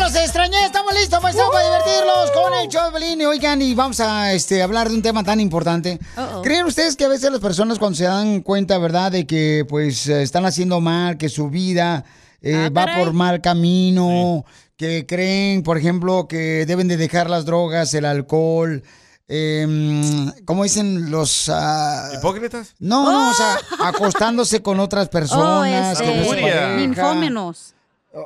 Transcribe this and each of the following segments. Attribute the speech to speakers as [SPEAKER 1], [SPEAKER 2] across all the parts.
[SPEAKER 1] Los extrañé, estamos listos, maestro, para divertirlos con el show de Piolín. Oigan, y vamos a este, hablar de un tema tan importante.
[SPEAKER 2] Uh-oh.
[SPEAKER 1] ¿Creen ustedes que a veces las personas cuando se dan cuenta, verdad, de que pues eh, están haciendo mal, que su vida eh,
[SPEAKER 2] Ah,
[SPEAKER 1] va
[SPEAKER 2] caray.
[SPEAKER 1] por mal camino, que creen, por ejemplo, que deben de dejar las drogas, el alcohol, em, ¿cómo dicen los... ah,
[SPEAKER 3] ¿Hipócritas?
[SPEAKER 1] no, no, o sea, acostándose con otras
[SPEAKER 2] Oh,
[SPEAKER 1] personas.
[SPEAKER 3] este,
[SPEAKER 1] como su
[SPEAKER 3] Lujuria.
[SPEAKER 1] pareja.
[SPEAKER 4] Ninfómenos.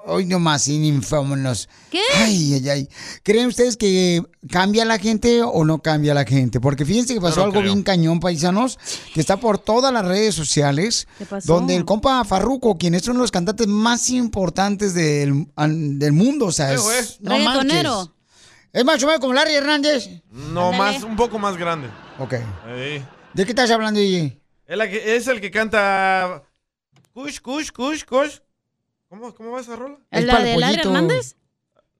[SPEAKER 1] Hoy nomás, sin infómonos. ¿Qué? Ay, ay, ay. ¿Creen ustedes que cambia la gente o no cambia la gente? Porque fíjense que pasó
[SPEAKER 2] No lo
[SPEAKER 1] algo
[SPEAKER 2] creo.
[SPEAKER 1] bien cañón, paisanos, que está por todas las redes sociales.
[SPEAKER 2] ¿Qué pasó?
[SPEAKER 1] Donde el compa Farruco, quien es uno de los cantantes más importantes del, an- del mundo, o sea,
[SPEAKER 3] Eh,
[SPEAKER 1] es.
[SPEAKER 3] güey.
[SPEAKER 1] no
[SPEAKER 3] Reggaetonero.
[SPEAKER 1] manches. Es más o menos como Larry Hernández.
[SPEAKER 3] No, más, un poco más grande.
[SPEAKER 1] Ok.
[SPEAKER 3] Ahí.
[SPEAKER 1] ¿De qué estás hablando, DJ?
[SPEAKER 3] Es, la que- es el que canta. Cush, cush, cush, cush. ¿Cómo, cómo va esa rola?
[SPEAKER 4] ¿La de Lara Hernández?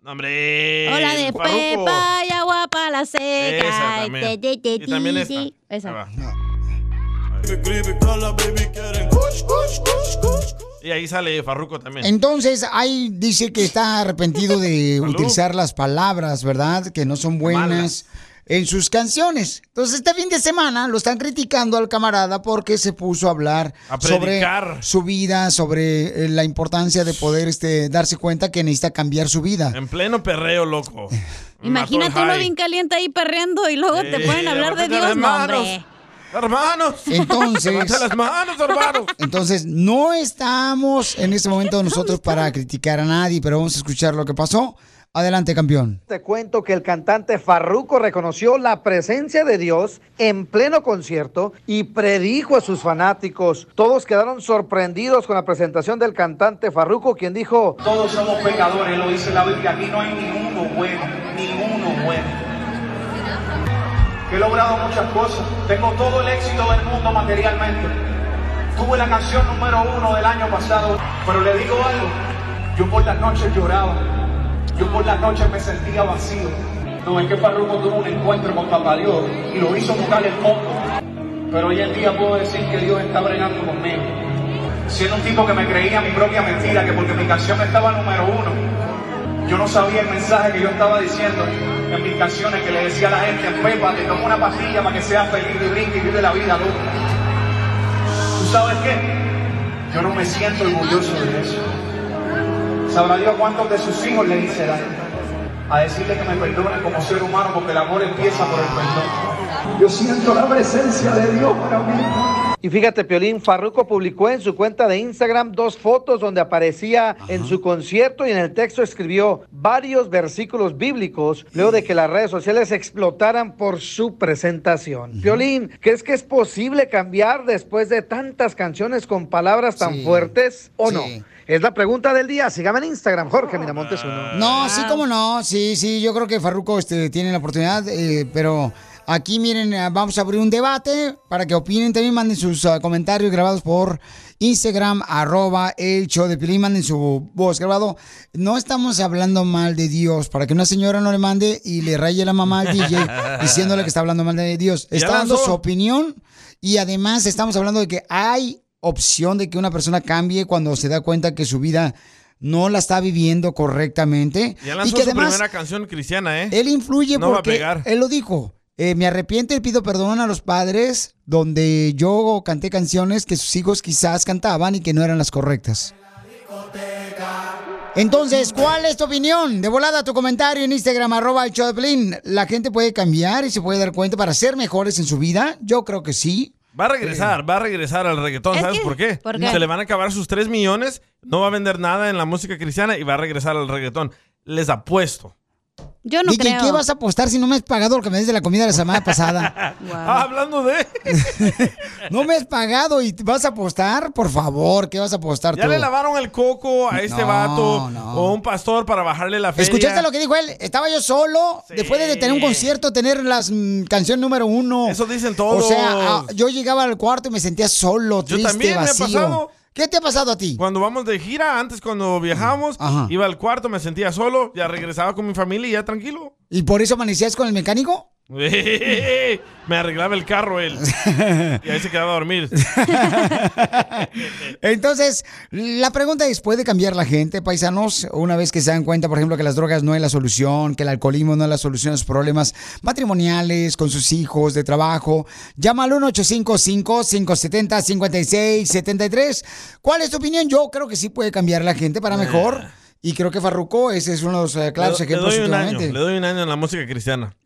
[SPEAKER 3] No, hombre.
[SPEAKER 4] O la de
[SPEAKER 3] Eh, el Farruko.
[SPEAKER 4] Pepa y agua para la
[SPEAKER 3] Esa
[SPEAKER 4] seca.
[SPEAKER 3] también.
[SPEAKER 4] Te, te, te,
[SPEAKER 3] Y también
[SPEAKER 4] ti,
[SPEAKER 3] esta.
[SPEAKER 4] ti. Esa.
[SPEAKER 3] Ahí va. Y ahí sale Farruco también.
[SPEAKER 1] Entonces, ahí dice que está arrepentido de
[SPEAKER 3] Salud.
[SPEAKER 1] utilizar las palabras, ¿verdad? Que no son buenas en sus canciones. Entonces, este fin de semana lo están criticando al camarada porque se puso a hablar
[SPEAKER 3] A
[SPEAKER 1] sobre
[SPEAKER 3] predicar.
[SPEAKER 1] su vida, sobre eh, la importancia de poder este, darse cuenta que necesita cambiar su vida.
[SPEAKER 3] En pleno perreo, loco.
[SPEAKER 4] Imagínate uno bien caliente ahí perreando y luego te
[SPEAKER 3] Eh,
[SPEAKER 4] pueden hablar
[SPEAKER 3] levanta
[SPEAKER 4] de Dios,
[SPEAKER 3] las
[SPEAKER 4] no,
[SPEAKER 3] manos.
[SPEAKER 4] hombre.
[SPEAKER 3] Hermanos.
[SPEAKER 1] Entonces-
[SPEAKER 3] Levanta las manos, hermanos.
[SPEAKER 1] Entonces, no estamos en este momento nosotros para criticar a nadie, pero vamos a escuchar lo que pasó. Adelante, campeón.
[SPEAKER 5] Te cuento que el cantante Farruco reconoció la presencia de Dios en pleno concierto y predijo a sus fanáticos. Todos quedaron sorprendidos con la presentación del cantante Farruco, quien dijo:
[SPEAKER 6] Todos somos pecadores, lo dice la Biblia. Aquí no hay ninguno bueno, ninguno bueno. He logrado muchas cosas. Tengo todo el éxito del mundo materialmente. Tuve la canción número uno del año pasado. Pero le digo algo. Yo por las noches lloraba. Yo por las noches me sentía vacío. No, es que Farruko tuvo un encuentro con Papá Dios y lo hizo buscar el fondo. Pero hoy en día puedo decir que Dios está bregando conmigo. Siendo un tipo que me creía mi propia mentira, que porque mi canción estaba número uno, yo no sabía el mensaje que yo estaba diciendo en mis canciones que le decía a la gente, Pepa, te tomo una pastilla para que seas feliz y brinque y vive la vida, loco. ¿Tú sabes qué? Yo no me siento orgulloso de eso. Sabrá Dios cuántos de sus hijos le hice daño. A decirle que me perdone como ser humano porque el amor empieza por el perdón. Yo siento la presencia de Dios para mí.
[SPEAKER 5] Y fíjate, Piolín Farruco publicó en su cuenta de Instagram dos fotos donde aparecía en su concierto y en el texto escribió varios versículos bíblicos luego de que las redes sociales explotaran por su presentación. Piolín, ¿crees que es posible cambiar después de tantas canciones con palabras tan
[SPEAKER 1] Sí.
[SPEAKER 5] fuertes o no?
[SPEAKER 1] Sí. Ah.
[SPEAKER 5] Es la pregunta del día. Sígame en Instagram, Jorge Miramontes uno.
[SPEAKER 1] No, sí, cómo no. Sí, sí, yo creo que Farruko este, tiene la oportunidad, eh, pero aquí miren, eh, vamos a abrir un debate para que opinen. También manden sus ah, comentarios grabados por Instagram, arroba el show de Pilín. Manden su voz grabado. No estamos hablando mal de Dios para que una señora no le mande y le raye la mamá al DJ diciéndole que está hablando mal de Dios.
[SPEAKER 2] Ya
[SPEAKER 1] Está dando
[SPEAKER 2] lanzó.
[SPEAKER 1] su opinión y además estamos hablando de que hay opción de que una persona cambie cuando se da cuenta que su vida no la está viviendo correctamente
[SPEAKER 3] Ya
[SPEAKER 1] y
[SPEAKER 3] lanzó
[SPEAKER 1] que
[SPEAKER 3] su
[SPEAKER 1] además
[SPEAKER 3] primera canción cristiana, ¿eh?
[SPEAKER 1] él influye
[SPEAKER 3] No va a
[SPEAKER 1] porque
[SPEAKER 3] pegar.
[SPEAKER 1] él lo dijo. eh, me arrepiento y pido perdón a los padres donde yo canté canciones que sus hijos quizás cantaban y que no eran las correctas. Entonces, ¿cuál es tu opinión? De volada tu comentario en Instagram, arroba el show de Piolín. ¿La gente puede cambiar y se puede dar cuenta para ser mejores en su vida? Yo creo que sí.
[SPEAKER 3] Va a regresar, va a regresar al reggaetón, ¿sabes por qué?
[SPEAKER 1] ¿por qué?
[SPEAKER 3] Se le van a acabar sus 3 millones, no va a vender nada en la música cristiana y va a regresar al reggaetón. Les apuesto.
[SPEAKER 4] Yo
[SPEAKER 1] no ¿qué vas a apostar si no me has pagado lo que me des de la comida de la semana pasada?
[SPEAKER 3] Ah, hablando de...
[SPEAKER 1] no me has pagado y vas a apostar, por favor, ¿qué vas a apostar
[SPEAKER 3] Ya
[SPEAKER 1] tú?
[SPEAKER 3] le lavaron el coco a este
[SPEAKER 1] No,
[SPEAKER 3] vato
[SPEAKER 1] no.
[SPEAKER 3] o a un pastor para bajarle la fe.
[SPEAKER 1] ¿Escuchaste lo que dijo él? Estaba yo solo, después de tener un concierto, tener la canción número uno. Eso
[SPEAKER 3] dicen todos.
[SPEAKER 1] O sea, a- yo llegaba al cuarto y me sentía solo,
[SPEAKER 3] Yo
[SPEAKER 1] triste,
[SPEAKER 3] también me ha
[SPEAKER 1] vacío.
[SPEAKER 3] pasado.
[SPEAKER 1] ¿Qué te ha pasado a ti?
[SPEAKER 3] Cuando vamos de gira, antes cuando viajamos, iba al cuarto, me sentía solo, ya regresaba con mi familia y ya tranquilo.
[SPEAKER 1] ¿Y por eso amanecías con el mecánico?
[SPEAKER 3] Me arreglaba el carro él. Y ahí se quedaba a dormir.
[SPEAKER 1] Entonces, la pregunta es, ¿puede cambiar la gente, paisanos? Una vez que se dan cuenta, por ejemplo, que las drogas no es la solución, que el alcoholismo no es la solución a sus problemas matrimoniales, con sus hijos, de trabajo. Llama al 1-855-570-5673. ¿Cuál es tu opinión? Yo creo que sí puede cambiar la gente para mejor. Y creo que Farruko, ese es uno de los eh, claros
[SPEAKER 3] Ah. le, do- le doy
[SPEAKER 1] ejemplos
[SPEAKER 3] un año,
[SPEAKER 1] últimamente.
[SPEAKER 3] le doy un año en la música cristiana.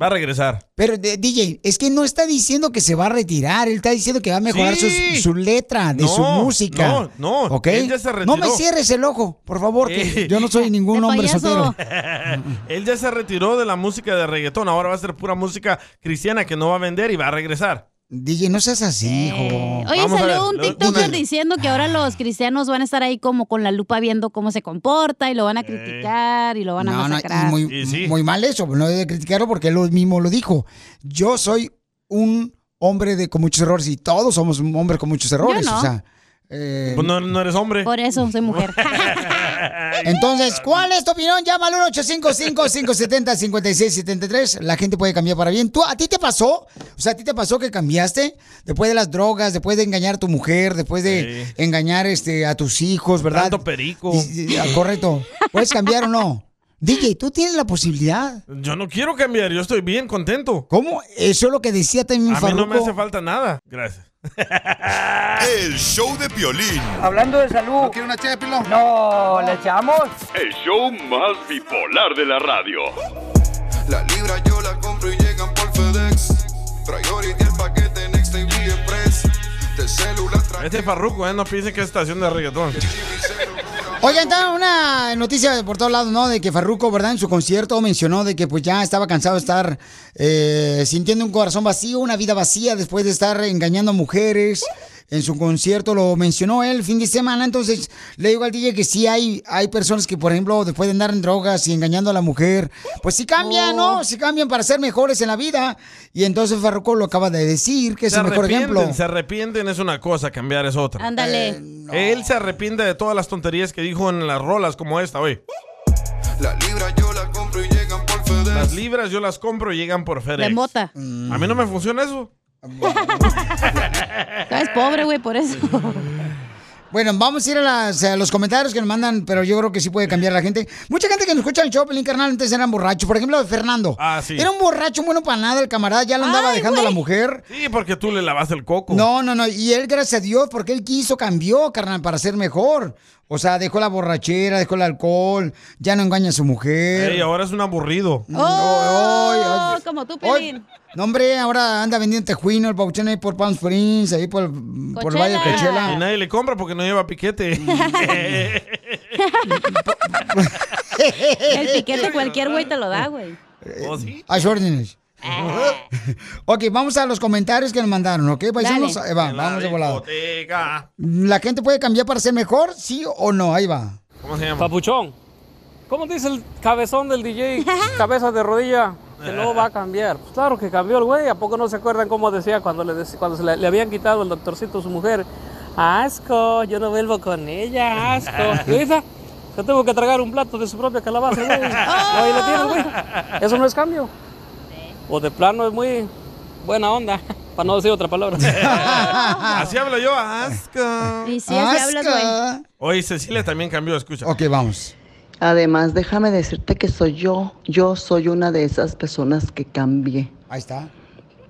[SPEAKER 3] Va a regresar.
[SPEAKER 1] Pero de- DJ, es que no está diciendo que se va a retirar, él está diciendo que va a mejorar
[SPEAKER 3] Sí.
[SPEAKER 1] sus- su, letra, de
[SPEAKER 3] No,
[SPEAKER 1] su música.
[SPEAKER 3] no, no,
[SPEAKER 1] ¿Ok?
[SPEAKER 3] él ya se
[SPEAKER 1] No
[SPEAKER 3] retiró.
[SPEAKER 1] me cierres el ojo, por favor, que
[SPEAKER 3] Eh.
[SPEAKER 1] yo no soy ningún hombre soltero.
[SPEAKER 3] Él ya se retiró de la música de reggaetón. Ahora va a ser pura música cristiana que no va a vender y va a regresar.
[SPEAKER 1] DJ, no seas así,
[SPEAKER 4] Eh,
[SPEAKER 1] hijo.
[SPEAKER 4] Oye,
[SPEAKER 3] Vamos a
[SPEAKER 4] salió
[SPEAKER 3] ver,
[SPEAKER 4] un
[SPEAKER 3] le doy un
[SPEAKER 4] TikToker
[SPEAKER 3] año.
[SPEAKER 4] diciendo que ahora los cristianos van a estar ahí como con la lupa viendo cómo se comporta y lo van a criticar y lo van a
[SPEAKER 1] No, no, y
[SPEAKER 4] masacrar.
[SPEAKER 1] muy,
[SPEAKER 3] Y sí.
[SPEAKER 1] muy mal eso, no debe criticarlo porque él mismo lo dijo. Yo soy un hombre de, con muchos errores y todos somos un hombre con muchos errores.
[SPEAKER 4] no.
[SPEAKER 1] O sea, eh,
[SPEAKER 3] Pues no, no eres hombre.
[SPEAKER 4] Por eso soy mujer.
[SPEAKER 1] Entonces, ¿cuál es tu opinión? Llama al 1-855-570-5673. La gente puede cambiar para bien. ¿Tú, ¿A ti te pasó? O sea, ¿a ti te pasó que cambiaste? Después de las drogas, después de engañar a tu mujer, después de
[SPEAKER 3] Sí.
[SPEAKER 1] engañar este, a tus hijos, ¿verdad?
[SPEAKER 3] Tanto perico.
[SPEAKER 1] Y- y- ah, correcto. ¿Puedes cambiar o no? DJ, ¿tú tienes la posibilidad?
[SPEAKER 3] Yo no quiero cambiar, yo estoy bien contento.
[SPEAKER 1] ¿Cómo? Eso es lo que decía también
[SPEAKER 3] A mí no me
[SPEAKER 1] Farruko.
[SPEAKER 3] hace falta nada. Gracias.
[SPEAKER 2] El show de Piolín.
[SPEAKER 7] Hablando de salud. ¿No una No, ¿le echamos?
[SPEAKER 8] El show más bipolar de la radio.
[SPEAKER 2] La libra yo la compro y llegan por FedEx. Priority el paquete Next TV Express. De celular traje
[SPEAKER 3] Este farruco, ¿eh? No piensen que es estación de reggaetón.
[SPEAKER 1] Oigan, está una noticia por todos lados, ¿no? De que Farruko, ¿verdad? En su concierto mencionó de que pues ya estaba cansado de estar eh, sintiendo un corazón vacío, una vida vacía después de estar engañando a mujeres. En su concierto lo mencionó él el fin de semana, entonces le digo al DJ que sí hay, hay personas que, por ejemplo, después de andar en drogas y engañando a la mujer, pues sí cambian,
[SPEAKER 3] Oh.
[SPEAKER 1] ¿no? Sí cambian para ser mejores en la vida. Y entonces Farruko lo acaba de decir, que es
[SPEAKER 3] Se
[SPEAKER 1] el mejor
[SPEAKER 3] arrepienten,
[SPEAKER 1] ejemplo. Eh,
[SPEAKER 3] se arrepienten es una cosa, cambiar es otra.
[SPEAKER 4] Ándale.
[SPEAKER 3] Él se arrepiente de todas las tonterías que dijo en las rolas como esta, hoy.
[SPEAKER 2] La libra yo la compro y llegan por
[SPEAKER 3] Las
[SPEAKER 2] FedEx.
[SPEAKER 3] libras yo las compro y llegan por
[SPEAKER 4] De
[SPEAKER 3] FedEx.
[SPEAKER 4] mota.
[SPEAKER 1] Mm.
[SPEAKER 3] A mí no me funciona eso.
[SPEAKER 4] Estás pobre, güey, por eso.
[SPEAKER 1] Bueno, vamos a ir a, las- a los comentarios que nos mandan, pero yo creo que sí puede cambiar la gente. Mucha gente que nos escucha en el show, Pelín Carnal, antes eran borrachos. Por ejemplo, Fernando.
[SPEAKER 3] Ah, sí.
[SPEAKER 1] Era un borracho bueno para nada, el camarada ya lo andaba dejando a la mujer.
[SPEAKER 3] Sí, porque tú le lavaste el coco.
[SPEAKER 1] No, no, no. Y él, gracias a Dios, porque él quiso, cambió, carnal, para ser mejor. O sea, dejó la borrachera, dejó el alcohol, ya no engaña a su mujer.
[SPEAKER 3] Ey, ahora es un aburrido.
[SPEAKER 1] No, ay,
[SPEAKER 4] Oh,
[SPEAKER 1] ay.
[SPEAKER 4] como tú,
[SPEAKER 1] Ay,
[SPEAKER 4] Pelín.
[SPEAKER 1] no, hombre, ahora anda vendiendo tejuino, el pauchón ahí por Palm Springs, ahí por, el- por el Valle de
[SPEAKER 4] Coachella.
[SPEAKER 1] Coachella.
[SPEAKER 3] Y nadie le compra porque no lleva piquete.
[SPEAKER 4] El piquete cualquier güey te lo da, güey. Oh,
[SPEAKER 3] ¿O sí?
[SPEAKER 1] A sus órdenes. ok, vamos a los comentarios que nos mandaron, ¿ok? Paisanos,
[SPEAKER 4] Eh. Dale.
[SPEAKER 1] Ahí va,
[SPEAKER 3] En la
[SPEAKER 1] vamos de volado.
[SPEAKER 3] discoteca.
[SPEAKER 1] ¿La gente puede cambiar para ser mejor? ¿Sí o no? Ahí va.
[SPEAKER 3] ¿Cómo se llama?
[SPEAKER 9] Papuchón, ¿cómo dice el cabezón del DJ? Cabeza de rodilla, que
[SPEAKER 3] Eh.
[SPEAKER 9] no va a cambiar. Pues claro que cambió el güey, ¿a poco no se acuerdan cómo decía cuando le, dec- cuando se le, le habían quitado el doctorcito a su mujer? Asco, yo no vuelvo con ella, asco. ¿Y ahorita? Que tengo que tragar un plato de su propia calabaza, güey. Ahí lo tienes, güey. Eso no es cambio. O de plano es muy buena onda, para no decir otra palabra.
[SPEAKER 3] Así hablo yo, asco.
[SPEAKER 4] Y si así hablas, güey.
[SPEAKER 1] Asca.
[SPEAKER 3] Oye, Cecilia también cambió, escucha.
[SPEAKER 1] Ok, vamos.
[SPEAKER 10] Además, déjame decirte que soy yo, yo soy una de esas personas que cambié,
[SPEAKER 1] Ahí está.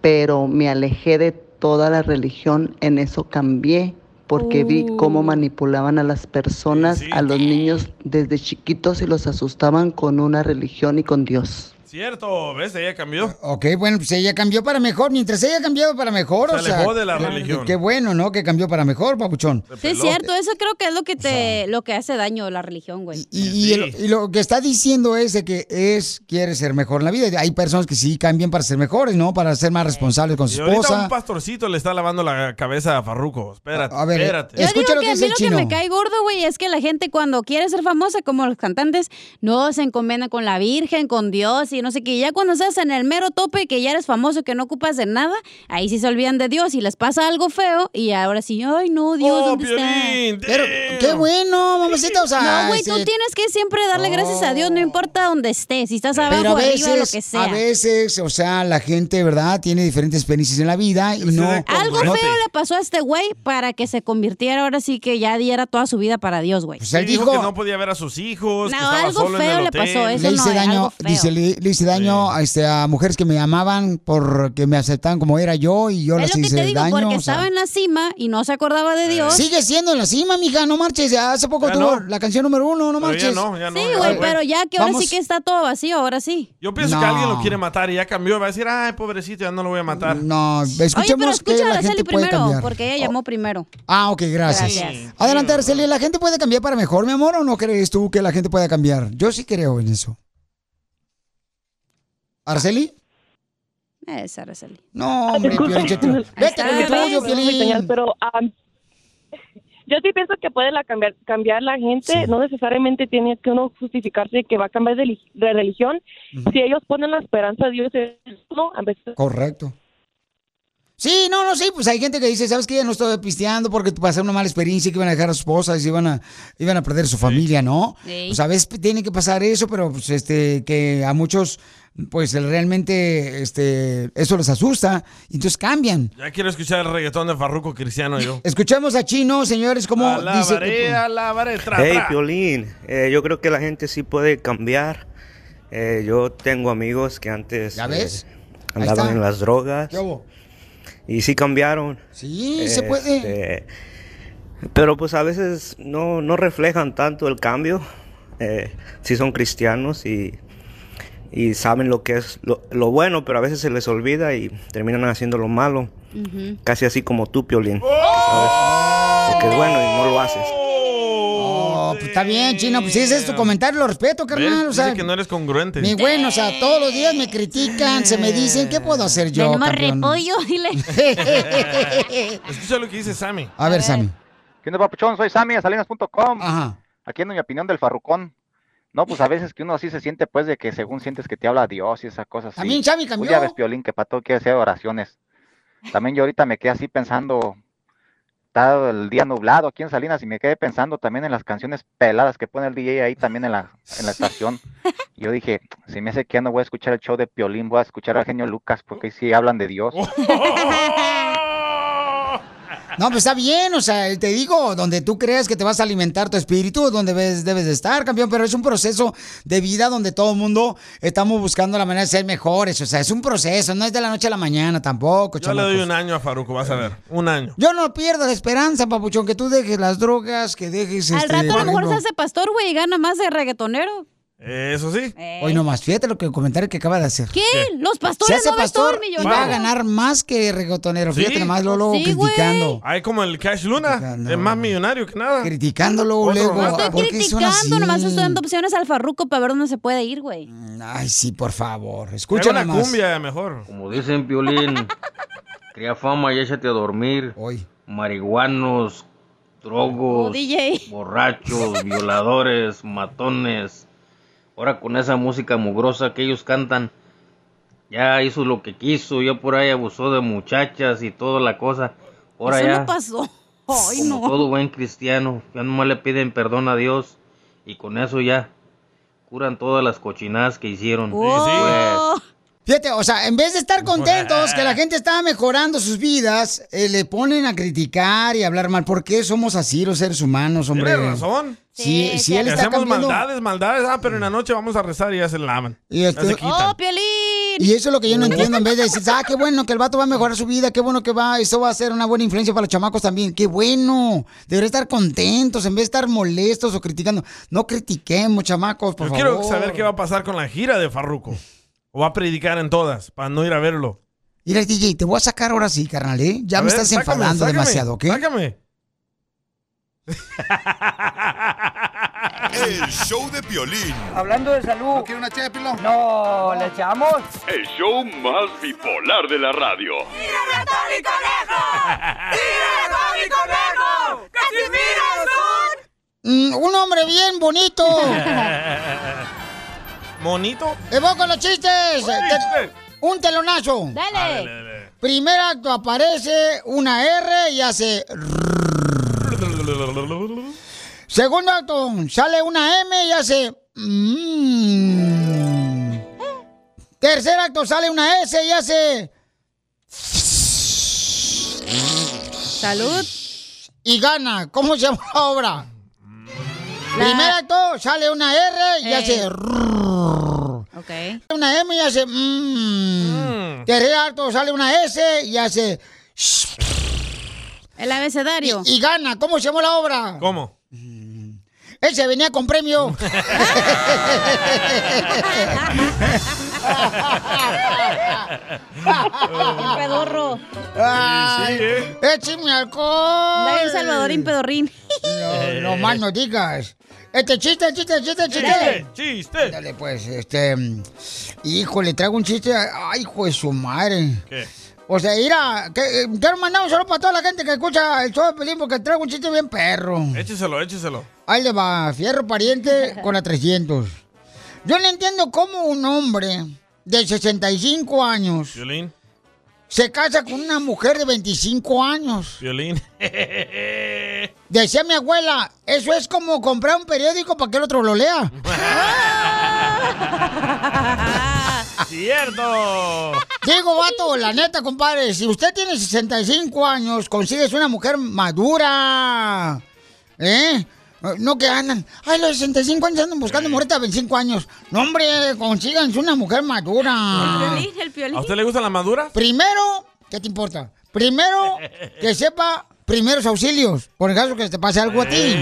[SPEAKER 10] pero me alejé de toda la religión, en eso cambié, porque vi cómo manipulaban a las personas,
[SPEAKER 3] Sí.
[SPEAKER 10] a los niños desde chiquitos y los asustaban con una religión y con Dios.
[SPEAKER 3] Cierto, ¿ves? Ella cambió.
[SPEAKER 1] Ok, bueno, pues ella cambió para mejor. Mientras ella ha cambiado para mejor,
[SPEAKER 3] Se
[SPEAKER 1] o sea.
[SPEAKER 3] alejó de la
[SPEAKER 1] qué-
[SPEAKER 3] religión.
[SPEAKER 1] Qué bueno, ¿no? Que cambió para mejor, papuchón.
[SPEAKER 3] Se
[SPEAKER 4] Sí, es
[SPEAKER 3] peló.
[SPEAKER 4] cierto, eso creo que es lo que te, lo que hace daño la religión, güey.
[SPEAKER 1] Y, y el- y lo que está diciendo es de que es quiere ser mejor en la vida. Hay personas que sí cambian para ser mejores, ¿no? Para ser más responsables con
[SPEAKER 3] Y
[SPEAKER 1] su
[SPEAKER 3] ahorita
[SPEAKER 1] esposa.
[SPEAKER 3] un pastorcito le está lavando la cabeza a Farruco. Espérate,
[SPEAKER 1] A ver, eh,
[SPEAKER 3] espérate.
[SPEAKER 4] Yo
[SPEAKER 1] Escucha
[SPEAKER 4] digo
[SPEAKER 1] lo
[SPEAKER 4] que,
[SPEAKER 1] que
[SPEAKER 4] a
[SPEAKER 1] dice
[SPEAKER 4] mí
[SPEAKER 1] el
[SPEAKER 4] lo que
[SPEAKER 1] chino.
[SPEAKER 4] me cae gordo, güey, es que la gente cuando quiere ser famosa, como los cantantes, no se encomenda con la Virgen, con Dios y y no sé qué. Y ya cuando estás en el mero tope, que ya eres famoso, que no ocupas de nada, ahí sí se olvidan de Dios y les pasa algo feo y ahora sí, ay no, Dios, ¿dónde está?
[SPEAKER 1] Pero qué bueno, mamacita, o sea.
[SPEAKER 4] no, güey, tú
[SPEAKER 1] este,
[SPEAKER 4] tienes que siempre darle gracias a Dios, no importa dónde estés, si estás abajo,
[SPEAKER 1] Pero a
[SPEAKER 4] arriba, lo
[SPEAKER 1] veces,
[SPEAKER 4] que sea.
[SPEAKER 1] a veces, o sea, la gente, ¿verdad? Tiene diferentes experiencias en la vida y no...
[SPEAKER 4] Algo
[SPEAKER 1] no-
[SPEAKER 4] feo le pasó a este güey para que se convirtiera ahora sí que ya diera toda su vida para Dios, güey.
[SPEAKER 1] Pues
[SPEAKER 3] Sí, dijo, que no podía ver a sus hijos. que
[SPEAKER 4] No,
[SPEAKER 3] estaba
[SPEAKER 4] algo
[SPEAKER 3] solo en
[SPEAKER 4] feo
[SPEAKER 3] el
[SPEAKER 4] le
[SPEAKER 3] hotel.
[SPEAKER 4] pasó, eso
[SPEAKER 1] le hice daño, dice, le, le hice daño a, este, a mujeres que me amaban porque me aceptaban como era yo y yo
[SPEAKER 4] es
[SPEAKER 1] les
[SPEAKER 4] lo que
[SPEAKER 1] hice
[SPEAKER 4] te digo,
[SPEAKER 1] daño.
[SPEAKER 4] porque
[SPEAKER 1] o sea.
[SPEAKER 4] estaba en la cima y no se acordaba de Dios.
[SPEAKER 1] Sigue siendo en la cima, mija, no marches. ya Hace poco
[SPEAKER 3] Eh. Ya
[SPEAKER 1] tuvo
[SPEAKER 3] no.
[SPEAKER 1] la canción número uno, no
[SPEAKER 3] Pero ya
[SPEAKER 1] marches.
[SPEAKER 3] no, ya no,
[SPEAKER 4] Sí,
[SPEAKER 3] ya
[SPEAKER 4] güey,
[SPEAKER 3] fue.
[SPEAKER 4] pero ya que ahora
[SPEAKER 1] Vamos.
[SPEAKER 4] sí que está todo vacío, ahora sí.
[SPEAKER 3] Yo pienso
[SPEAKER 1] No.
[SPEAKER 3] que alguien lo quiere matar y ya cambió. y Va a decir, ay, pobrecito, ya no lo voy a matar.
[SPEAKER 1] No,
[SPEAKER 4] Oye, pero
[SPEAKER 1] escuchemos que
[SPEAKER 4] escucha a
[SPEAKER 1] la
[SPEAKER 4] Araceli
[SPEAKER 1] gente puede
[SPEAKER 4] primero,
[SPEAKER 1] cambiar.
[SPEAKER 4] porque ella llamó primero.
[SPEAKER 1] Ah, ok, gracias.
[SPEAKER 4] Gracias.
[SPEAKER 1] Adelante, Araceli, ¿la gente puede cambiar para mejor, mi amor, o no crees tú que la gente pueda cambiar? Yo sí creo en eso. ¿Araceli?
[SPEAKER 4] Es Araceli.
[SPEAKER 1] No, hombre,
[SPEAKER 10] Disculpe.
[SPEAKER 1] Piolichotelo.
[SPEAKER 10] Ahí
[SPEAKER 1] Vete
[SPEAKER 10] está,
[SPEAKER 4] Ah,
[SPEAKER 1] con lo tuyo,
[SPEAKER 10] perdón, señal,
[SPEAKER 1] Piolín.
[SPEAKER 10] Pero am, yo sí pienso que puede la cambiar, cambiar la gente. No necesariamente tiene que uno justificarse que va a cambiar de, li- de religión. Si ellos ponen la esperanza de Dios en uno, a veces
[SPEAKER 1] Correcto. Sí, no, no, sí, pues hay gente que dice, ¿sabes qué? Ya no estoy pisteando porque pasaron una mala experiencia, que iban a dejar a sus esposas, iban a, iban a perder su familia, ¿no?
[SPEAKER 11] Sí.
[SPEAKER 1] Pues a veces tiene que pasar eso, pero pues este, que a muchos, pues realmente, este, eso les asusta, y entonces cambian.
[SPEAKER 3] Ya quiero escuchar el reggaetón de Farruko Cristiano yo.
[SPEAKER 1] Escuchemos a Chino, señores, cómo dice...
[SPEAKER 3] Alabaré,
[SPEAKER 1] que- pues,
[SPEAKER 3] alabaré, tra,
[SPEAKER 12] Hey,
[SPEAKER 3] tra.
[SPEAKER 12] Piolín, eh, yo creo que la gente sí puede cambiar. Eh, yo tengo amigos que antes
[SPEAKER 1] ¿Ya ves?
[SPEAKER 12] eh,
[SPEAKER 1] Ahí
[SPEAKER 12] andaban
[SPEAKER 1] está.
[SPEAKER 12] en las drogas
[SPEAKER 1] ¿Qué hubo?
[SPEAKER 12] y sí cambiaron.
[SPEAKER 1] Sí, se puede.
[SPEAKER 12] Este, pero pues a veces no, no reflejan tanto el cambio. Eh, sí son cristianos y, y saben lo que es lo, lo bueno, pero a veces se les olvida y terminan haciendo lo malo. Casi así como tú,
[SPEAKER 3] ¡Oh!
[SPEAKER 12] Piolín. ¿sabes? Porque es bueno y no lo haces.
[SPEAKER 1] Oh, pues está bien, Chino, pues si ese es tu comentario, lo respeto, carnal, o
[SPEAKER 3] ¿Ves?
[SPEAKER 1] sea...
[SPEAKER 3] Dice que no eres congruente.
[SPEAKER 1] Mi bueno, o sea, todos los días me critican, se me dicen, ¿qué puedo hacer yo,
[SPEAKER 4] Tenemos
[SPEAKER 1] campeón?
[SPEAKER 4] repollo, dile.
[SPEAKER 3] Escucha lo que dice Sammy.
[SPEAKER 1] A
[SPEAKER 4] Eh.
[SPEAKER 1] ver, Sammy.
[SPEAKER 13] ¿Qué onda, papuchón? Soy Sammy de salinas.com. Aquí ando mi opinión del farrucón. No, pues a veces que uno así se siente, pues, de que según sientes que te habla Dios y esas cosas. así.
[SPEAKER 1] También Sammy cambió.
[SPEAKER 13] Pues ya ves, Piolín, que para todo quiere hacer oraciones. También yo ahorita me quedé así pensando, está el día nublado aquí en Salinas y me quedé pensando también en las canciones peladas que pone el DJ ahí también en la, en la estación. Y yo dije, si me hace que ya no voy a escuchar el show de Piolín, voy a escuchar al genio Lucas porque ahí sí hablan de Dios.
[SPEAKER 3] Oh.
[SPEAKER 1] No, pues está bien, o sea, te digo, donde tú creas que te vas a alimentar tu espíritu, donde ves- debes de estar, campeón, pero es un proceso de vida donde todo el mundo estamos buscando la manera de ser mejores, o sea, es un proceso, no es de la noche a la mañana tampoco,
[SPEAKER 3] Yo le doy
[SPEAKER 1] chamacos.
[SPEAKER 3] un año a Farruko, vas a ver. Un año.
[SPEAKER 1] Yo no pierdo la esperanza, papuchón, que tú dejes las drogas, que dejes...
[SPEAKER 4] Al
[SPEAKER 1] este,
[SPEAKER 4] rato a
[SPEAKER 1] por
[SPEAKER 4] lo mejor se
[SPEAKER 1] ejemplo,
[SPEAKER 4] hace pastor, güey, y gana más de reggaetonero.
[SPEAKER 3] Eso sí.
[SPEAKER 1] Hoy nomás, fíjate lo que el comentario que acaba de hacer.
[SPEAKER 4] ¿Qué? Los
[SPEAKER 1] Se
[SPEAKER 4] pastores
[SPEAKER 1] hace
[SPEAKER 4] no
[SPEAKER 1] pastor
[SPEAKER 4] pastor,
[SPEAKER 1] y va a ganar más que regotonero. Fíjate nomás, Lolo, criticando.
[SPEAKER 3] Hay como el Cash Luna, es más millonario que nada.
[SPEAKER 1] Criticándolo, luego.
[SPEAKER 4] No estoy
[SPEAKER 1] ¿por qué son
[SPEAKER 4] criticando,
[SPEAKER 1] así?
[SPEAKER 4] nomás estoy dando opciones al farruco para ver dónde se puede ir, güey.
[SPEAKER 1] Ay, sí, por favor.
[SPEAKER 3] Escucha
[SPEAKER 1] Escucha
[SPEAKER 3] una
[SPEAKER 1] nomás.
[SPEAKER 3] cumbia mejor.
[SPEAKER 14] Como dicen, Piolín, cría fama y échate a dormir. Marihuanos, drogos,
[SPEAKER 3] Pues,
[SPEAKER 4] Oh, DJ.
[SPEAKER 14] borrachos, violadores, matones. Ahora con esa música mugrosa que ellos cantan, ya hizo lo que quiso, ya por ahí abusó de muchachas y toda la cosa. Ahora
[SPEAKER 4] Eso
[SPEAKER 14] ya,
[SPEAKER 4] no pasó. Ay,
[SPEAKER 14] como
[SPEAKER 4] no.
[SPEAKER 14] todo buen cristiano, ya nomás le piden perdón a Dios y con eso ya curan todas las cochinadas que
[SPEAKER 4] Oh.
[SPEAKER 14] hicieron. Pues,
[SPEAKER 1] Fíjate, o sea, en vez de estar contentos que la gente está mejorando sus vidas, eh, le ponen a criticar y hablar mal. ¿Por qué somos así los seres humanos, hombre?
[SPEAKER 3] Tienes razón.
[SPEAKER 1] Si, si él
[SPEAKER 3] Que
[SPEAKER 1] está
[SPEAKER 3] hacemos
[SPEAKER 1] cambiando...
[SPEAKER 3] maldades, maldades. Ah, pero en la noche vamos a rezar y ya se lavan.
[SPEAKER 1] Y
[SPEAKER 3] Ya se
[SPEAKER 1] este-
[SPEAKER 3] quitan.
[SPEAKER 1] Y eso es lo que yo no entiendo. En vez de decir, ah, qué bueno que el vato va a mejorar su vida, qué bueno que va, eso va a ser una buena influencia para los chamacos también. Qué bueno. Deberían estar contentos en vez de estar molestos o criticando. No critiquemos, chamacos, por
[SPEAKER 3] Yo
[SPEAKER 1] favor.
[SPEAKER 3] quiero saber qué va a pasar con la gira de Farruko. O va a predicar en todas, para no ir a verlo.
[SPEAKER 1] Mira, DJ, te voy a sacar ahora sí, carnal, ¿eh? Ya
[SPEAKER 3] A
[SPEAKER 1] me
[SPEAKER 3] ver,
[SPEAKER 1] estás
[SPEAKER 3] sácame,
[SPEAKER 1] enfadando
[SPEAKER 3] sácame,
[SPEAKER 1] demasiado, ¿ok?
[SPEAKER 3] Sácame.
[SPEAKER 2] El show de violín. Hablando de salud. ¿No quiere una ché de pilón? No, ¿le echamos?
[SPEAKER 15] El show más bipolar de la radio.
[SPEAKER 1] Mm, un hombre bien bonito.
[SPEAKER 3] ¿Monito?
[SPEAKER 1] ¡Evoco los chistes! Te- Un telonazo.
[SPEAKER 3] Dale, dale.
[SPEAKER 1] Primer acto aparece una R y hace. Segundo acto sale una M y hace. mm. Tercer acto sale una S y hace. Salud. Y gana. ¿Cómo se llama la obra? Primer acto sale una R y
[SPEAKER 4] Eh.
[SPEAKER 1] hace.
[SPEAKER 4] Ok.
[SPEAKER 1] Una M y hace. Mmm. Tercer acto sale una S y hace. El abecedario. Y, y gana. ¿Cómo se llamó la obra?
[SPEAKER 3] ¿Cómo?
[SPEAKER 1] Él se venía con premio.
[SPEAKER 4] Bien pedorro.
[SPEAKER 1] Ay, eh, ¡Écheme alcohol!
[SPEAKER 4] Dale un salvadorín pedorrín.
[SPEAKER 2] Eh.
[SPEAKER 1] No, no más no digas. Este chiste, chiste, chiste, chiste.
[SPEAKER 3] chiste.
[SPEAKER 1] Dale, pues, este. mm, Híjole, traigo un chiste. Ay, hijo de su madre.
[SPEAKER 3] ¿Qué?
[SPEAKER 1] O sea, mira, que- eh, quiero mandar un saludo para toda la gente que escucha el show de Pelín porque traigo un chiste bien perro.
[SPEAKER 3] Écheselo, écheselo.
[SPEAKER 1] Ahí le va, fierro pariente con la 300. Yo no entiendo cómo un hombre de 65 años
[SPEAKER 3] Violín.
[SPEAKER 1] se casa con una mujer de 25 años.
[SPEAKER 3] Violín.
[SPEAKER 1] Decía mi abuela, eso es como comprar un periódico para que el otro lo lea.
[SPEAKER 3] ¡Cierto!
[SPEAKER 1] Digo, vato, la neta, compadre, si usted tiene 65 años, consigues una mujer madura. ¿Eh? No que andan. Ay, los 65 años andan buscando moreta de 25 años. No, hombre, consíganse una mujer madura.
[SPEAKER 4] el
[SPEAKER 3] ¿A usted le gustan las maduras?
[SPEAKER 1] Primero, ¿qué te importa? Primero, que sepa primeros auxilios, por el caso que te pase algo a ti.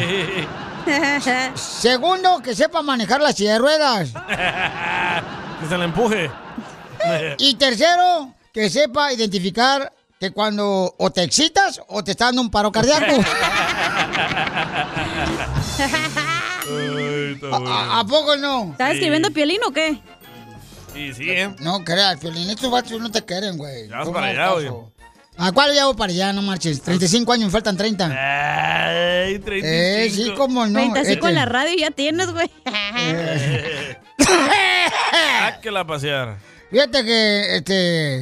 [SPEAKER 1] Segundo, que sepa manejar la silla de ruedas.
[SPEAKER 3] que se la empuje.
[SPEAKER 1] Y tercero, que sepa identificar que cuando o te excitas o te está dando un paro cardíaco.
[SPEAKER 3] Ay, está bueno.
[SPEAKER 1] ¿A, a poco no?
[SPEAKER 3] ¿Estás escribiendo
[SPEAKER 1] piolín o qué?
[SPEAKER 3] Y sí, ¿eh?
[SPEAKER 1] No creas, piolín. Estos vatos no te quieren, güey.
[SPEAKER 3] Ya vas
[SPEAKER 1] Son
[SPEAKER 3] para allá,
[SPEAKER 1] maltosos.
[SPEAKER 3] oye.
[SPEAKER 1] ¿A cuál ya voy para allá? No marches. 35 años, me faltan 30.
[SPEAKER 3] Ay, 35.
[SPEAKER 1] Eh, sí, cómo no.
[SPEAKER 4] 35 en la
[SPEAKER 1] Este- Eh.
[SPEAKER 4] radio ya tienes, güey.
[SPEAKER 3] Ah, que la pasear.
[SPEAKER 1] Fíjate que, este,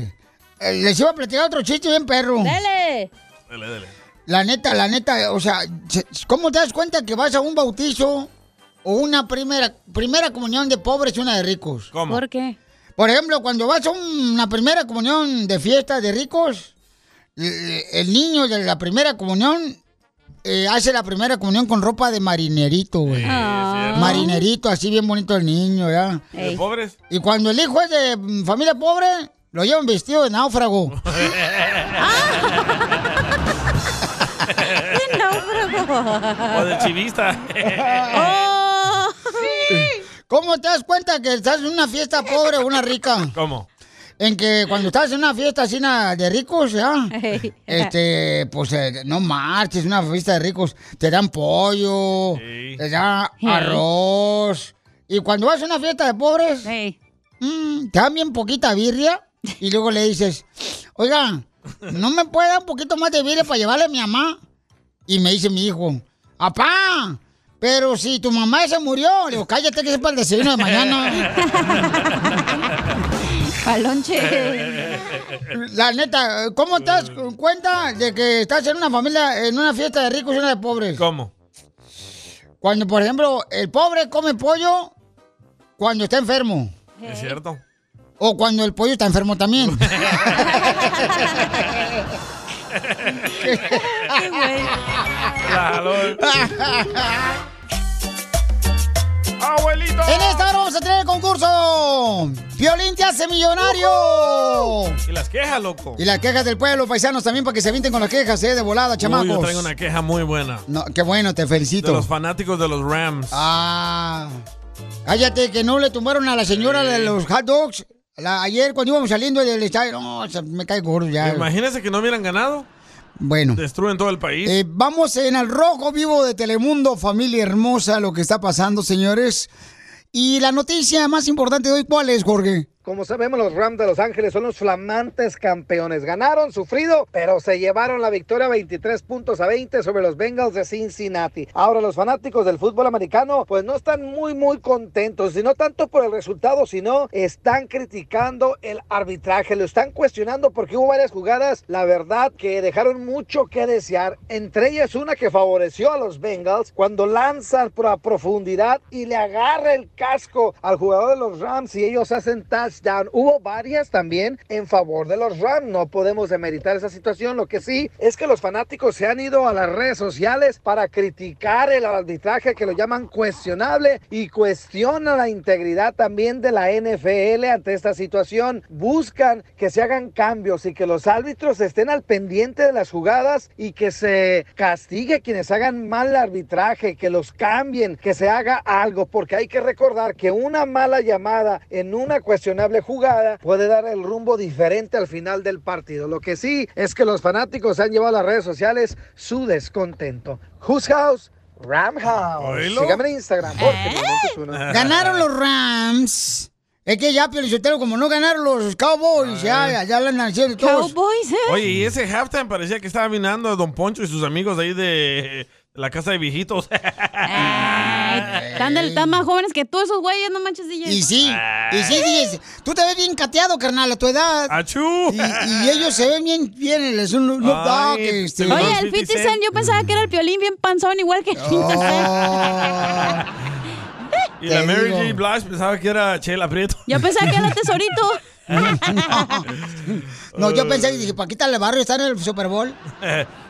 [SPEAKER 1] eh, les iba a platicar otro chiste bien perro. Dale.
[SPEAKER 3] Dale, dale.
[SPEAKER 1] La neta, la neta, o sea, se- ¿cómo te das cuenta que vas a un bautizo o una primera, primera comunión de pobres y una de ricos?
[SPEAKER 3] ¿Cómo? ¿Por
[SPEAKER 1] qué? Por ejemplo, cuando vas a una primera comunión de fiesta de ricos, eh, el niño de la primera comunión eh, hace la primera comunión con ropa de marinerito, güey. Marinerito, así bien bonito el niño, ¿ya?
[SPEAKER 3] ¿De pobres?
[SPEAKER 1] Y cuando el hijo es de mm, familia pobre, lo llevan vestido de náufrago.
[SPEAKER 3] ¡De náufrago! O de chivista.
[SPEAKER 1] ¿Cómo te das cuenta que estás en una fiesta pobre o una rica?
[SPEAKER 3] ¿Cómo?
[SPEAKER 1] En que cuando estás en una fiesta así na- de ricos, ¿ya? Este, pues eh, no marches, una fiesta de ricos. Te dan pollo, te dan
[SPEAKER 4] Sí.
[SPEAKER 1] arroz. Y cuando vas a una fiesta de pobres, mm, te dan bien poquita birria. Y luego le dices, oiga, ¿no me puede dar un poquito más de birria para llevarle a mi mamá? Y me dice mi hijo, ¡apá! Pero si tu mamá se murió, le digo, cállate que es para el desayuno de mañana. Palonche. La neta, ¿cómo te das cuenta de que estás en una familia, en una fiesta de ricos y una de pobres?
[SPEAKER 3] ¿Cómo?
[SPEAKER 1] Cuando, por ejemplo, el pobre come pollo cuando está enfermo.
[SPEAKER 3] ¿Es cierto?
[SPEAKER 1] O cuando el pollo está enfermo también.
[SPEAKER 4] Qué güey.
[SPEAKER 3] ¡Abuelito!
[SPEAKER 1] En esta hora vamos a tener el concurso. Violín te hace millonario.
[SPEAKER 3] ¿Y las quejas, loco?
[SPEAKER 1] Y las quejas del pueblo, paisanos, también para que se avienten con las quejas, ¿eh? De volada,
[SPEAKER 3] Uy, yo
[SPEAKER 1] chamacos.
[SPEAKER 3] traigo una queja muy buena.
[SPEAKER 1] No, qué bueno, te felicito.
[SPEAKER 3] De los fanáticos de los Rams.
[SPEAKER 1] Ah. Cállate, que no le tumbaron a la señora de los hot dogs. La- ayer cuando íbamos saliendo del estadio, no, o sea, me cae gordo ya.
[SPEAKER 3] Imagínense que no hubieran ganado.
[SPEAKER 1] Bueno.
[SPEAKER 3] Destruyen todo el país.
[SPEAKER 1] Eh, vamos en el rojo vivo de Telemundo, familia hermosa, lo que está pasando, señores. Y la noticia más importante de hoy, ¿cuál es, Jorge?
[SPEAKER 5] Como sabemos, los Rams de Los Ángeles son los flamantes campeones. Ganaron sufrido, pero se llevaron la victoria 23 puntos a 20 sobre los Bengals de Cincinnati. Ahora los fanáticos del fútbol americano pues no están muy muy contentos, y no tanto por el resultado, sino están criticando el arbitraje, lo están cuestionando porque hubo varias jugadas, la verdad que dejaron mucho que desear, entre ellas una que favoreció a los Bengals cuando lanzan por a profundidad y le agarra el casco al jugador de los Rams y ellos hacen touchdown. Hubo varias también en favor de los Rams. No podemos demeritar esa situación. Lo que sí es que los fanáticos se han ido a las redes sociales para criticar el arbitraje que lo llaman cuestionable y cuestiona la integridad también de la NFL ante esta situación. Buscan que se hagan cambios y que los árbitros estén al pendiente de las jugadas y que se castigue a quienes hagan mal arbitraje, que los cambien, que se haga algo, porque hay que recordar que una mala llamada en una cuestionable jugada puede dar el rumbo diferente al final del partido. Lo que sí es que los fanáticos han llevado a las redes sociales su descontento. Who's House, Ram House.
[SPEAKER 1] Oílo.
[SPEAKER 5] Síganme en Instagram.
[SPEAKER 1] ¿Eh?
[SPEAKER 5] porque mi mamá es una.
[SPEAKER 1] Ganaron los Rams. Es que ya, Piolichotero, como no ganaron los Cowboys, ya, ya, ya la nacieron todos.
[SPEAKER 4] ¿eh?
[SPEAKER 3] Oye, y ese halftime parecía que estaba mirando a Don Poncho y sus amigos de ahí de la casa de viejitos.
[SPEAKER 4] Están, del- están más jóvenes que tú, esos güeyes, no manches, DJ.
[SPEAKER 1] Y sí, y sí, sí, sí. tú te ves bien cateado, carnal, a tu edad.
[SPEAKER 3] Ah, ¡Achú!
[SPEAKER 1] Y, y ellos se ven bien, bien, es un look dog,
[SPEAKER 3] pues,
[SPEAKER 1] este,
[SPEAKER 4] Oye, el 50 Cent, yo pensaba que era el piolín bien panzón, igual que el 50
[SPEAKER 1] Ah.
[SPEAKER 4] Cent.
[SPEAKER 3] y la
[SPEAKER 4] Te
[SPEAKER 3] Mary
[SPEAKER 4] digo.
[SPEAKER 3] J. Blige pensaba que era Chela Prieto.
[SPEAKER 4] Yo pensaba que era el tesorito.
[SPEAKER 1] No, yo pensé, dije, Paquita el Barrio está en el Super Bowl.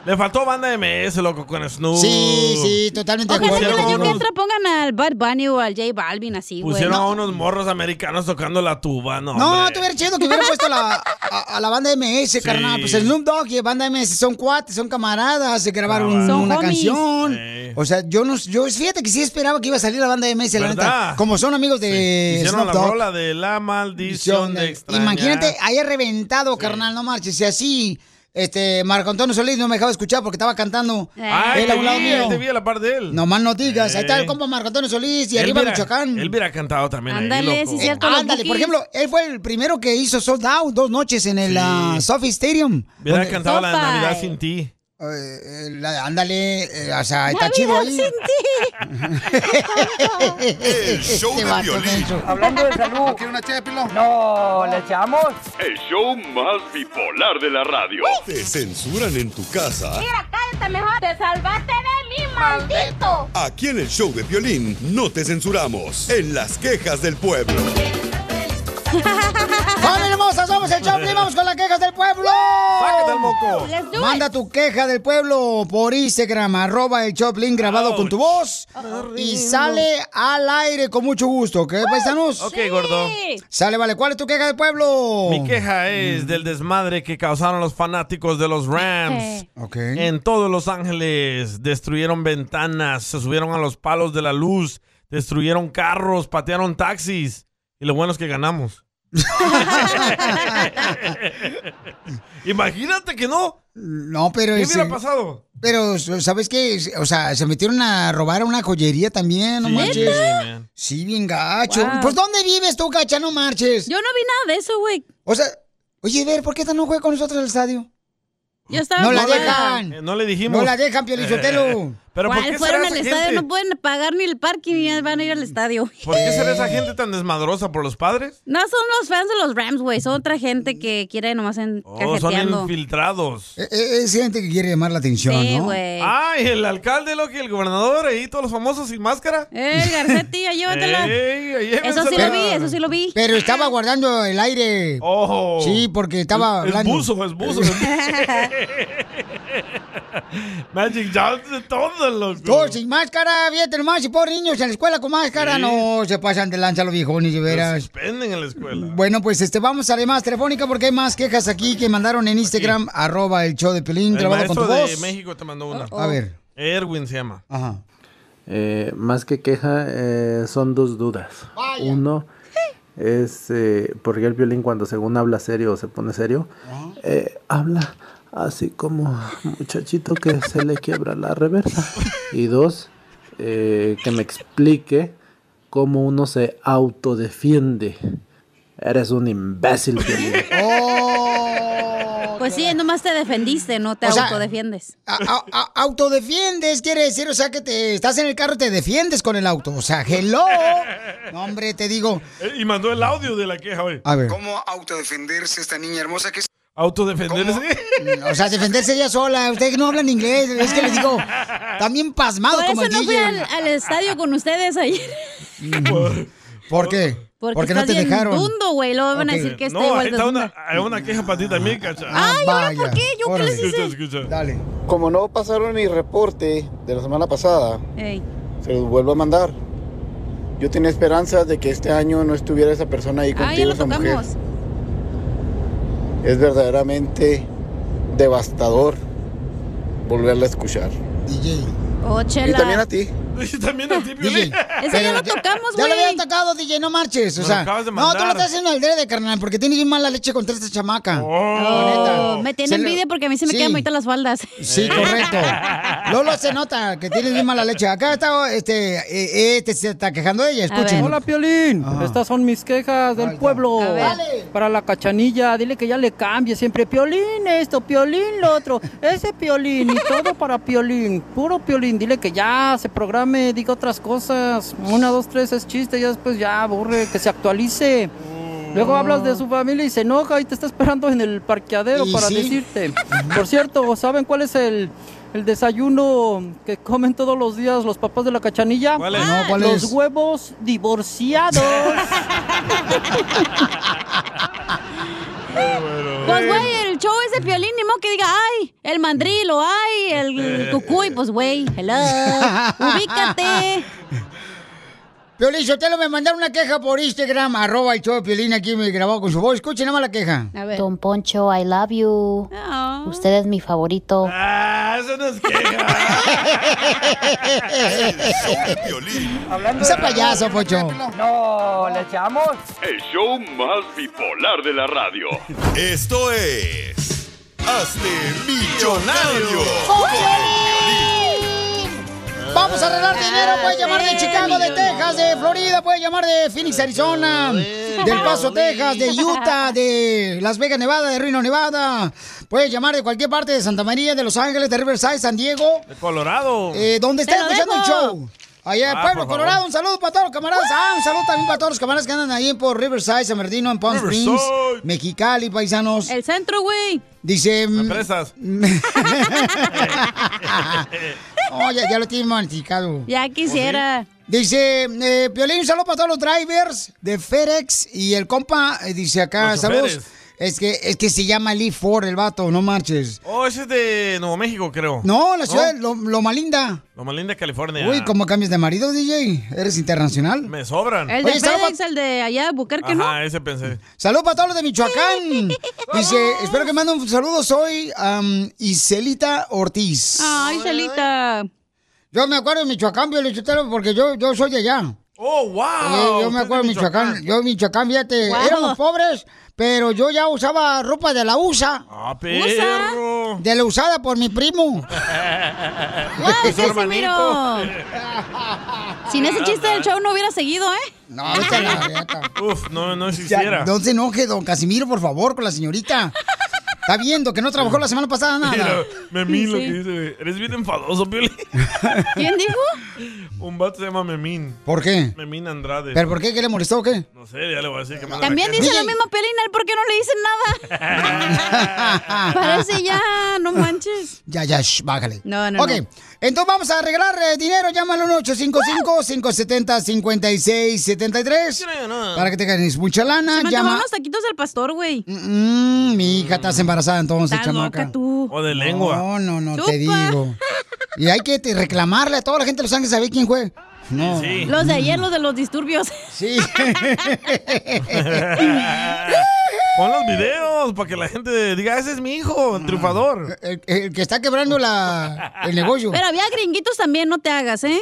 [SPEAKER 3] Le faltó banda MS, loco, con Snoop.
[SPEAKER 1] Sí, sí, totalmente de
[SPEAKER 4] Ojalá que el
[SPEAKER 1] acuerdo.
[SPEAKER 4] año que
[SPEAKER 3] Unos-
[SPEAKER 4] entra pongan al Bad Bunny o al J Balvin así, güey.
[SPEAKER 3] Pusieron a
[SPEAKER 4] No.
[SPEAKER 3] unos morros americanos tocando la tuba, no.
[SPEAKER 1] No,
[SPEAKER 3] hombre.
[SPEAKER 1] te hubiera chido que hubiera puesto la- a, a la banda MS,
[SPEAKER 3] Sí.
[SPEAKER 1] carnal. Pues el Snoop Dogg y la banda MS son cuates, son camaradas, se grabaron
[SPEAKER 3] Cabal. Son
[SPEAKER 1] una
[SPEAKER 3] homies.
[SPEAKER 1] canción.
[SPEAKER 3] Sí.
[SPEAKER 1] O sea, yo no, yo fíjate que sí esperaba que iba a salir la banda MS, la
[SPEAKER 3] ¿Verdad?
[SPEAKER 1] neta. Como son amigos de
[SPEAKER 3] Hicieron
[SPEAKER 1] eh, Snoop
[SPEAKER 3] la
[SPEAKER 1] Dogg.
[SPEAKER 3] rola de la maldición de extrañar.
[SPEAKER 1] Imagínate, haya reventado, carnal, no marches. Si así, este, Marco Antonio Solís no me dejaba escuchar porque estaba cantando.
[SPEAKER 3] Ay,
[SPEAKER 1] él a
[SPEAKER 3] te
[SPEAKER 1] un lado
[SPEAKER 3] vi,
[SPEAKER 1] mío.
[SPEAKER 3] te vi a la par de él.
[SPEAKER 1] Nomás no digas. Ahí está el
[SPEAKER 3] Eh.
[SPEAKER 1] compa Marco Antonio Solís y
[SPEAKER 3] Él
[SPEAKER 1] arriba
[SPEAKER 3] hubiera-
[SPEAKER 1] Michoacán.
[SPEAKER 3] Él hubiera cantado también ahí, loco.
[SPEAKER 1] Eh, Ándale, por ejemplo, él fue el primero que hizo sold out dos noches en el ah, Sophie Stadium.
[SPEAKER 3] Hubiera
[SPEAKER 1] Donde-
[SPEAKER 3] cantado la de Navidad sin ti.
[SPEAKER 1] Eh, la- ándale, eh, o sea, está
[SPEAKER 7] Navidad
[SPEAKER 1] chido ahí.
[SPEAKER 7] sin
[SPEAKER 1] el
[SPEAKER 8] show de Piolín.
[SPEAKER 7] Hablando de salud. ¿Quiere una ché, Pilón? No, ¿le echamos?
[SPEAKER 8] El show más bipolar de la radio.
[SPEAKER 15] Te censuran en tu casa.
[SPEAKER 16] cállate mejor. Te salvaste de mí, maldito.
[SPEAKER 15] Aquí en el show de violín no te censuramos. En las quejas del pueblo.
[SPEAKER 1] ¡Familia hermosa! ¡Somos el Choplin! ¡Vamos con las quejas del pueblo!
[SPEAKER 7] ¡Sácate el moco! Let's do it.
[SPEAKER 1] ¡Oh! Manda tu queja del pueblo por Instagram, arroba el Choplin grabado con tu voz. Y sale al aire con mucho gusto, ¿qué, paisanos?
[SPEAKER 3] Ok, gordo.
[SPEAKER 1] Sale, vale. ¿Cuál es tu queja del pueblo?
[SPEAKER 3] Mi queja es del desmadre que causaron los fanáticos de los Rams.
[SPEAKER 1] Ok.
[SPEAKER 3] En todos Los Ángeles destruyeron ventanas, se subieron a los palos de la luz, destruyeron carros, patearon taxis. Y lo bueno es que ganamos. Imagínate que no.
[SPEAKER 1] No, pero...
[SPEAKER 3] ¿Qué
[SPEAKER 1] ese-
[SPEAKER 3] hubiera pasado?
[SPEAKER 1] Pero, ¿sabes qué? O sea, se metieron a robar a una joyería también, no
[SPEAKER 3] Sí,
[SPEAKER 1] marches.
[SPEAKER 3] sí, man.
[SPEAKER 1] Sí, bien gacho.
[SPEAKER 4] Wow.
[SPEAKER 1] Pues, ¿dónde vives tú, cacha? No marches.
[SPEAKER 4] Yo no vi nada de eso, güey.
[SPEAKER 1] O sea, oye, ver, ¿por qué esta no juega con nosotros al estadio?
[SPEAKER 4] Yo estaba
[SPEAKER 1] No la
[SPEAKER 4] ocupada.
[SPEAKER 1] dejan.
[SPEAKER 3] Eh, no le dijimos. Eh,
[SPEAKER 1] No la dejan, Pio Lizotelo.
[SPEAKER 3] Pero ¿por
[SPEAKER 4] ¿Cuál?
[SPEAKER 3] qué será
[SPEAKER 4] fueron
[SPEAKER 3] esa
[SPEAKER 4] al
[SPEAKER 3] gente?
[SPEAKER 4] estadio? No pueden pagar ni el parking y ya van a ir al estadio.
[SPEAKER 3] ¿Por qué será esa gente tan desmadrosa por los padres?
[SPEAKER 4] No son los fans de los Rams, güey. Son otra gente que quiere nomás en
[SPEAKER 3] Oh, son
[SPEAKER 4] cajeteando.
[SPEAKER 3] infiltrados.
[SPEAKER 1] Eh, eh, Es gente que quiere llamar la atención,
[SPEAKER 4] Sí,
[SPEAKER 1] ¿no?
[SPEAKER 4] güey.
[SPEAKER 3] Ay, el alcalde, lo que el gobernador, ahí todos los famosos sin máscara.
[SPEAKER 4] Eh, Garcetti, ya llévatela.
[SPEAKER 3] Ey,
[SPEAKER 4] eso sí
[SPEAKER 3] llévensela.
[SPEAKER 4] lo vi, eso sí lo vi.
[SPEAKER 1] Pero estaba guardando el aire.
[SPEAKER 3] Oh.
[SPEAKER 1] Sí, porque estaba
[SPEAKER 3] Es- es
[SPEAKER 1] hablando.
[SPEAKER 3] buzo, es buzo, es Magic Johnson, todo loco.
[SPEAKER 1] Todos sin máscara, fíjate nomás, si por niños en la escuela con máscara,
[SPEAKER 3] Sí.
[SPEAKER 1] no se pasan de lanza los viejones, de
[SPEAKER 3] Los
[SPEAKER 1] veras.
[SPEAKER 3] suspenden en la escuela.
[SPEAKER 1] Bueno, pues este, vamos a la más telefónica porque hay más quejas aquí que mandaron en Instagram, arroba el show de Pelín,
[SPEAKER 3] El
[SPEAKER 1] grabado con tu
[SPEAKER 3] maestro de
[SPEAKER 1] voz.
[SPEAKER 3] México te mandó una.
[SPEAKER 1] A ver.
[SPEAKER 3] Erwin se llama.
[SPEAKER 1] Ajá.
[SPEAKER 17] Eh, más que queja, eh, son dos dudas. Uno es eh, porque el violín cuando según habla serio o se pone serio, eh, habla así como muchachito que se le quiebra la reversa. Y dos, eh, que me explique cómo uno se autodefiende Eres un imbécil, Piolín.
[SPEAKER 3] Eh.
[SPEAKER 4] Pues sí, nomás te defendiste, no te
[SPEAKER 1] Oh, O sea,
[SPEAKER 4] autodefiendes.
[SPEAKER 1] A- a- autodefiendes, quiere decir, o sea, que te estás en el carro y te defiendes con el auto. O sea, hello. No, hombre, te digo.
[SPEAKER 3] Eh, Y mandó el audio de la queja hoy.
[SPEAKER 1] A ver.
[SPEAKER 18] ¿Cómo autodefenderse esta niña hermosa que es?
[SPEAKER 3] Autodefenderse.
[SPEAKER 1] O sea, defenderse ella sola. Ustedes no hablan inglés. Es que les digo, también pasmado
[SPEAKER 4] Por
[SPEAKER 1] como
[SPEAKER 4] eso
[SPEAKER 1] el
[SPEAKER 4] no fui
[SPEAKER 1] DJ.
[SPEAKER 4] al, al estadio con ustedes ayer.
[SPEAKER 1] ¿Por, qué?
[SPEAKER 4] Porque,
[SPEAKER 1] Porque no
[SPEAKER 4] estás
[SPEAKER 1] te
[SPEAKER 4] bien
[SPEAKER 1] dejaron.
[SPEAKER 4] Dundo, güey. Luego van a
[SPEAKER 1] Ok.
[SPEAKER 4] decir que este
[SPEAKER 3] no,
[SPEAKER 4] igual
[SPEAKER 3] ahí
[SPEAKER 4] de
[SPEAKER 3] está
[SPEAKER 4] Dunda.
[SPEAKER 3] una, hay una queja para ti también, cacha.
[SPEAKER 4] Ay, ahora por qué, yo qué les hice.
[SPEAKER 1] Dale.
[SPEAKER 19] Como no pasaron mi reporte de la semana pasada,
[SPEAKER 4] Ey.
[SPEAKER 19] se los vuelvo a mandar. Yo tenía esperanza de que este año no estuviera esa persona ahí
[SPEAKER 4] Ah, ya
[SPEAKER 19] contigo,
[SPEAKER 4] lo
[SPEAKER 19] esa mujer.
[SPEAKER 4] tocamos.
[SPEAKER 19] Es verdaderamente devastador volverla a escuchar.
[SPEAKER 4] Oh,
[SPEAKER 19] Y también a
[SPEAKER 4] chela.
[SPEAKER 19] ti.
[SPEAKER 3] también a ti,
[SPEAKER 1] DJ.
[SPEAKER 4] Ese ya lo tocamos,
[SPEAKER 1] Ya
[SPEAKER 4] güey.
[SPEAKER 1] lo había tocado, DJ, no marches. O
[SPEAKER 4] Nos
[SPEAKER 1] sea,
[SPEAKER 4] lo acabas de
[SPEAKER 1] no, tú lo
[SPEAKER 4] mandar.
[SPEAKER 1] estás haciendo al de carnal, porque tienes bien mala leche contra esta chamaca.
[SPEAKER 4] Oh, me tiene
[SPEAKER 1] Se le-
[SPEAKER 4] envidia porque a mí se me
[SPEAKER 1] Sí.
[SPEAKER 4] quedan bonitas las faldas.
[SPEAKER 1] Sí, correcto. Lolo se nota que tienes bien mala leche. Acá está, este, eh, este se está quejando de ella, escuchen.
[SPEAKER 7] Hola, Piolín. Estas son mis quejas del pueblo.
[SPEAKER 1] A ver.
[SPEAKER 7] Para la cachanilla, dile que ya le cambie siempre. Piolín esto, Piolín lo otro. Ese Piolín y todo para Piolín. Puro Piolín. Dile que ya se programe, diga otras cosas. Una, dos, tres es chiste. Ya después ya aburre, que se actualice. Luego hablas de su familia y se enoja y te está esperando en el parqueadero
[SPEAKER 20] Y
[SPEAKER 7] para
[SPEAKER 20] sí.
[SPEAKER 7] decirte. Por cierto, ¿saben cuál es el, el desayuno que comen todos los días los papás de la cachanilla?
[SPEAKER 20] ¿Cuál es? No, ¿cuál
[SPEAKER 7] Ah, los
[SPEAKER 20] es?
[SPEAKER 7] huevos divorciados.
[SPEAKER 4] Pues, güey, el show es de Piolín, ni modo que diga, ay, el mandrilo, ay, el cucuy, pues, güey, hello, ubícate.
[SPEAKER 1] Ah, Piolín, Sotelo, me mandaron una queja por Instagram, arroba y todo Piolín aquí me grabó con su voz. Escuchen nada más la queja.
[SPEAKER 21] Don Poncho, I love you.
[SPEAKER 4] Oh.
[SPEAKER 21] Usted es mi favorito.
[SPEAKER 4] Ah.
[SPEAKER 3] Ah,
[SPEAKER 7] Hablando
[SPEAKER 1] Ese payaso, Pocho.
[SPEAKER 7] No, le echamos.
[SPEAKER 8] El show más bipolar de la radio.
[SPEAKER 15] Esto es. Hazte millonario.
[SPEAKER 1] ¡Con Vamos a arreglar dinero,
[SPEAKER 7] Ah,
[SPEAKER 3] Ah,
[SPEAKER 1] puedes llamar de Chicago, de Texas, de Florida, puedes llamar de Phoenix, Arizona, del Paso, Texas, de Utah, de Las Vegas, Nevada, de Reno, Nevada. Puedes llamar de cualquier parte de Santa María, de Los Ángeles, de Riverside, San Diego.
[SPEAKER 3] De Colorado.
[SPEAKER 1] Eh, ¿Dónde
[SPEAKER 3] Te
[SPEAKER 1] está
[SPEAKER 3] lo
[SPEAKER 1] escuchando el
[SPEAKER 3] dejo.
[SPEAKER 1] show? Allá en
[SPEAKER 3] Ah,
[SPEAKER 1] Pueblo,
[SPEAKER 3] por favor.
[SPEAKER 1] Colorado, un saludo para todos los camaradas. Ah, un saludo también para todos los camaradas que andan ahí por Riverside, San Bernardino, en Palm Springs,
[SPEAKER 3] Riverside.
[SPEAKER 1] Mexicali, paisanos. El
[SPEAKER 4] centro, güey.
[SPEAKER 1] Dice. mm,
[SPEAKER 3] Empresas.
[SPEAKER 1] Oh, ya, ya lo tiene monetizado.
[SPEAKER 4] Ya quisiera.
[SPEAKER 1] Dice, eh, Piolín, un saludo para todos los drivers de FedEx. Y el compa eh, dice acá,
[SPEAKER 3] Los
[SPEAKER 1] saludos.
[SPEAKER 3] choferes.
[SPEAKER 1] Es que, es que se llama Lee Ford, el vato, no marches.
[SPEAKER 3] Oh, ese es de Nuevo México, creo.
[SPEAKER 1] No, la ciudad, Lo, lo malinda.
[SPEAKER 3] Lo más linda de California.
[SPEAKER 1] Uy, ¿cómo cambias de marido, DJ? ¿Eres internacional?
[SPEAKER 3] Me sobran.
[SPEAKER 4] El de FedEx, el de allá de Bucarque, ¿no?
[SPEAKER 3] Ajá, ese pensé.
[SPEAKER 1] Saludos para todos los de Michoacán. Dice, espero que manden un saludo. Soy am, Iselita Ortiz.
[SPEAKER 4] Ay, Celita.
[SPEAKER 1] Yo me acuerdo de Michoacán, Piolín, Sotelo, porque yo, yo soy de allá.
[SPEAKER 3] Oh, wow.
[SPEAKER 1] Eh, yo me acuerdo de Michoacán. Yo en Michoacán, fíjate,
[SPEAKER 3] Wow.
[SPEAKER 1] éramos pobres, pero yo ya usaba ropa de la USA.
[SPEAKER 3] Ah,
[SPEAKER 1] Usa. De la usada por mi primo.
[SPEAKER 4] Wow,
[SPEAKER 1] Su hermanito.
[SPEAKER 4] Casimiro. Sin ese chiste del show no hubiera seguido, ¿eh?
[SPEAKER 1] No, esta la
[SPEAKER 3] Uf, no, no
[SPEAKER 1] Ya,
[SPEAKER 3] existiera.
[SPEAKER 1] no se enoje, don Casimiro, por favor, con la señorita. Está viendo que no trabajó la semana pasada
[SPEAKER 3] Mira,
[SPEAKER 1] nada.
[SPEAKER 3] Memín lo
[SPEAKER 1] Sí.
[SPEAKER 3] que dice. Eres bien enfadoso, Pioli.
[SPEAKER 4] ¿Quién
[SPEAKER 3] dijo? Un vato se llama Memín.
[SPEAKER 1] ¿Por qué?
[SPEAKER 3] Memín Andrade.
[SPEAKER 1] ¿Pero por qué? ¿Que le molestó o qué?
[SPEAKER 3] No sé, ya le voy a decir que me
[SPEAKER 4] También dice lo mismo Piolín, ¿por qué no le dicen nada?
[SPEAKER 3] Ah.
[SPEAKER 4] Parece ya, no manches.
[SPEAKER 1] Ya, ya, shh, bájale.
[SPEAKER 4] No, no,
[SPEAKER 1] Ok,
[SPEAKER 4] no.
[SPEAKER 1] entonces vamos a arreglar eh, dinero. Llámalo al 855-570-5673. Para que te ganes mucha
[SPEAKER 4] Se
[SPEAKER 1] lana.
[SPEAKER 4] me antojaron
[SPEAKER 1] Llama.
[SPEAKER 4] unos taquitos del pastor, güey.
[SPEAKER 1] Mm, mi hija, estás embarazada entonces,
[SPEAKER 4] Estás
[SPEAKER 1] chamaca.
[SPEAKER 4] loca tú.
[SPEAKER 3] O de lengua.
[SPEAKER 1] No, no, no,
[SPEAKER 4] Chupa.
[SPEAKER 1] te digo. Y hay que te- reclamarle a toda la gente de Los Ángeles a ver quién fue. No.
[SPEAKER 4] Los de ayer, los de los disturbios.
[SPEAKER 1] Sí.
[SPEAKER 3] Pon los videos para que la gente diga, ese es mi
[SPEAKER 1] Ah.
[SPEAKER 3] hijo, el triunfador.
[SPEAKER 1] El, que está quebrando la, el negocio. Mm.
[SPEAKER 4] Pero había gringuitos también, no te hagas, ¿eh?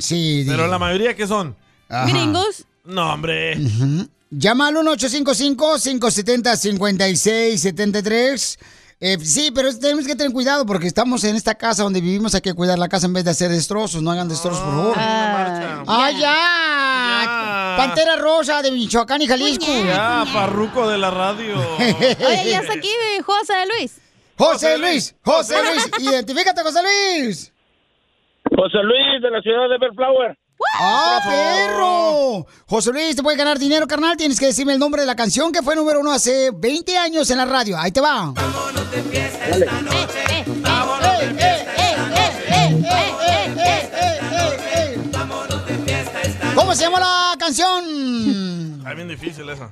[SPEAKER 1] Sí.
[SPEAKER 3] Pero la mayoría, ¿qué son?
[SPEAKER 4] Gringos.
[SPEAKER 3] No, hombre.
[SPEAKER 1] Llama al 1-855-570-5673. Eh, sí, pero es- tenemos que tener cuidado porque estamos en esta casa donde vivimos. Hay que
[SPEAKER 4] Ah.
[SPEAKER 1] cuidar la casa en vez de hacer destrozos. No hagan destrozos, por favor.
[SPEAKER 20] Ah,
[SPEAKER 1] ¡Ay, ya! Pantera Rosa de Michoacán y Jalisco.
[SPEAKER 3] Ya, parruco de la radio.
[SPEAKER 4] Oye, ya está aquí eh, José Luis.
[SPEAKER 1] José Luis, José Luis, identifícate, José Luis.
[SPEAKER 20] José Luis de la ciudad de Bellflower.
[SPEAKER 1] ¡Ah, perro! José Luis, te puede ganar dinero, carnal. Tienes que decirme el nombre de la canción que fue número uno hace 20 años en la radio. Ahí te va. ¿Cómo se llama la canción?
[SPEAKER 3] Está bien difícil esa.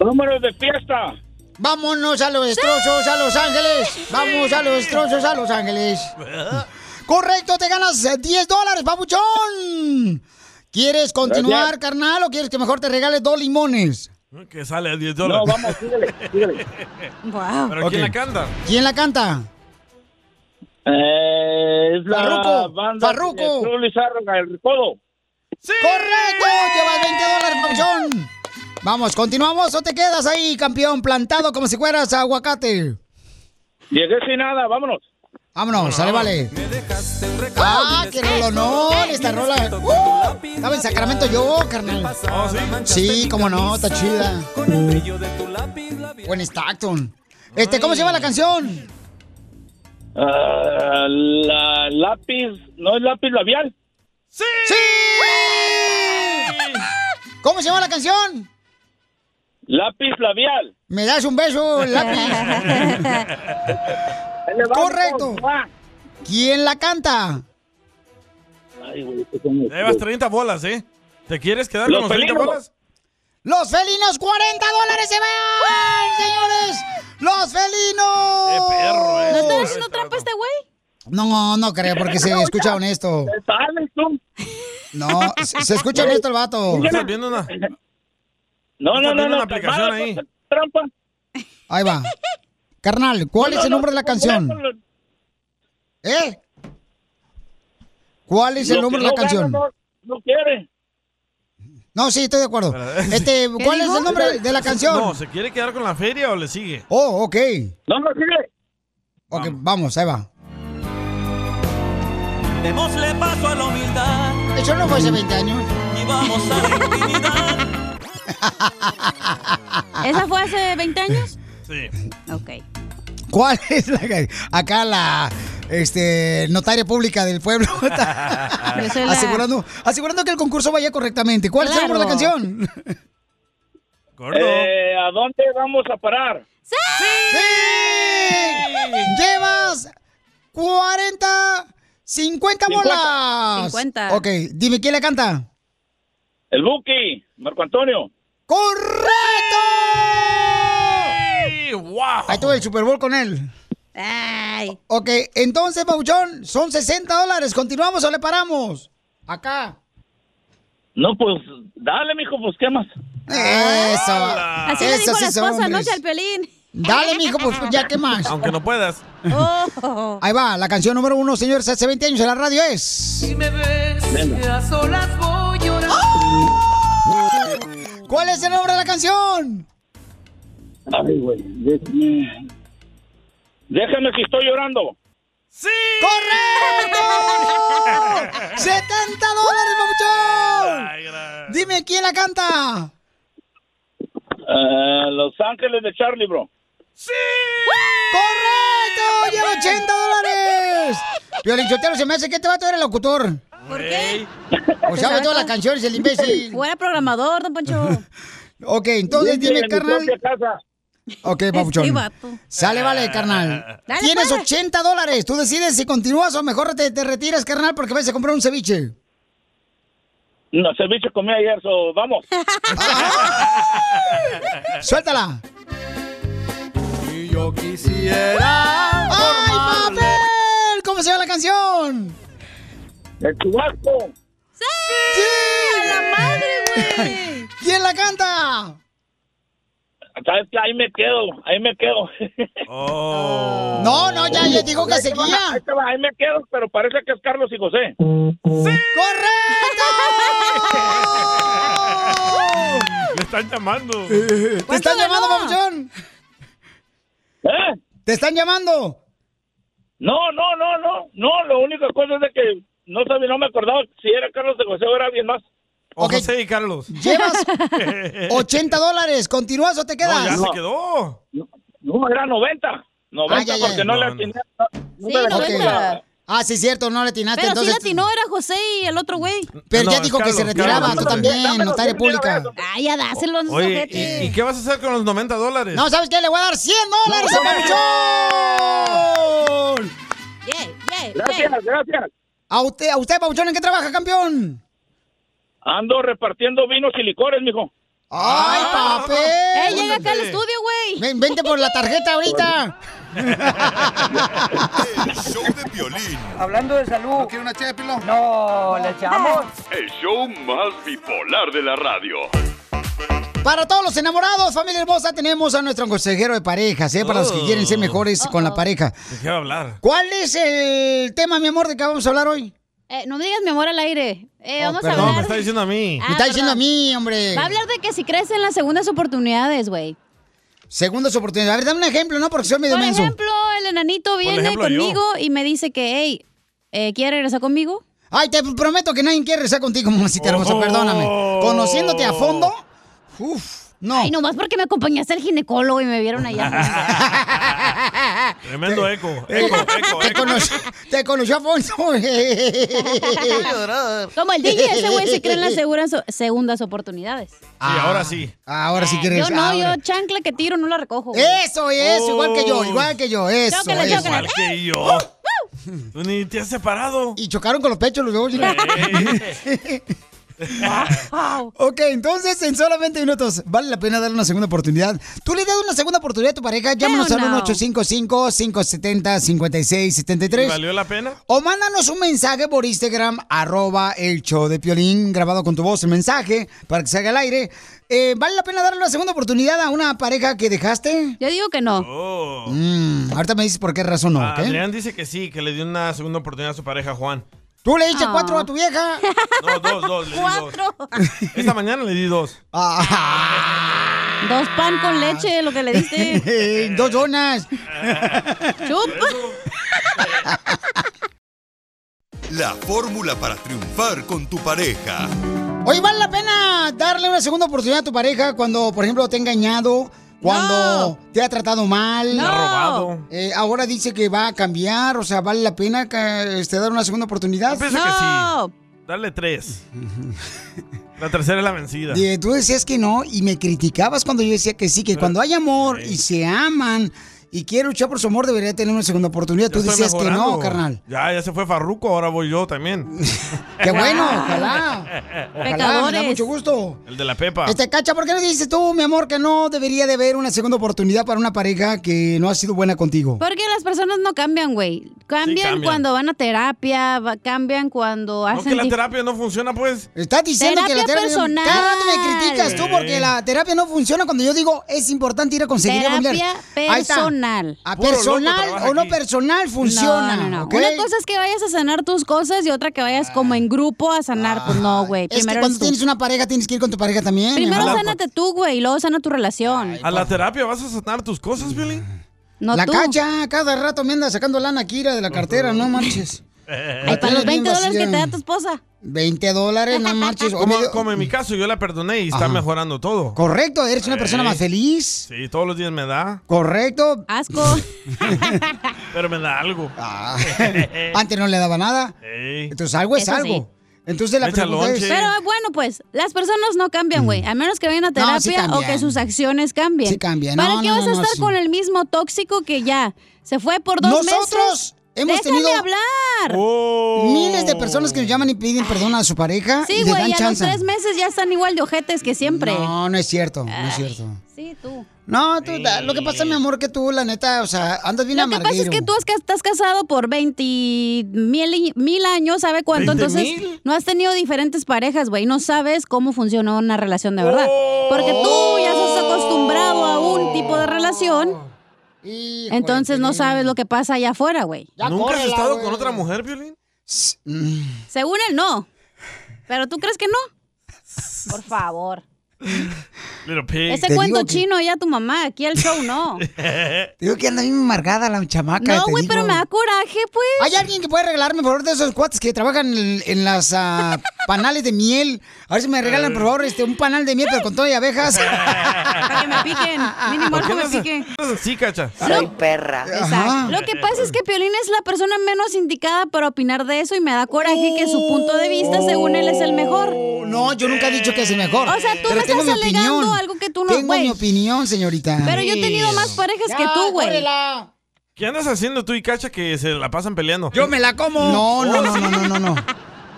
[SPEAKER 20] Números de fiesta.
[SPEAKER 1] Vámonos a los destrozos, a Los Ángeles. Vamos a los destrozos, a Los Ángeles. Correcto, te ganas 10 dólares, papuchón. ¿Quieres continuar,
[SPEAKER 3] Gracias.
[SPEAKER 1] carnal, o quieres que mejor te regale dos limones?
[SPEAKER 3] Que sale a 10 dólares.
[SPEAKER 20] No, vamos, síguele, síguele.
[SPEAKER 1] Wow.
[SPEAKER 3] ¿Pero quién la canta?
[SPEAKER 1] ¿Quién la canta?
[SPEAKER 20] Eh, es la
[SPEAKER 1] Farruko,
[SPEAKER 20] banda
[SPEAKER 1] Farruko.
[SPEAKER 20] de Cruz Lizárraga, el recodo.
[SPEAKER 1] ¡Correcto! Llevas 20 dólares, papuchón. Vamos, continuamos o te quedas ahí, campeón, plantado como si fueras aguacate.
[SPEAKER 20] Llegué sin nada, vámonos.
[SPEAKER 1] Vámonos, sale, vale. Ah, qué rollo, no, esta rola. Uh, estaba en Sacramento yo, carnal. Sí, cómo no, está chida. Buen Stockton. Este, ¿cómo se llama la canción?
[SPEAKER 20] Ah, la lápiz, ¿no es lápiz labial?
[SPEAKER 3] ¡Sí!
[SPEAKER 1] ¿Cómo se llama la canción?
[SPEAKER 20] Lápiz labial.
[SPEAKER 1] Me das un beso, lápiz. Correcto. ¿Quién la canta?
[SPEAKER 3] Llevas 30 bolas, ¿eh? ¿Te quieres quedar
[SPEAKER 20] Los
[SPEAKER 3] con los 30
[SPEAKER 20] felinos.
[SPEAKER 3] bolas?
[SPEAKER 1] Los felinos, 40 dólares se van, señores. Los felinos.
[SPEAKER 3] perro,
[SPEAKER 4] ¿No está haciendo trampa este güey?
[SPEAKER 1] No, no creo, porque se escucha honesto. No, Oh, se, se escucha honesto el vato.
[SPEAKER 3] ¿Estás viendo una?
[SPEAKER 20] No, no,
[SPEAKER 3] Estás
[SPEAKER 20] no,
[SPEAKER 3] viendo
[SPEAKER 20] no.
[SPEAKER 3] una aplicación ahí.
[SPEAKER 20] Trampa.
[SPEAKER 1] Ahí va. Carnal, ¿cuál
[SPEAKER 20] No,
[SPEAKER 1] es el
[SPEAKER 20] no,
[SPEAKER 1] nombre de la
[SPEAKER 20] no,
[SPEAKER 1] canción?
[SPEAKER 20] no, no,
[SPEAKER 1] ¿Eh? ¿Cuál es el
[SPEAKER 20] lo
[SPEAKER 1] nombre de
[SPEAKER 20] que
[SPEAKER 1] la
[SPEAKER 20] no gana
[SPEAKER 1] canción?
[SPEAKER 20] No, no quiere.
[SPEAKER 1] No, sí, estoy de acuerdo. Este, ¿cuál es el nombre de la
[SPEAKER 3] eh. No,
[SPEAKER 1] canción?
[SPEAKER 3] ¿se quiere quedar con la feria o le sigue?
[SPEAKER 1] Oh, ok.
[SPEAKER 20] No, no, sigue.
[SPEAKER 1] Ok, vamos, ahí va.
[SPEAKER 22] Démosle paso a la humildad
[SPEAKER 1] Eso no fue hace 20 años.
[SPEAKER 22] y vamos a la intimidad.
[SPEAKER 4] ¿Esa fue hace 20 años?
[SPEAKER 3] Sí.
[SPEAKER 4] Ok.
[SPEAKER 1] ¿Cuál es la ca- acá la este notaria pública del pueblo? está
[SPEAKER 4] Yo soy la-
[SPEAKER 1] asegurando, asegurando que el concurso vaya correctamente. ¿Cuál es el nombre de la
[SPEAKER 4] Claro.
[SPEAKER 1] canción?
[SPEAKER 20] Eh, ¿A dónde vamos a parar?
[SPEAKER 1] Llevas 40, 50 bolas.
[SPEAKER 20] 50.
[SPEAKER 1] Ok, dime quién le canta.
[SPEAKER 20] El Buki, Marco Antonio.
[SPEAKER 1] ¡Correcto! Ahí tuve el Super Bowl con él. Ok, entonces, Pabuchón, son 60 dólares. ¿Continuamos o le paramos? Acá.
[SPEAKER 20] No, pues, dale, mijo, pues, ¿qué más?
[SPEAKER 1] Eso.
[SPEAKER 4] Así le dijo
[SPEAKER 1] Eso sí
[SPEAKER 4] la
[SPEAKER 1] son hombres.
[SPEAKER 4] esposa anoche al pelín.
[SPEAKER 1] Dale, mijo, pues ya, ¿qué más?
[SPEAKER 3] Aunque no puedas.
[SPEAKER 4] Oh.
[SPEAKER 1] Ahí va, la canción número uno, señores, hace 20 años en la radio es.
[SPEAKER 22] Si me ves,
[SPEAKER 1] Venga.
[SPEAKER 22] a solas voy llorando.
[SPEAKER 1] ¡Ah! ¿Cuál es el nombre de la canción?
[SPEAKER 20] Ay, güey, déjame. Déjame que estoy llorando.
[SPEAKER 1] ¡Correcto! ¡70 dólares,
[SPEAKER 20] Ay,
[SPEAKER 1] papuchón! Dime, ¿quién la canta?
[SPEAKER 20] Eh, Los Ángeles de Charlie, bro.
[SPEAKER 1] ¡Correcto! ¡Lleva 80 dólares! Violín Sotelo, se me hace que este vato era el locutor.
[SPEAKER 4] ¿Por qué?
[SPEAKER 1] O sea, todas las canciones, el imbécil.
[SPEAKER 4] Fuera Oh. programador, don Poncho.
[SPEAKER 1] Ok, entonces
[SPEAKER 4] Viene
[SPEAKER 1] dime,
[SPEAKER 4] de mi
[SPEAKER 1] carnal.
[SPEAKER 4] propia
[SPEAKER 1] Ok,
[SPEAKER 4] Este
[SPEAKER 1] papuchón.
[SPEAKER 4] vato.
[SPEAKER 1] Sale, vale, carnal.
[SPEAKER 4] Dale,
[SPEAKER 1] Tienes
[SPEAKER 4] pues.
[SPEAKER 1] 80 dólares. Tú decides si continúas o mejor te, te retiras, carnal, porque vas a comprar un ceviche.
[SPEAKER 20] No, ceviche comí ayer, so, vamos.
[SPEAKER 1] Suéltala.
[SPEAKER 22] Y yo
[SPEAKER 1] quisiera ¡Ay, papel! ¿Cómo se llama la canción?
[SPEAKER 20] El chubasco.
[SPEAKER 1] ¡Sí! la madre, güey! ¿Quién la canta?
[SPEAKER 20] ¿Sabes qué? Ahí me quedo, ahí me quedo.
[SPEAKER 22] Oh.
[SPEAKER 1] No, no, ya, ya dijo que
[SPEAKER 20] Ahí te va,
[SPEAKER 1] seguía.
[SPEAKER 20] ahí te va, Ahí me quedo, pero parece que es Carlos y José.
[SPEAKER 1] ¡Correcto!
[SPEAKER 3] Le están llamando.
[SPEAKER 1] ¿Te están llamando, papuchón?
[SPEAKER 20] ¿Eh?
[SPEAKER 1] ¿Te están llamando?
[SPEAKER 20] No, no, no, no. No, lo única cosa es de que no sabía, no me acordaba si era Carlos de José o era alguien más.
[SPEAKER 3] O
[SPEAKER 1] Ok.
[SPEAKER 3] José y Carlos.
[SPEAKER 1] Llevas 80 dólares. ¿Continúas o te quedas?
[SPEAKER 3] ya se quedó.
[SPEAKER 20] No, era 90. 90
[SPEAKER 1] Ah, ya, ya.
[SPEAKER 20] porque no,
[SPEAKER 1] No,
[SPEAKER 20] le
[SPEAKER 1] no.
[SPEAKER 20] atiné.
[SPEAKER 4] Sí,
[SPEAKER 1] Ok.
[SPEAKER 4] 90.
[SPEAKER 1] Ah, sí, cierto, no le atinaste.
[SPEAKER 4] Pero
[SPEAKER 1] entonces,
[SPEAKER 4] sí latinó, era José y el otro güey.
[SPEAKER 1] Pero ya dijo que se retiraba, tú también, notaria pública.
[SPEAKER 4] Ah, ya dáselo a esos
[SPEAKER 3] Oye,
[SPEAKER 4] ojetes.
[SPEAKER 3] ¿y, y qué vas a hacer con los 90 dólares?
[SPEAKER 1] No, ¿sabes qué? Le voy a dar 100 dólares a Pabuchón.
[SPEAKER 20] Gracias, gracias.
[SPEAKER 1] A usted, a usted, Pabuchón, ¿en qué trabaja, campeón?
[SPEAKER 20] Ando repartiendo vinos y licores, mijo.
[SPEAKER 1] ¡Ay,
[SPEAKER 20] Ah,
[SPEAKER 1] papel!
[SPEAKER 4] Eh, llega acá al estudio, güey.
[SPEAKER 1] Ven, vente por la tarjeta ahorita.
[SPEAKER 2] Hablando de salud. ¿Quiere una ché, No, le echamos.
[SPEAKER 8] El show más bipolar de la radio.
[SPEAKER 1] Para todos los enamorados, familia hermosa, tenemos a nuestro consejero de parejas, ¿eh? Para los que quieren ser mejores con la pareja.
[SPEAKER 3] ¿De qué va a hablar?
[SPEAKER 1] ¿Cuál es el tema, mi amor, de que vamos a hablar hoy?
[SPEAKER 4] Eh, no me digas mi amor al aire. Eh, vamos a
[SPEAKER 3] Oh, Perdón,
[SPEAKER 4] hablar. Ah,
[SPEAKER 3] me está diciendo a mí.
[SPEAKER 1] Me está diciendo a mí, hombre.
[SPEAKER 4] Va a hablar de que si crees en las segundas oportunidades, güey.
[SPEAKER 1] Segundas oportunidades. A ver, dame un ejemplo, ¿no? Porque soy medio
[SPEAKER 4] Por
[SPEAKER 1] menso.
[SPEAKER 4] ejemplo, el enanito viene
[SPEAKER 1] ejemplo,
[SPEAKER 4] conmigo y me dice que, hey, eh, ¿quiere regresar conmigo?
[SPEAKER 1] Ay, te prometo que nadie quiere regresar contigo, mamacita hermosa, perdóname. Conociéndote a fondo, uff, no.
[SPEAKER 4] Ay, nomás porque me acompañaste al ginecólogo y me vieron allá.
[SPEAKER 3] Tremendo eco. eco, eco,
[SPEAKER 1] te, conocí, te conoció a fondo.
[SPEAKER 4] Como el DJ, ese güey se cree en las seguras, segundas oportunidades.
[SPEAKER 3] Sí, ahora sí.
[SPEAKER 1] Ah, Ahora
[SPEAKER 5] Eh,
[SPEAKER 1] sí quieres.
[SPEAKER 4] Yo no,
[SPEAKER 1] ahora.
[SPEAKER 4] yo chancla que tiro no la recojo. güey.
[SPEAKER 1] Eso es, igual que
[SPEAKER 4] Oh.
[SPEAKER 1] yo, igual que yo, eso.
[SPEAKER 4] Chócala,
[SPEAKER 1] eso.
[SPEAKER 4] chócala.
[SPEAKER 3] Igual que yo.
[SPEAKER 1] Uh,
[SPEAKER 3] Tú ni te has separado.
[SPEAKER 1] Y chocaron con los pechos los dos. ok, entonces en solamente minutos vale la pena darle una segunda oportunidad. ¿Tú le das una segunda oportunidad a tu pareja? Llámanos
[SPEAKER 3] Hell
[SPEAKER 1] al
[SPEAKER 3] no.
[SPEAKER 1] 1-855-570-5673.
[SPEAKER 3] ¿Y ¿Valió la pena?
[SPEAKER 1] O mándanos un mensaje por Instagram, arroba el show de Piolín, grabado con tu voz, el mensaje, para que salga al aire. Eh, ¿Vale la pena darle una segunda oportunidad a una pareja que dejaste?
[SPEAKER 4] Yo digo que no.
[SPEAKER 3] Oh.
[SPEAKER 1] Mm, ahorita me dices por qué razón no,
[SPEAKER 3] Ah,
[SPEAKER 1] ¿ok?
[SPEAKER 3] Adrián dice que sí, que le dio una segunda oportunidad a su pareja, Juan.
[SPEAKER 1] ¿Tú le
[SPEAKER 4] Ah.
[SPEAKER 1] diste cuatro a tu vieja?
[SPEAKER 3] No, dos, dos, le di dos. Esta mañana le di dos.
[SPEAKER 1] Ah,
[SPEAKER 4] Dos pan con leche, lo que le diste.
[SPEAKER 1] Dos donas.
[SPEAKER 4] Chupa.
[SPEAKER 15] La fórmula para triunfar con tu pareja.
[SPEAKER 1] Oye, ¿vale la pena darle una segunda oportunidad a tu pareja cuando, por ejemplo, te ha engañado? Cuando te ha tratado mal.
[SPEAKER 3] Te ha robado.
[SPEAKER 1] Eh, ahora dice que va a cambiar. O sea, ¿vale la pena que, este, dar una segunda oportunidad?
[SPEAKER 3] Yo pienso que sí. Dale tres. La tercera es la vencida.
[SPEAKER 1] Eh, tú decías que no y me criticabas cuando yo decía que sí, que cuando hay amor y se aman y quiere luchar por su amor debería tener una segunda oportunidad. tú
[SPEAKER 3] Ya estoy
[SPEAKER 1] decías que no,
[SPEAKER 3] mejorando.
[SPEAKER 1] carnal.
[SPEAKER 3] Ya, ya se fue Farruco, ahora voy yo también.
[SPEAKER 1] Qué bueno, ojalá. Ojalá, Ah, me da mucho gusto.
[SPEAKER 3] El de la Pepa.
[SPEAKER 1] Este, Cacha, ¿por qué no dices tú, mi amor, que no debería de haber una segunda oportunidad para una pareja que no ha sido buena contigo?
[SPEAKER 4] Porque las personas no cambian, güey. Cambian,
[SPEAKER 1] cambian.
[SPEAKER 4] cuando van a terapia, va- cambian cuando
[SPEAKER 3] No,
[SPEAKER 4] hacen...
[SPEAKER 3] que la
[SPEAKER 4] dif-
[SPEAKER 3] terapia no funciona, pues.
[SPEAKER 1] Estás diciendo que la terapia
[SPEAKER 4] personal.
[SPEAKER 1] Cada rato me criticas tú
[SPEAKER 3] Sí.
[SPEAKER 1] porque la terapia no funciona cuando yo digo es importante ir a conseguir algo
[SPEAKER 4] Terapia
[SPEAKER 1] familiar. Ahí está.
[SPEAKER 4] personal.
[SPEAKER 1] A
[SPEAKER 4] Puro loco
[SPEAKER 1] personal
[SPEAKER 4] trabaja
[SPEAKER 1] o no personal funciona.
[SPEAKER 4] No, no, no.
[SPEAKER 1] ¿ok?
[SPEAKER 4] Una cosa es que vayas a sanar tus cosas y otra que vayas como en grupo a sanar. Pues no, güey.
[SPEAKER 1] Es que
[SPEAKER 4] Primero
[SPEAKER 1] cuando
[SPEAKER 4] eres tú.
[SPEAKER 1] tienes una pareja tienes que ir con tu pareja también.
[SPEAKER 4] Primero
[SPEAKER 1] ¿no?
[SPEAKER 4] sánate tú, güey, y luego sana tu relación.
[SPEAKER 3] ¿A la terapia vas a sanar tus cosas, Billy?
[SPEAKER 4] No
[SPEAKER 1] la
[SPEAKER 4] tú.
[SPEAKER 1] cacha, cada rato me anda sacando lana Kira de la cartera, no manches.
[SPEAKER 4] Ay, para los 20 dólares que te da
[SPEAKER 1] Bien vacía.
[SPEAKER 4] tu esposa.
[SPEAKER 1] 20 dólares, no manches. O
[SPEAKER 3] Como,
[SPEAKER 1] medio-
[SPEAKER 3] como en mi caso, yo la perdoné y está mejorando todo.
[SPEAKER 1] Correcto, eres una persona
[SPEAKER 3] Ey.
[SPEAKER 1] más feliz.
[SPEAKER 3] Sí, todos los días me da,
[SPEAKER 1] Correcto.
[SPEAKER 4] Asco.
[SPEAKER 3] pero me da algo.
[SPEAKER 1] Ah. Antes no le daba nada.
[SPEAKER 3] Ey.
[SPEAKER 1] Entonces algo es
[SPEAKER 4] Eso sí.
[SPEAKER 1] algo. Entonces la
[SPEAKER 3] Echa
[SPEAKER 1] pregunta es...
[SPEAKER 4] Pero bueno, pues, las personas no cambian, güey. A menos que vayan a terapia
[SPEAKER 1] No, sí
[SPEAKER 4] o
[SPEAKER 1] cambian.
[SPEAKER 4] que sus acciones cambien.
[SPEAKER 1] Sí cambian.
[SPEAKER 4] ¿Para
[SPEAKER 1] No,
[SPEAKER 4] qué
[SPEAKER 1] no,
[SPEAKER 4] vas a
[SPEAKER 1] no, no,
[SPEAKER 4] estar
[SPEAKER 1] sí.
[SPEAKER 4] con el mismo tóxico que ya se fue por dos meses?
[SPEAKER 1] Nosotros hemos
[SPEAKER 4] Déjame
[SPEAKER 1] tenido-
[SPEAKER 4] hablar!
[SPEAKER 3] Oh.
[SPEAKER 1] Miles de personas que nos llaman y piden perdón a su pareja
[SPEAKER 4] Sí,
[SPEAKER 1] y Ah, le dan
[SPEAKER 4] güey, y a los
[SPEAKER 1] chance.
[SPEAKER 4] tres meses ya están igual de ojetes que siempre.
[SPEAKER 1] No, no es cierto, no es cierto.
[SPEAKER 4] Sí, tú.
[SPEAKER 1] No, tú, da- lo que pasa, mi amor, que tú, la neta, o sea, andas bien
[SPEAKER 4] Lo que pasa es
[SPEAKER 1] amarguero.
[SPEAKER 4] que tú es que estás casado por 20 mil, y- mil años, ¿sabe cuánto?
[SPEAKER 1] 20
[SPEAKER 4] Entonces,
[SPEAKER 1] mil.
[SPEAKER 4] no has tenido diferentes parejas, güey. No sabes cómo funciona una relación de verdad. Porque tú ya estás acostumbrado a un tipo de relación. Entonces, no sabes lo que pasa allá afuera, güey.
[SPEAKER 3] ¿Nunca has estado con otra mujer, Violín?
[SPEAKER 1] mm.
[SPEAKER 4] Según él, no. Pero tú crees que no. Por favor.
[SPEAKER 3] Little pig.
[SPEAKER 4] Ese cuento chino ya tu mamá, aquí el show no.
[SPEAKER 1] Digo que anda bien marcada la chamaca.
[SPEAKER 4] No,
[SPEAKER 1] te
[SPEAKER 4] güey, pero
[SPEAKER 1] digo.
[SPEAKER 4] me da coraje, pues.
[SPEAKER 1] ¿Hay alguien que puede regalarme, por favor, de esos cuates que trabajan en, en las ah, panales de miel? A ver si me regalan, por favor, este, un panal de miel, pero con todo y abejas.
[SPEAKER 4] Para que me piquen. Mínimo
[SPEAKER 3] ¿Por
[SPEAKER 4] algo
[SPEAKER 3] qué
[SPEAKER 4] me
[SPEAKER 3] no se-
[SPEAKER 4] pique.
[SPEAKER 3] no se- Sí, cacha.
[SPEAKER 4] Soy
[SPEAKER 1] perra. Ah.
[SPEAKER 4] Exacto. Lo que pasa es que Piolín es la persona menos indicada para opinar de eso y me da coraje que su punto de vista, según él, es el mejor.
[SPEAKER 1] Oh, No, yo nunca he dicho que es el mejor.
[SPEAKER 4] O sea, tú
[SPEAKER 1] Pero
[SPEAKER 4] me
[SPEAKER 1] tengo
[SPEAKER 4] estás
[SPEAKER 1] mi opinión.
[SPEAKER 4] alegando algo que tú no,
[SPEAKER 1] Tengo
[SPEAKER 4] güey.
[SPEAKER 1] mi opinión, señorita.
[SPEAKER 4] Pero yo he tenido más parejas que
[SPEAKER 1] Ya,
[SPEAKER 4] tú, güey.
[SPEAKER 1] córrela.
[SPEAKER 3] ¿Qué andas haciendo tú y cacha que se la pasan peleando?
[SPEAKER 1] Yo me la como. No, no, no, no, no, no. No.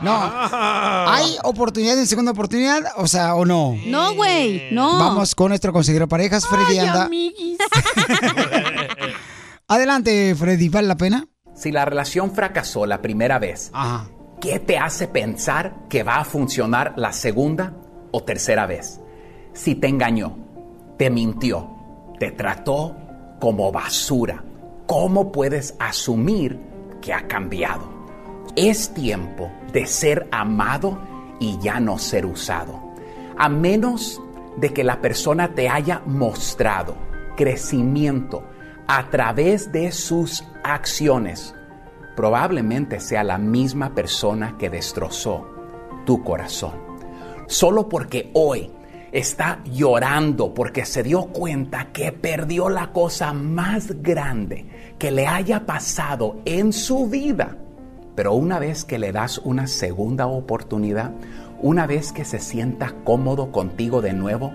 [SPEAKER 1] no.
[SPEAKER 3] Ah.
[SPEAKER 1] ¿Hay oportunidad en segunda oportunidad? O sea, o no.
[SPEAKER 4] No, güey, no.
[SPEAKER 1] Vamos con nuestro consejero parejas, Freddy anda. Adelante, Freddy, ¿vale la pena?
[SPEAKER 23] Si la relación fracasó la primera vez, ¿qué te hace pensar que va a funcionar la segunda o tercera vez? Si te engañó, te mintió, te trató como basura, ¿cómo puedes asumir que ha cambiado? Es tiempo de ser amado y ya no ser usado. A menos de que la persona te haya mostrado crecimiento a través de sus acciones, probablemente sea la misma persona que destrozó tu corazón. Solo porque hoy está llorando porque se dio cuenta que perdió la cosa más grande que le haya pasado en su vida. Pero una vez que le das una segunda oportunidad, una vez que se sienta cómodo contigo de nuevo,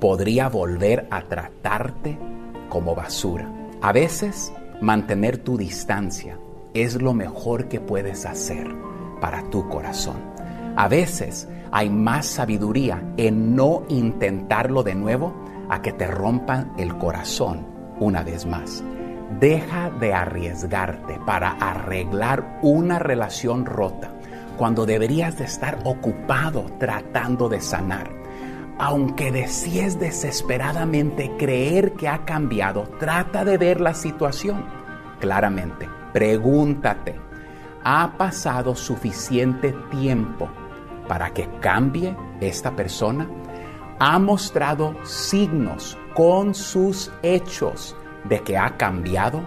[SPEAKER 23] podría volver a tratarte como basura. A veces, mantener tu distancia es lo mejor que puedes hacer para tu corazón. A veces hay más sabiduría en no intentarlo de nuevo a que te rompan el corazón una vez más. Deja de arriesgarte para arreglar una relación rota cuando deberías de estar ocupado tratando de sanar. Aunque decías desesperadamente creer que ha cambiado, trata de ver la situación claramente. Pregúntate, ¿ha pasado suficiente tiempo para que cambie esta persona? ¿Ha mostrado signos con sus hechos de que ha cambiado?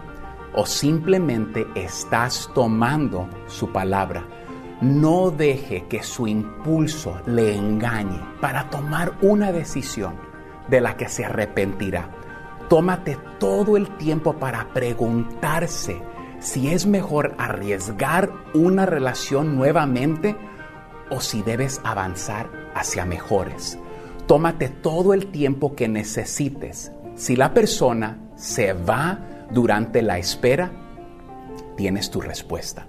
[SPEAKER 23] ¿O simplemente estás tomando su palabra? No deje que su impulso le engañe para tomar una decisión de la que se arrepentirá. Tómate todo el tiempo para preguntarse si es mejor arriesgar una relación nuevamente o si debes avanzar hacia mejores. Tómate todo el tiempo que necesites. Si la persona se va durante la espera, tienes tu respuesta.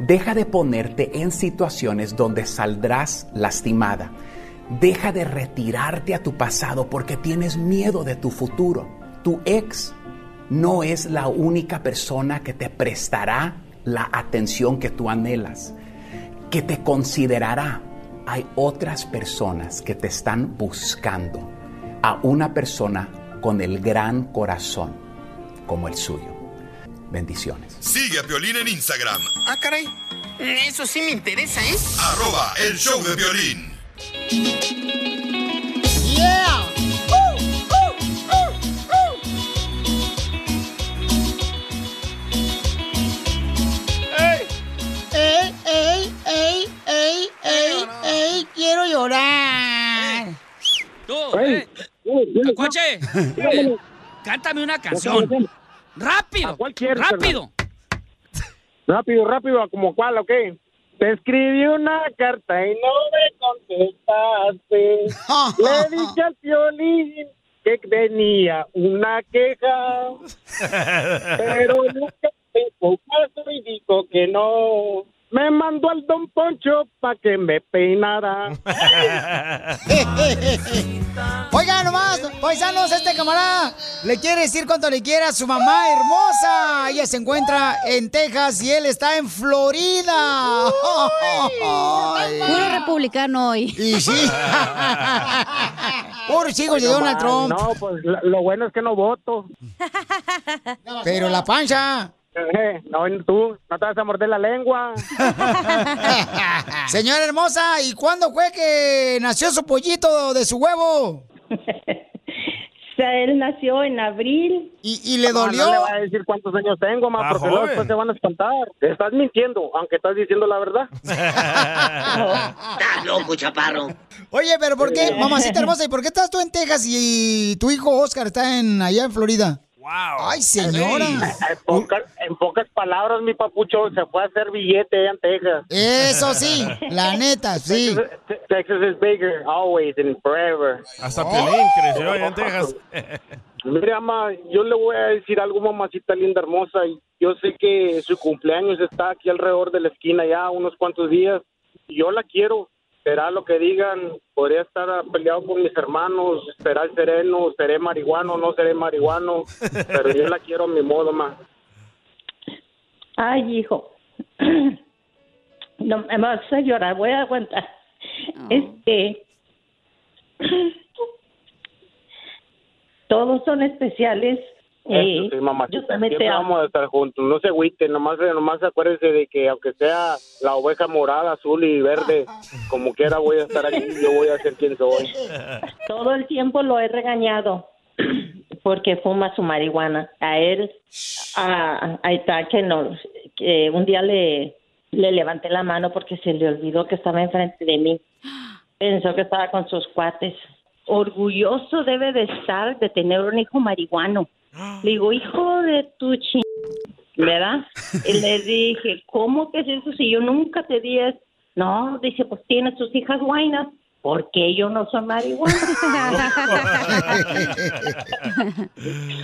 [SPEAKER 23] Deja de ponerte en situaciones donde saldrás lastimada. Deja de retirarte a tu pasado porque tienes miedo de tu futuro. Tu ex no es la única persona que te prestará la atención que tú anhelas, que te considerará. Hay otras personas que te están buscando a una persona con el gran corazón como el suyo. Bendiciones.
[SPEAKER 15] Sigue a Piolín en Instagram,
[SPEAKER 22] Ah, caray.
[SPEAKER 18] Mm,
[SPEAKER 22] Eso sí me interesa, ¿eh?
[SPEAKER 15] arroba el show de Piolín.
[SPEAKER 22] Yeah.
[SPEAKER 1] ¡Ey, ey, ey, ey, ey, ey! ¡Quiero llorar!
[SPEAKER 9] Tú, eh, coche, cántame una canción. Rápido, rápido.
[SPEAKER 24] Rápido, rápido, ¿como cuál o qué? Te escribí una carta y no me contestaste. Le dije al violín que venía una queja, pero nunca me hizo caso y dijo que no. Me mandó al Don Poncho para que me peinara.
[SPEAKER 1] Oiga nomás, paisanos, este camarada le quiere decir cuánto le quiere a su mamá hermosa. Ella se encuentra en Texas y él está en Florida.
[SPEAKER 4] Puro republicano hoy.
[SPEAKER 1] Y sí. Pobres hijos de
[SPEAKER 24] No
[SPEAKER 1] Donald
[SPEAKER 24] más,
[SPEAKER 1] Trump.
[SPEAKER 24] No, pues lo, lo bueno es que no voto.
[SPEAKER 1] Pero la pancha.
[SPEAKER 24] Eh, No, tú no te vas a morder la lengua.
[SPEAKER 1] Señora hermosa, ¿y cuándo fue que nació su pollito de su huevo?
[SPEAKER 10] sea, él nació en abril.
[SPEAKER 1] ¿Y, le
[SPEAKER 24] Ah, No, no le voy a decir cuántos años tengo, ma,
[SPEAKER 10] Ah,
[SPEAKER 24] porque luego
[SPEAKER 10] joven.
[SPEAKER 24] después se van a espantar. Estás mintiendo, aunque estás diciendo la verdad.
[SPEAKER 1] Estás
[SPEAKER 24] loco, chaparro.
[SPEAKER 1] Oye, pero ¿por qué,
[SPEAKER 10] Eh.
[SPEAKER 24] Sí.
[SPEAKER 1] mamacita hermosa, y por qué estás tú en Texas y tu hijo Oscar está en allá en Florida? ¡Ay, señora!
[SPEAKER 24] Eh, En, poca- en pocas palabras, mi papucho se fue a hacer billete allá en Texas.
[SPEAKER 1] Eh, Eso sí, la neta, sí.
[SPEAKER 24] Texas, Texas is bigger, always and forever.
[SPEAKER 3] Hasta Pelín creció allá en Texas.
[SPEAKER 24] Mira, ma, yo le voy a decir algo, mamacita linda, hermosa. y Yo sé que su cumpleaños está aquí alrededor de la esquina ya unos cuantos días. y Yo la quiero. Será lo que digan, podría estar peleado con mis hermanos, será el sereno, seré marihuano, no seré marihuano, pero yo la quiero a mi modo, ma.
[SPEAKER 10] Ay, hijo. No me vas a llorar, voy a aguantar. Este. Todos son especiales.
[SPEAKER 24] Eso
[SPEAKER 10] eh,
[SPEAKER 24] sí, mamacita,
[SPEAKER 10] yo también
[SPEAKER 24] siempre
[SPEAKER 10] te amo.
[SPEAKER 24] vamos a estar juntos, no se agüiten, nomás, nomás acuérdense de que aunque sea la oveja morada, azul y verde, como quiera voy a estar aquí, yo voy a ser quien soy.
[SPEAKER 10] Todo el tiempo lo he regañado porque fuma su marihuana. A él, a, a Ita, que no, que un día le, le levanté la mano porque se le olvidó que estaba enfrente de mí. Pensó que estaba con sus cuates. Orgulloso debe de estar de tener un hijo marihuano. Le digo, hijo de tu ching... ¿Verdad? Y le dije, ¿cómo que es eso si yo nunca te di eso? No, dice, pues tienes tus hijas guainas. ¿Por qué yo no soy marihuana?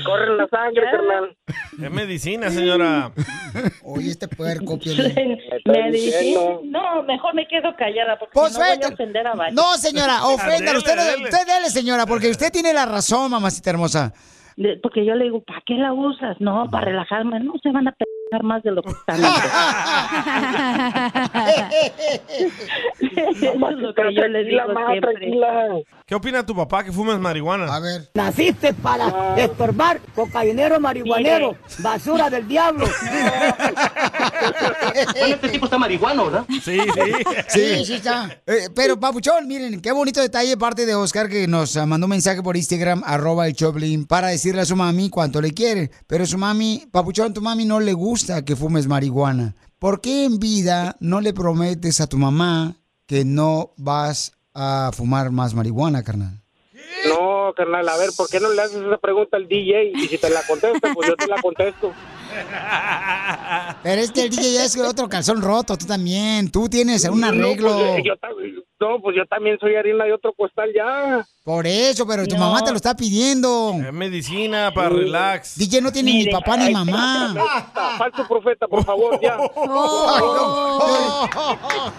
[SPEAKER 24] Corre la sangre, carnal.
[SPEAKER 3] Es medicina, señora.
[SPEAKER 1] Oye, este puerco,
[SPEAKER 10] Me dije, no, mejor me quedo callada porque
[SPEAKER 1] Pues
[SPEAKER 10] si no voy
[SPEAKER 1] vete.
[SPEAKER 10] a ofender a varios.
[SPEAKER 1] No, señora, ofenda. Usted,
[SPEAKER 10] Dele, dele.
[SPEAKER 1] usted dele, señora, porque usted tiene la razón, mamacita hermosa.
[SPEAKER 10] De- Porque yo le digo, ¿para qué la usas? No, para relajarme. No, se van a pegar más de lo que están. Eso es lo que yo le digo siempre.
[SPEAKER 3] ¿Qué opina tu papá que fumes marihuana? A
[SPEAKER 1] ver.
[SPEAKER 25] Naciste
[SPEAKER 10] Ah.
[SPEAKER 25] para estorbar, cocainero, marihuanero, basura del diablo.
[SPEAKER 1] Bueno, este tipo está marihuano, ¿verdad?
[SPEAKER 3] Sí,
[SPEAKER 25] sí.
[SPEAKER 1] Sí, sí está. Eh, pero, Papuchón, miren, qué bonito detalle parte de Oscar que nos ah, mandó un mensaje por Instagram, arroba el Choplin, para decirle a su mami cuánto le quiere. Pero su mami, Papuchón, tu mami no le gusta que fumes marihuana. ¿Por qué en vida no le prometes a tu mamá que no vas a fumar más marihuana, carnal?
[SPEAKER 24] No, carnal, a ver, ¿por qué no le haces esa pregunta al DJ? Y si te la contesta, pues yo te la contesto.
[SPEAKER 1] Pero es que el DJ ya es otro calzón roto, tú también. Tú tienes un
[SPEAKER 24] No,
[SPEAKER 1] arreglo.
[SPEAKER 24] pues, yo ta- no, pues yo también soy harina de otro costal ya.
[SPEAKER 1] Por eso, pero tu mamá te lo está pidiendo.
[SPEAKER 3] Es medicina para relax.
[SPEAKER 1] DJ no tiene ni papá ni mamá. Ah.
[SPEAKER 24] Falso profeta, por favor, ya.
[SPEAKER 1] Oh.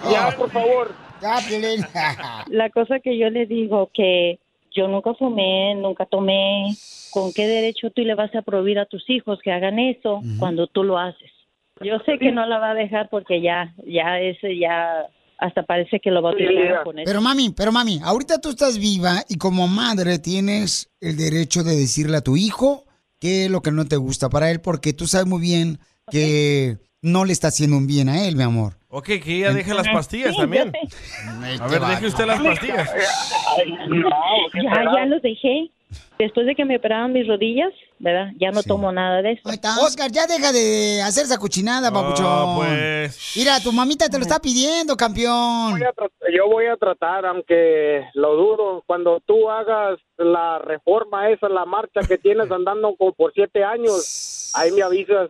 [SPEAKER 10] Ya,
[SPEAKER 24] por favor.
[SPEAKER 10] La cosa que yo le digo que yo nunca fumé, nunca tomé. ¿Con qué derecho tú le vas a prohibir a tus hijos que hagan eso cuando tú lo haces? Yo sé que no la va a dejar porque ya, ya ese ya hasta parece que lo va a utilizar con eso.
[SPEAKER 1] Pero mami, pero mami, ahorita tú estás viva y como madre tienes el derecho de decirle a tu hijo qué es lo que no te gusta para él, porque tú sabes muy bien que no le está haciendo un bien a él, mi amor.
[SPEAKER 3] Ok, que ella deje las pastillas también. A ver, deje usted las pastillas.
[SPEAKER 1] Eh,
[SPEAKER 10] ya, ya los dejé. Después de que me operaron mis rodillas, ¿verdad? Ya no tomo nada de eso.
[SPEAKER 1] Oscar, ya deja de hacer esa cochinada, papuchón.
[SPEAKER 24] Ah, pues.
[SPEAKER 1] Mira, tu mamita te lo está pidiendo, campeón.
[SPEAKER 24] Yo voy a tratar, aunque lo duro, cuando tú hagas la reforma esa, la marcha que tienes andando como por siete años, ahí me avisas.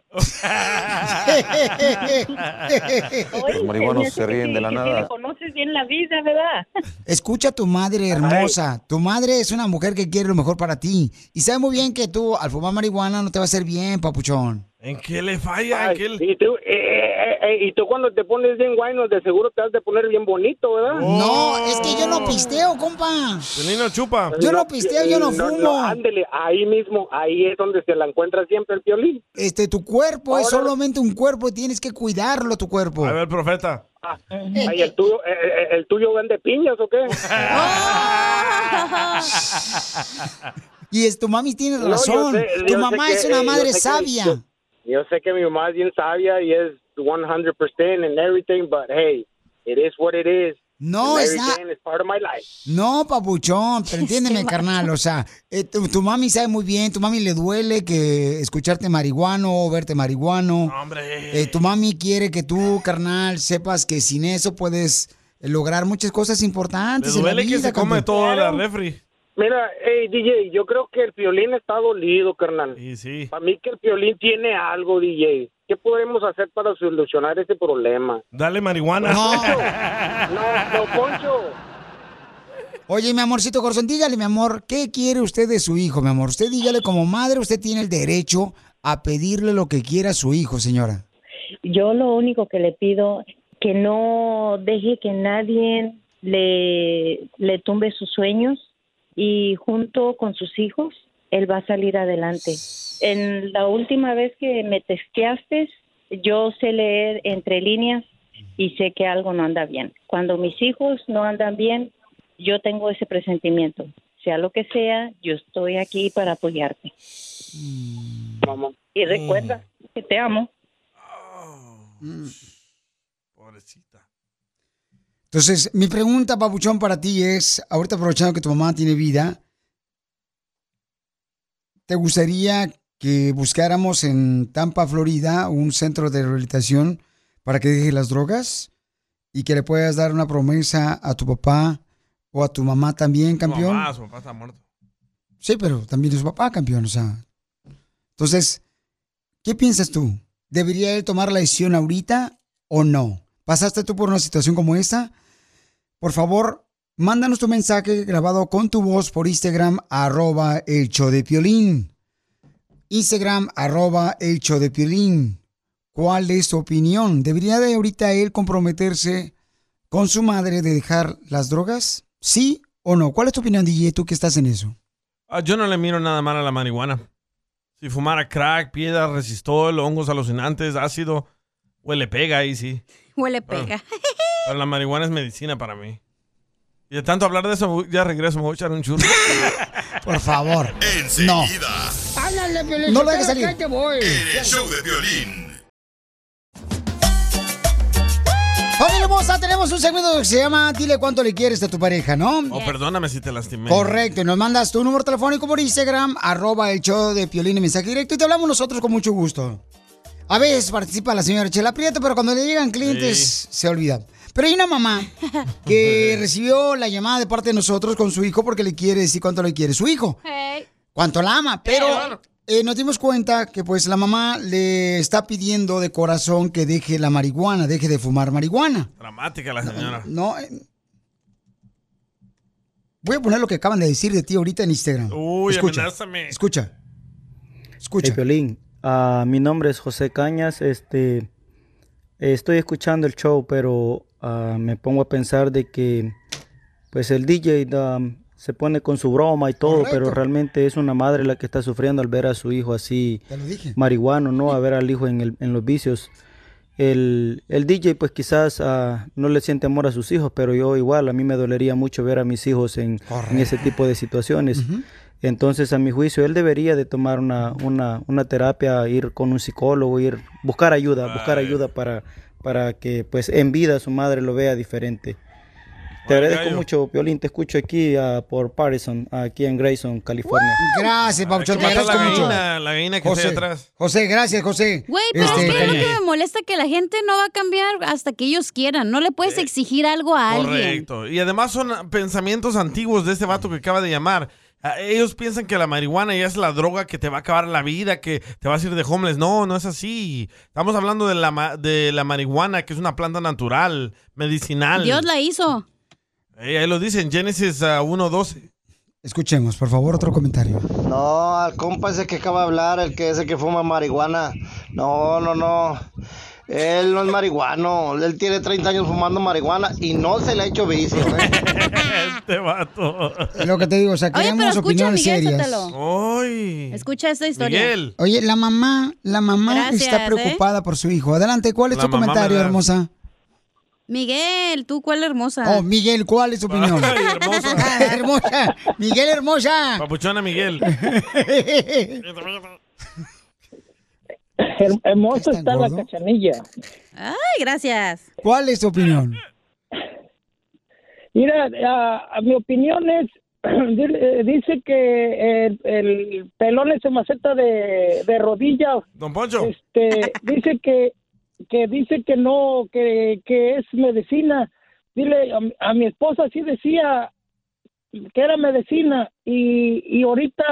[SPEAKER 10] Los
[SPEAKER 25] marihuanos
[SPEAKER 10] hace
[SPEAKER 25] se
[SPEAKER 10] que
[SPEAKER 25] ríen
[SPEAKER 10] sí,
[SPEAKER 25] de la
[SPEAKER 10] que sí
[SPEAKER 25] nada.
[SPEAKER 10] le conoces bien la vida, ¿verdad?
[SPEAKER 1] Escucha a tu madre hermosa. Tu madre es una mujer que quiere lo mejor para ti. Y sabe muy bien que tú al fumar marihuana no te va a hacer bien, papuchón.
[SPEAKER 3] ¿En qué le falla? ¿En qué le-
[SPEAKER 24] Y tú, eh, eh, eh, eh, y tú cuando te pones bien guayno, de seguro te has de poner bien bonito, ¿verdad?
[SPEAKER 3] Oh.
[SPEAKER 1] No, es que yo no pisteo, compa.
[SPEAKER 24] Pelín no chupa.
[SPEAKER 1] Yo no pisteo, yo no fumo.
[SPEAKER 24] ándele, ahí mismo, ahí es donde se la encuentra siempre el violín.
[SPEAKER 1] Este, tu cuerpo es solamente un cuerpo y tienes que cuidarlo, tu cuerpo.
[SPEAKER 24] A ver, profeta. Ay, el tuyo, eh, eh, el, tuyo vende piñas o qué?
[SPEAKER 1] Y es, tu mami tiene
[SPEAKER 24] No, yo
[SPEAKER 1] razón.
[SPEAKER 24] sé, yo
[SPEAKER 1] tu
[SPEAKER 24] sé
[SPEAKER 1] mamá
[SPEAKER 24] que-
[SPEAKER 1] es una
[SPEAKER 24] eh, yo
[SPEAKER 1] madre
[SPEAKER 24] sé que-
[SPEAKER 1] sabia.
[SPEAKER 24] yo- Yo sé que mi mamá es bien sabia y es 100% and everything, but hey, it is what it is.
[SPEAKER 1] No,
[SPEAKER 24] Mary
[SPEAKER 1] está-
[SPEAKER 24] Jane is part of my life.
[SPEAKER 1] No, papuchón, pero entiéndeme, carnal. O sea, eh, tu, tu mami sabe muy bien, tu mami le duele que escucharte marihuano o verte marihuano.
[SPEAKER 3] Hombre.
[SPEAKER 1] Eh, tu mami quiere que tú, carnal, sepas que sin eso puedes lograr muchas cosas
[SPEAKER 3] Le
[SPEAKER 1] importantes. en la
[SPEAKER 3] duele que
[SPEAKER 1] vida,
[SPEAKER 3] se come
[SPEAKER 1] campeón.
[SPEAKER 3] toda la refri.
[SPEAKER 24] Mira, hey, DJ, yo creo que el violín está dolido, carnal.
[SPEAKER 3] Sí, sí.
[SPEAKER 24] Para mí que el violín tiene algo, DJ. ¿Qué podemos hacer para solucionar ese problema?
[SPEAKER 3] Dale marihuana.
[SPEAKER 24] No, Poncho.
[SPEAKER 1] Oye, mi amorcito corazón, dígale, mi amor, ¿qué quiere usted de su hijo, mi amor? Usted dígale, como madre, usted tiene el derecho a pedirle lo que quiera a su hijo, señora.
[SPEAKER 10] Yo lo único que le pido que no deje que nadie le, le tumbe sus sueños y junto con sus hijos él va a salir adelante. En la última vez que me testeaste, yo sé leer entre líneas y sé que algo no anda bien. Cuando mis hijos no andan bien, yo tengo ese presentimiento. Sea lo que sea, yo estoy aquí para apoyarte. Y recuerda que te amo.
[SPEAKER 1] Entonces, mi pregunta, Papuchón, para ti es, ahorita aprovechando que tu mamá tiene vida, ¿te gustaría que buscáramos en Tampa, Florida, un centro de rehabilitación para que deje las drogas y que le puedas dar una promesa a tu papá o a tu mamá también, campeón?
[SPEAKER 3] Su mamá, su papá está muerto.
[SPEAKER 1] Sí, pero también es su papá, campeón, o sea. Entonces, ¿qué piensas tú? ¿Debería él tomar la decisión ahorita o no? ¿Pasaste tú por una situación como esta? Por favor, mándanos tu mensaje grabado con tu voz por Instagram, arroba el show de Piolín. Instagram, arroba el show de Piolín. ¿Cuál es tu opinión? ¿Debería de ahorita él comprometerse con su madre de dejar las drogas? ¿Sí o no? ¿Cuál es tu opinión, DJ, tú que estás en eso?
[SPEAKER 3] Ah, yo no le miro nada mal a la marihuana. Si fumara crack, piedra, resistol, hongos alucinantes, ácido, huele pega ahí sí.
[SPEAKER 4] Huele pega.
[SPEAKER 3] Pero la marihuana es medicina para mí. Y de tanto hablar de eso, ya regreso, me voy a echar un churro.
[SPEAKER 1] Por favor.
[SPEAKER 3] No.
[SPEAKER 1] Háblale, Piolín, No lo dejes salir. que ahí te voy.
[SPEAKER 15] El show de violín.
[SPEAKER 1] Familia hermosa, tenemos un segmento que se llama Dile cuánto le quieres a tu pareja, ¿no?
[SPEAKER 3] Oh, perdóname si te lastimé.
[SPEAKER 1] Correcto, y nos mandas tu número telefónico por Instagram, arroba el show de Piolín y mensaje directo y te hablamos nosotros con mucho gusto. A veces participa la señora Chela Prieto, pero cuando le llegan clientes
[SPEAKER 2] Sí.
[SPEAKER 1] se olvida. Pero hay una mamá
[SPEAKER 3] Mm.
[SPEAKER 1] que recibió la llamada de parte de nosotros con su hijo porque le quiere decir cuánto le quiere su hijo. cuánto la ama, pero eh, nos dimos cuenta que pues la mamá le está pidiendo de corazón que deje la marihuana, deje de fumar marihuana.
[SPEAKER 3] Dramática la señora.
[SPEAKER 1] No. eh, Voy a poner lo que acaban de decir de ti ahorita en Instagram.
[SPEAKER 3] Uy,
[SPEAKER 1] escucha,
[SPEAKER 3] amenázame.
[SPEAKER 1] escucha. Escucha.
[SPEAKER 26] Hey, Piolín, ah, mi nombre es José Cañas. Este, eh, estoy escuchando el show, pero ah, me pongo a pensar de que, pues el DJ da- se pone con su broma y todo, pero realmente es una madre la que está sufriendo al ver a su hijo así
[SPEAKER 1] Te lo dije.
[SPEAKER 26] marihuano, no, a ver al hijo en, el- en los vicios. El, el DJ pues quizás ah, no le siente amor a sus hijos, pero yo igual, a mí me dolería mucho ver a mis hijos en, en ese tipo de situaciones. Entonces, a mi juicio, él debería de tomar una, una, una terapia, ir con un psicólogo, ir buscar ayuda, buscar ayuda para, para que pues en vida su madre lo vea diferente. Te agradezco gallo. mucho, Piolín, te escucho aquí ah, por Patterson, aquí en Grayson, California.
[SPEAKER 1] Gracias, Pabuchón.
[SPEAKER 26] Ay, que mata la
[SPEAKER 3] gallina, la gallina que
[SPEAKER 1] José,
[SPEAKER 3] está ahí atrás.
[SPEAKER 1] José, gracias, José.
[SPEAKER 4] Güey, pero
[SPEAKER 1] Este,
[SPEAKER 4] es que es lo
[SPEAKER 1] Cañas.
[SPEAKER 4] que me molesta que la gente no va a cambiar hasta que ellos quieran. No le puedes exigir algo a alguien.
[SPEAKER 3] Correcto. Y además son pensamientos antiguos de este vato que acaba de llamar. Ah, Ellos piensan que la marihuana ya es la droga que te va a acabar la vida, que te vas a ir de homeless. No, no es así. Estamos hablando de la, ma- de la marihuana, que es una planta natural, medicinal.
[SPEAKER 4] Dios la hizo.
[SPEAKER 3] Eh, ahí lo dicen, Génesis ah, 1.12.
[SPEAKER 1] Escuchemos, por favor, otro comentario.
[SPEAKER 13] No, al compa ese que acaba de hablar, el que ese que fuma marihuana. No, no, no. Él no es marihuano. Él tiene 30 años fumando marihuana y no se le ha hecho vicio. ¿eh?
[SPEAKER 3] Este vato.
[SPEAKER 1] Es lo que te digo, o sea,
[SPEAKER 4] Oye, pero
[SPEAKER 1] queremos
[SPEAKER 4] escucha a
[SPEAKER 1] opiniones
[SPEAKER 4] Miguel
[SPEAKER 1] serias.
[SPEAKER 4] Sotelo. Escucha esta historia.
[SPEAKER 1] Oye, la mamá, la mamá
[SPEAKER 4] Gracias, ¿eh?
[SPEAKER 1] está preocupada por su hijo. Adelante, ¿cuál es
[SPEAKER 4] La
[SPEAKER 1] tu
[SPEAKER 4] mamá me
[SPEAKER 1] comentario,
[SPEAKER 4] da-
[SPEAKER 1] hermosa?
[SPEAKER 4] Miguel, tú cuál hermosa.
[SPEAKER 1] Oh, Miguel, ¿cuál es tu opinión?
[SPEAKER 4] Ay,
[SPEAKER 1] hermosa. hermosa. Miguel, hermosa.
[SPEAKER 3] Papuchona Miguel.
[SPEAKER 1] Oh,
[SPEAKER 27] Hermosa está la cachanilla.
[SPEAKER 4] Ay, gracias.
[SPEAKER 1] ¿Cuál es tu opinión?
[SPEAKER 5] Mira, a, a mi opinión es, dile- eh, dice que el, el pelón se maceta de, de rodillas.
[SPEAKER 3] Don Poncho.
[SPEAKER 5] Este, dice que, que dice que no, que, que es medicina. Dile, a, mi- a mi esposa sí decía que era medicina y, y ahorita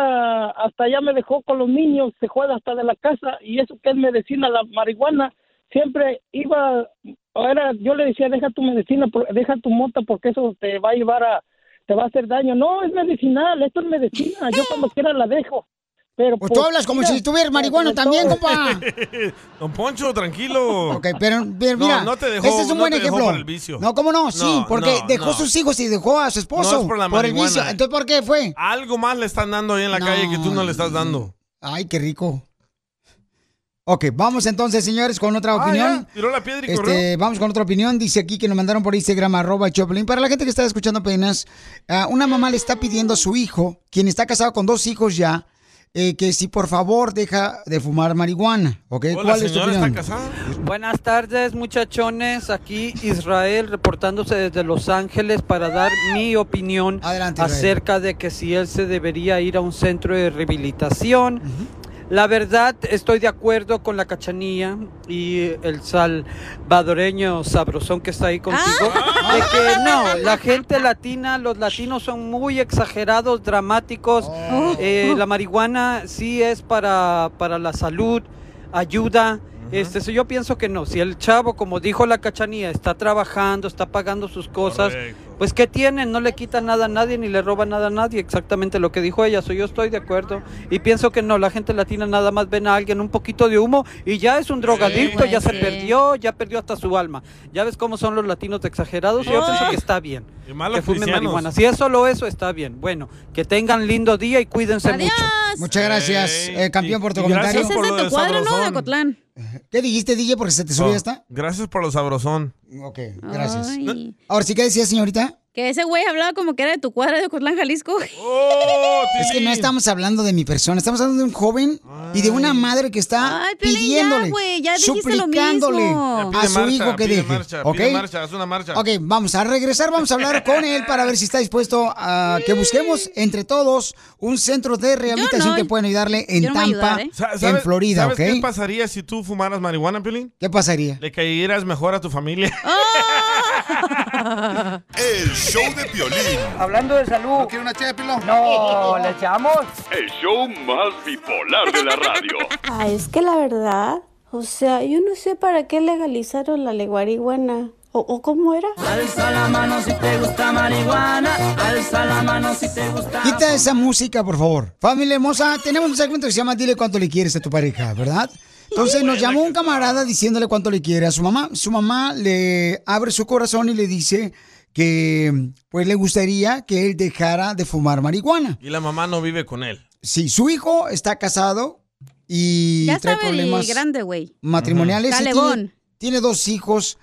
[SPEAKER 5] hasta ya me dejó con los niños, se juega hasta de la casa y eso que es medicina, la marihuana, siempre iba, era, yo le decía, deja tu medicina, por- deja tu mota porque eso te va a llevar a, te va a hacer daño. No, es medicinal, esto es medicina, yo cuando quiera la dejo. Pero
[SPEAKER 1] Pues tú hablas como si estuvieras marihuana también, compa.
[SPEAKER 3] Don Poncho, tranquilo.
[SPEAKER 1] Ok, pero, pero mira,
[SPEAKER 3] no, no te dejó,
[SPEAKER 1] este es un
[SPEAKER 3] no
[SPEAKER 1] buen
[SPEAKER 3] te dejó
[SPEAKER 1] ejemplo.
[SPEAKER 3] por el vicio.
[SPEAKER 1] No, ¿cómo no? Sí,
[SPEAKER 3] No,
[SPEAKER 1] porque
[SPEAKER 3] no,
[SPEAKER 1] dejó
[SPEAKER 3] no.
[SPEAKER 1] sus hijos y dejó a su esposo
[SPEAKER 3] No es por la
[SPEAKER 1] el
[SPEAKER 3] marihuana.
[SPEAKER 1] vicio. Entonces, ¿por qué fue?
[SPEAKER 3] Algo más le están dando ahí en la calle que tú no le estás dando.
[SPEAKER 1] Ay, qué rico. Ok, vamos entonces, señores, con otra opinión.
[SPEAKER 3] Ah, ya, tiró la piedra y
[SPEAKER 1] Este,
[SPEAKER 3] corrió.
[SPEAKER 1] vamos con otra opinión. Dice aquí que nos mandaron por Instagram, arroba Choplin. Para la gente que está escuchando apenas, ah, una mamá le está pidiendo a su hijo, quien está casado con dos hijos ya, eh, que si por favor deja de fumar marihuana. ¿Ok? ¿Cuál es tu opinión?
[SPEAKER 7] Buenas tardes, muchachones. Aquí Israel reportándose desde Los Ángeles para dar mi opinión
[SPEAKER 1] Israel.
[SPEAKER 7] acerca de que si él se debería ir a un centro de rehabilitación. La verdad, estoy de acuerdo con la cachanilla y el salvadoreño sabrosón que está ahí contigo.
[SPEAKER 1] Ah.
[SPEAKER 7] De que no, la gente latina, los latinos son muy exagerados, dramáticos.
[SPEAKER 1] Oh.
[SPEAKER 7] Eh, la marihuana sí es para, para la salud, ayuda. Este, so yo pienso que no. Si el chavo, como dijo la cachanía, está trabajando, está pagando sus cosas, pues ¿qué tienen? No le quitan nada a nadie ni le roban nada a nadie. Exactamente lo que dijo ella. So yo estoy de acuerdo y pienso que no. La gente latina nada más ven a alguien un poquito de humo y ya es un drogadicto, ya se perdió, ya perdió hasta su alma. Ya ves cómo son los latinos de exagerados. Yo pienso que está bien.
[SPEAKER 3] Y más los
[SPEAKER 7] que fumen
[SPEAKER 3] cristianos.
[SPEAKER 7] marihuana. Si es solo eso, está bien. Bueno, que tengan lindo día y cuídense mucho.
[SPEAKER 1] Muchas gracias, eh, campeón, por tu
[SPEAKER 7] y
[SPEAKER 1] comentario.
[SPEAKER 7] gracias Ese es por de lo tu de cuadro, ¿no? De sabrosón.
[SPEAKER 1] Cotlán. ¿Qué dijiste, DJ? Porque se te subió
[SPEAKER 3] Oh,
[SPEAKER 1] esta.
[SPEAKER 3] Gracias por lo sabrosón.
[SPEAKER 1] Ok, gracias.
[SPEAKER 4] Ay.
[SPEAKER 1] Ahora sí, ¿qué decías, señorita?
[SPEAKER 4] Que ese güey hablaba como que era de tu cuadra de Ocotlán, Jalisco.
[SPEAKER 3] Oh,
[SPEAKER 1] Es que no estamos hablando de mi persona, estamos hablando de un joven y de una madre que está
[SPEAKER 4] Piolín,
[SPEAKER 1] pidiéndole,
[SPEAKER 4] ya, güey, ya dijiste lo
[SPEAKER 1] suplicándole
[SPEAKER 4] mismo.
[SPEAKER 1] a
[SPEAKER 3] Pide
[SPEAKER 1] su
[SPEAKER 3] marcha,
[SPEAKER 1] hijo que
[SPEAKER 3] pide
[SPEAKER 1] deje.
[SPEAKER 3] marcha,
[SPEAKER 1] ¿ok?
[SPEAKER 3] pide marcha, haz una marcha.
[SPEAKER 1] Ok, vamos a regresar, vamos a hablar con él para ver si está dispuesto a que busquemos entre todos un centro de rehabilitación que pueden ayudarle en
[SPEAKER 3] Yo no
[SPEAKER 1] Tampa,
[SPEAKER 3] voy a ayudar, ¿eh? Sa-
[SPEAKER 1] en
[SPEAKER 3] ¿sabes-
[SPEAKER 1] Florida,
[SPEAKER 3] ¿Sabes qué
[SPEAKER 1] ¿ok?
[SPEAKER 3] pasaría si tú fumaras marihuana, Piolín?
[SPEAKER 1] ¿Qué pasaría?
[SPEAKER 3] Le caerías mejor a tu familia.
[SPEAKER 15] El show de Piolín.
[SPEAKER 2] Hablando de salud. ¿No quiere una ché, No, ¿le echamos?
[SPEAKER 8] El show más bipolar de la radio.
[SPEAKER 27] Ah, es que la verdad, o sea, yo no sé para qué legalizaron la leguariguana. ¿O, o cómo era?
[SPEAKER 2] Alza la mano si te gusta marihuana. Alza la mano si te gusta.
[SPEAKER 1] Quita esa música, por favor. Familia hermosa, tenemos un segmento que se llama Dile cuánto le quieres a tu pareja, ¿verdad? Entonces nos llamó un camarada diciéndole cuánto le quiere a su mamá. Su mamá le abre su corazón y le dice que pues le gustaría que él dejara de fumar marihuana.
[SPEAKER 3] Y la mamá no vive con él.
[SPEAKER 1] Sí, su hijo está casado y
[SPEAKER 4] ya
[SPEAKER 1] trae
[SPEAKER 4] estaba
[SPEAKER 1] problemas
[SPEAKER 4] el grande, güey.
[SPEAKER 1] matrimoniales. y
[SPEAKER 4] Talegón.
[SPEAKER 1] tiene, tiene dos hijos,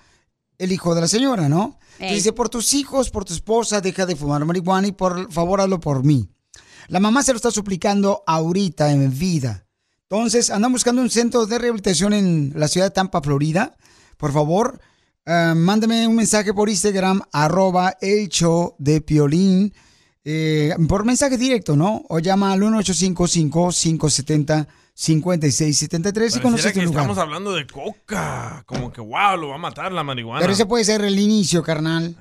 [SPEAKER 1] el hijo de la señora, ¿no?
[SPEAKER 4] Ey.
[SPEAKER 1] Que dice, por tus hijos, por tu esposa, deja de fumar marihuana y por favor hazlo por mí. La mamá se lo está suplicando ahorita en vida. Entonces, andan buscando un centro de rehabilitación en la ciudad de Tampa, Florida. Por favor, eh, mándame un mensaje por Instagram, arroba el show de Piolín. eh, por mensaje directo, ¿no? O llama al 1855-570-5673 y
[SPEAKER 3] Pareciera
[SPEAKER 1] conoces
[SPEAKER 3] que
[SPEAKER 1] tu lugar.
[SPEAKER 3] estamos hablando de coca. Como que, wow, lo va a matar la marihuana. Ah.
[SPEAKER 1] Pero ese puede ser el inicio, carnal,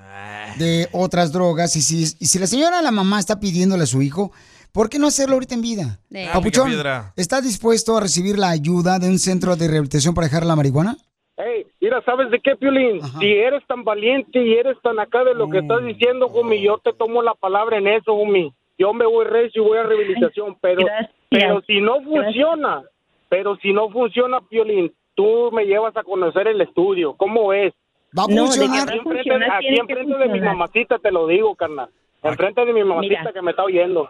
[SPEAKER 1] de otras drogas. Y si, y si la señora, la mamá, está pidiéndole a su hijo, ¿por qué no hacerlo ahorita en vida?
[SPEAKER 3] Sí. Pica
[SPEAKER 1] Papuchón,
[SPEAKER 3] Ah, pues piedra.
[SPEAKER 1] ¿estás dispuesto a recibir la ayuda de un centro de rehabilitación para dejar la marihuana?
[SPEAKER 5] Hey, mira, ¿sabes de qué, Piolín? Si eres tan valiente y eres tan acá de lo
[SPEAKER 1] Mm.
[SPEAKER 5] que estás diciendo, Jumi, yo te tomo la palabra en eso, Jumi. Yo me voy recio y voy a rehabilitación, pero, pero si no funciona, pero si no funciona, Piolín, tú me llevas a conocer el estudio. ¿Cómo es?
[SPEAKER 1] Va a
[SPEAKER 5] No, de que
[SPEAKER 1] funcionar.
[SPEAKER 5] Aquí
[SPEAKER 1] va a
[SPEAKER 5] enfrente,
[SPEAKER 1] funcionar,
[SPEAKER 5] aquí
[SPEAKER 1] tiene que
[SPEAKER 5] enfrente de mi
[SPEAKER 1] funcionar.
[SPEAKER 5] mamacita te lo digo, carnal.
[SPEAKER 1] Ah.
[SPEAKER 5] Enfrente de mi mamacita
[SPEAKER 10] Mira.
[SPEAKER 5] que me está oyendo.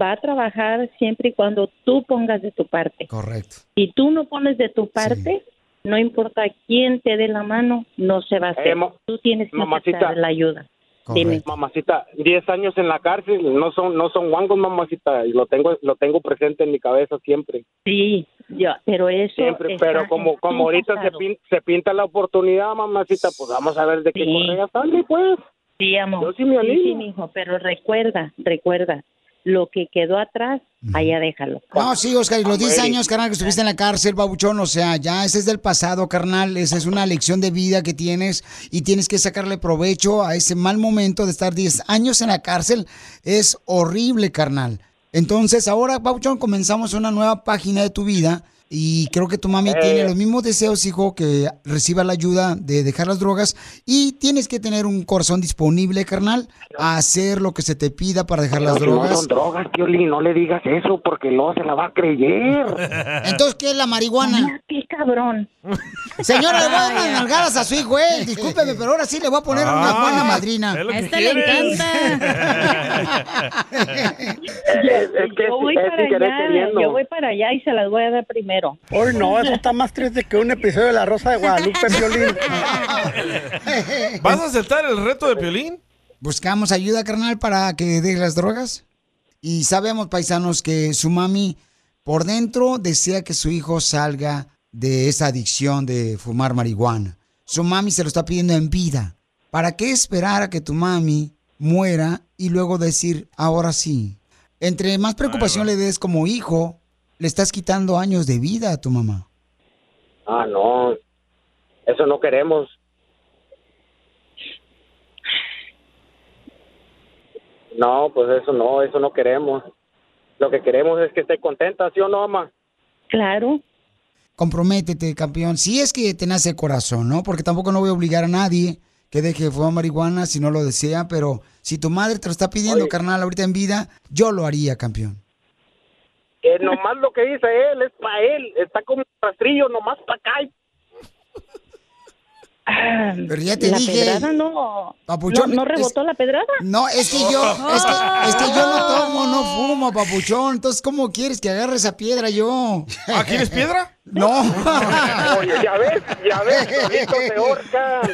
[SPEAKER 10] Va a trabajar siempre y cuando tú pongas de tu parte.
[SPEAKER 1] Correcto.
[SPEAKER 10] Si tú no pones de tu parte, no importa quién te dé la mano, no se va a hacer.
[SPEAKER 5] Eh, mo-
[SPEAKER 10] tú tienes que
[SPEAKER 5] mamacita.
[SPEAKER 10] aceptar la ayuda. Dime.
[SPEAKER 5] Mamacita, 10 años en la cárcel no son no son guangos, mamacita, y lo tengo lo tengo presente en mi cabeza siempre.
[SPEAKER 10] Sí, yo, pero eso
[SPEAKER 5] Siempre,
[SPEAKER 10] está
[SPEAKER 5] pero como
[SPEAKER 10] en
[SPEAKER 5] como
[SPEAKER 10] tu
[SPEAKER 5] ahorita se,
[SPEAKER 10] pasado.
[SPEAKER 5] pin- se pinta la oportunidad, mamacita, pues vamos a ver de qué
[SPEAKER 10] Sí.
[SPEAKER 5] correa sale, pues.
[SPEAKER 10] Sí, amor.
[SPEAKER 24] Yo sí me
[SPEAKER 10] sí,
[SPEAKER 24] olvido.
[SPEAKER 10] mijo, pero recuerda, recuerda, lo que quedó atrás, allá déjalo.
[SPEAKER 5] Ah,
[SPEAKER 1] No, sí, Oscar,
[SPEAKER 16] Ah,
[SPEAKER 1] y los 10
[SPEAKER 10] Amor.
[SPEAKER 1] años, carnal, que estuviste en la cárcel, babuchón, o sea, ya ese es del pasado, carnal, esa es una lección de vida que tienes y tienes que sacarle provecho a ese mal momento de estar 10 años en la cárcel, es horrible, carnal. Entonces, ahora, babuchón, comenzamos una nueva página de tu vida y creo que tu mami
[SPEAKER 16] Eh.
[SPEAKER 1] tiene los mismos deseos, hijo, que reciba la ayuda de dejar las drogas y tienes que tener un corazón disponible, carnal, a hacer lo que se te pida para dejar las
[SPEAKER 16] Pero si No
[SPEAKER 1] drogas.
[SPEAKER 16] son drogas, Piolín, no le digas eso porque luego se la va a creer.
[SPEAKER 1] Entonces, ¿qué es la marihuana?
[SPEAKER 10] ¡Qué cabrón!
[SPEAKER 1] Señora, le voy a dar
[SPEAKER 16] Ay,
[SPEAKER 1] unas
[SPEAKER 16] ay.
[SPEAKER 1] nalgadas a su hijo, eh. Discúlpeme, pero ahora sí le voy a poner una
[SPEAKER 16] Ah,
[SPEAKER 1] buena madrina.
[SPEAKER 16] es
[SPEAKER 1] A
[SPEAKER 16] lo que Este le quieres.
[SPEAKER 10] Yo voy para allá, yo voy para allá y se las voy a dar primero.
[SPEAKER 17] Hoy no, eso está más triste que un episodio de La Rosa de Guadalupe, Piolín.
[SPEAKER 3] ¿Vas a aceptar el reto de Piolín?
[SPEAKER 1] Buscamos ayuda, carnal, para que deje las drogas. Y sabemos, paisanos, que su mami por dentro desea que su hijo salga de esa adicción de fumar marihuana. Su mami se lo está pidiendo en vida. ¿Para qué esperar a que tu mami muera y luego decir, ahora sí? Entre más preocupación le des como hijo, le estás quitando años de vida a tu mamá.
[SPEAKER 16] Ah, no. Eso no queremos. No, pues eso no, eso no queremos. Lo que queremos es que esté contenta, ¿sí o no, mamá?
[SPEAKER 10] Claro.
[SPEAKER 1] Comprométete, campeón. Si es que te nace el corazón, ¿no? Porque tampoco no voy a obligar a nadie que deje de fumar marihuana si no lo desea, pero si tu madre te lo está pidiendo, carnal, ahorita en vida, yo lo haría, campeón.
[SPEAKER 16] Que nomás lo que dice él es para él. Está como un rastrillo, nomás para acá. y-
[SPEAKER 1] Pero ya te
[SPEAKER 16] La
[SPEAKER 1] dije.
[SPEAKER 16] pedrada
[SPEAKER 10] no.
[SPEAKER 1] Papuchón,
[SPEAKER 16] ¿No- no rebotó
[SPEAKER 1] pues es-
[SPEAKER 10] la pedrada?
[SPEAKER 1] No, es que yo, es que, es que yo no tomo, no fumo, papuchón. Entonces, ¿cómo quieres que agarre esa piedra yo?
[SPEAKER 3] ¿Ah, quieres piedra?
[SPEAKER 1] No.
[SPEAKER 16] Oye, ya ves, ya ves, solito se ahorca.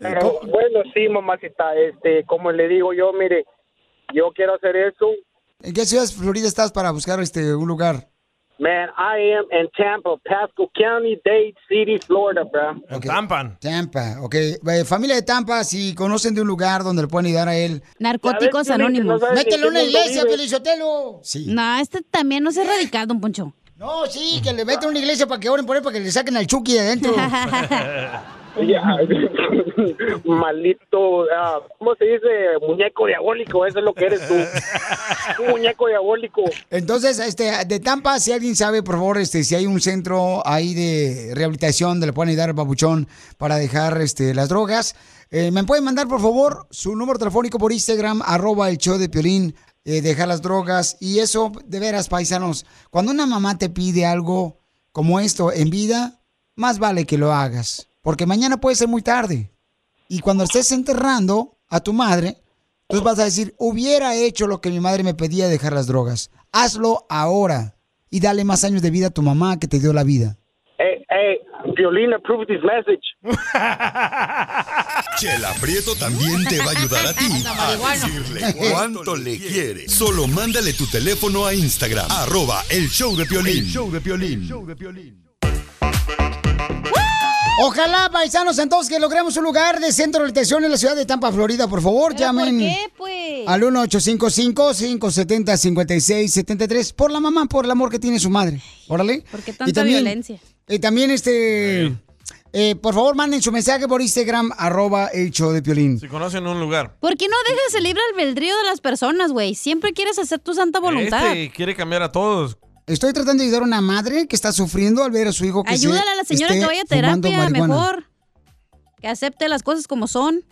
[SPEAKER 16] Pero, bueno, sí, mamacita, este, como le digo yo, mire, yo quiero hacer eso.
[SPEAKER 1] ¿En qué ciudad de Florida estás para buscar este un lugar?
[SPEAKER 16] Man, I am in Tampa, Pasco County, Dade City, Florida, bro.
[SPEAKER 1] Tampa. Tampa, ok. Eh, familia de Tampa, si conocen de un lugar donde le pueden ayudar a él.
[SPEAKER 4] Narcóticos Anónimos.
[SPEAKER 1] Mételo en una iglesia, Felizotelo.
[SPEAKER 4] No, este también no se ha radicado, don Poncho.
[SPEAKER 1] No, sí, que le meten a una iglesia para que oren por él, para que le saquen al Chucky de adentro.
[SPEAKER 16] Ya. Maldito, ah, ¿cómo se dice? Muñeco diabólico, eso es lo que eres tú. Un muñeco diabólico.
[SPEAKER 1] Entonces, este, de Tampa, si alguien sabe, por favor, este, si hay un centro ahí de rehabilitación donde le pueden ayudar al babuchón para dejar este, las drogas, eh, me pueden mandar, por favor, su número telefónico por Instagram, arroba el show de Piolín, eh, dejar las drogas. Y eso, de veras, paisanos, cuando una mamá te pide algo como esto en vida, más vale que lo hagas, porque mañana puede ser muy tarde. Y cuando estés enterrando a tu madre, tú vas a decir, hubiera hecho lo que mi madre me pedía, dejar las drogas. Hazlo ahora y dale más años de vida a tu mamá que te dio la vida.
[SPEAKER 16] Hey, hey, Eh, Violín approved this message.
[SPEAKER 15] Chela Prieto también te va a ayudar a ti a decirle cuánto le quiere. Solo mándale tu teléfono a Instagram, arroba el show de Piolín.
[SPEAKER 1] El
[SPEAKER 15] show de Piolín.
[SPEAKER 1] Ojalá, paisanos, entonces que logremos un lugar de centro de rehabilitación en la ciudad de Tampa, Florida. Por favor, llamen
[SPEAKER 4] pues?
[SPEAKER 1] al 1-855-570-5673 por la mamá, por el amor que tiene su madre. Órale. ¿Por
[SPEAKER 4] qué tanta violencia?
[SPEAKER 1] Y también, este, eh, por favor, manden su mensaje por Instagram, arroba el show de Piolín.
[SPEAKER 3] Si conocen un lugar.
[SPEAKER 4] ¿Por qué no dejas el libre albedrío de las personas, güey? Siempre quieres hacer tu santa voluntad.
[SPEAKER 3] Este quiere cambiar a todos.
[SPEAKER 1] Estoy tratando de ayudar a una madre que está sufriendo al ver a su hijo que se
[SPEAKER 4] Ayúdala a la señora
[SPEAKER 1] esté
[SPEAKER 4] que vaya a
[SPEAKER 1] fumando
[SPEAKER 4] terapia,
[SPEAKER 1] marihuana.
[SPEAKER 4] mejor. Que acepte las cosas como son.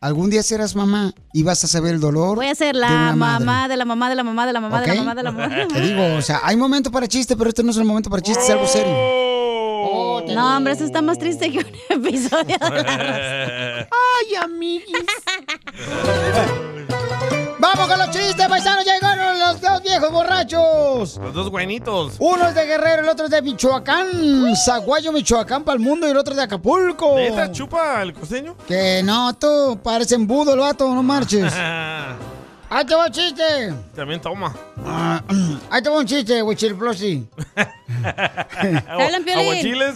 [SPEAKER 1] Algún día serás mamá y vas a saber el dolor.
[SPEAKER 4] Voy a ser
[SPEAKER 1] de
[SPEAKER 4] la
[SPEAKER 1] una
[SPEAKER 4] mamá
[SPEAKER 1] madre.
[SPEAKER 4] de la mamá de la mamá de la mamá de
[SPEAKER 1] ¿Ok?
[SPEAKER 4] la mamá de la mamá. de la
[SPEAKER 1] Te
[SPEAKER 4] mamá.
[SPEAKER 1] digo, o sea, hay momento para chiste, pero este no es el momento para chiste, es algo serio. Oh,
[SPEAKER 4] No, hombre, eso está más triste que un episodio de la
[SPEAKER 1] ¡Ay, amiguis! ¡Vamos con los chistes, paisanos! ¡Llegaron los dos viejos borrachos!
[SPEAKER 3] Los dos guainitos.
[SPEAKER 1] Uno es de Guerrero, el otro es de Michoacán. Zaguayo, Michoacán, para el mundo, y el otro es de Acapulco.
[SPEAKER 3] ¿Neta chupa el costeño?
[SPEAKER 1] Que no, tú, parece embudo el vato, no marches. ¡Ahí te va el chiste!
[SPEAKER 3] También toma.
[SPEAKER 1] Ah, Ahí te va un chiste, güey, chirplosi.
[SPEAKER 3] Aguachiles.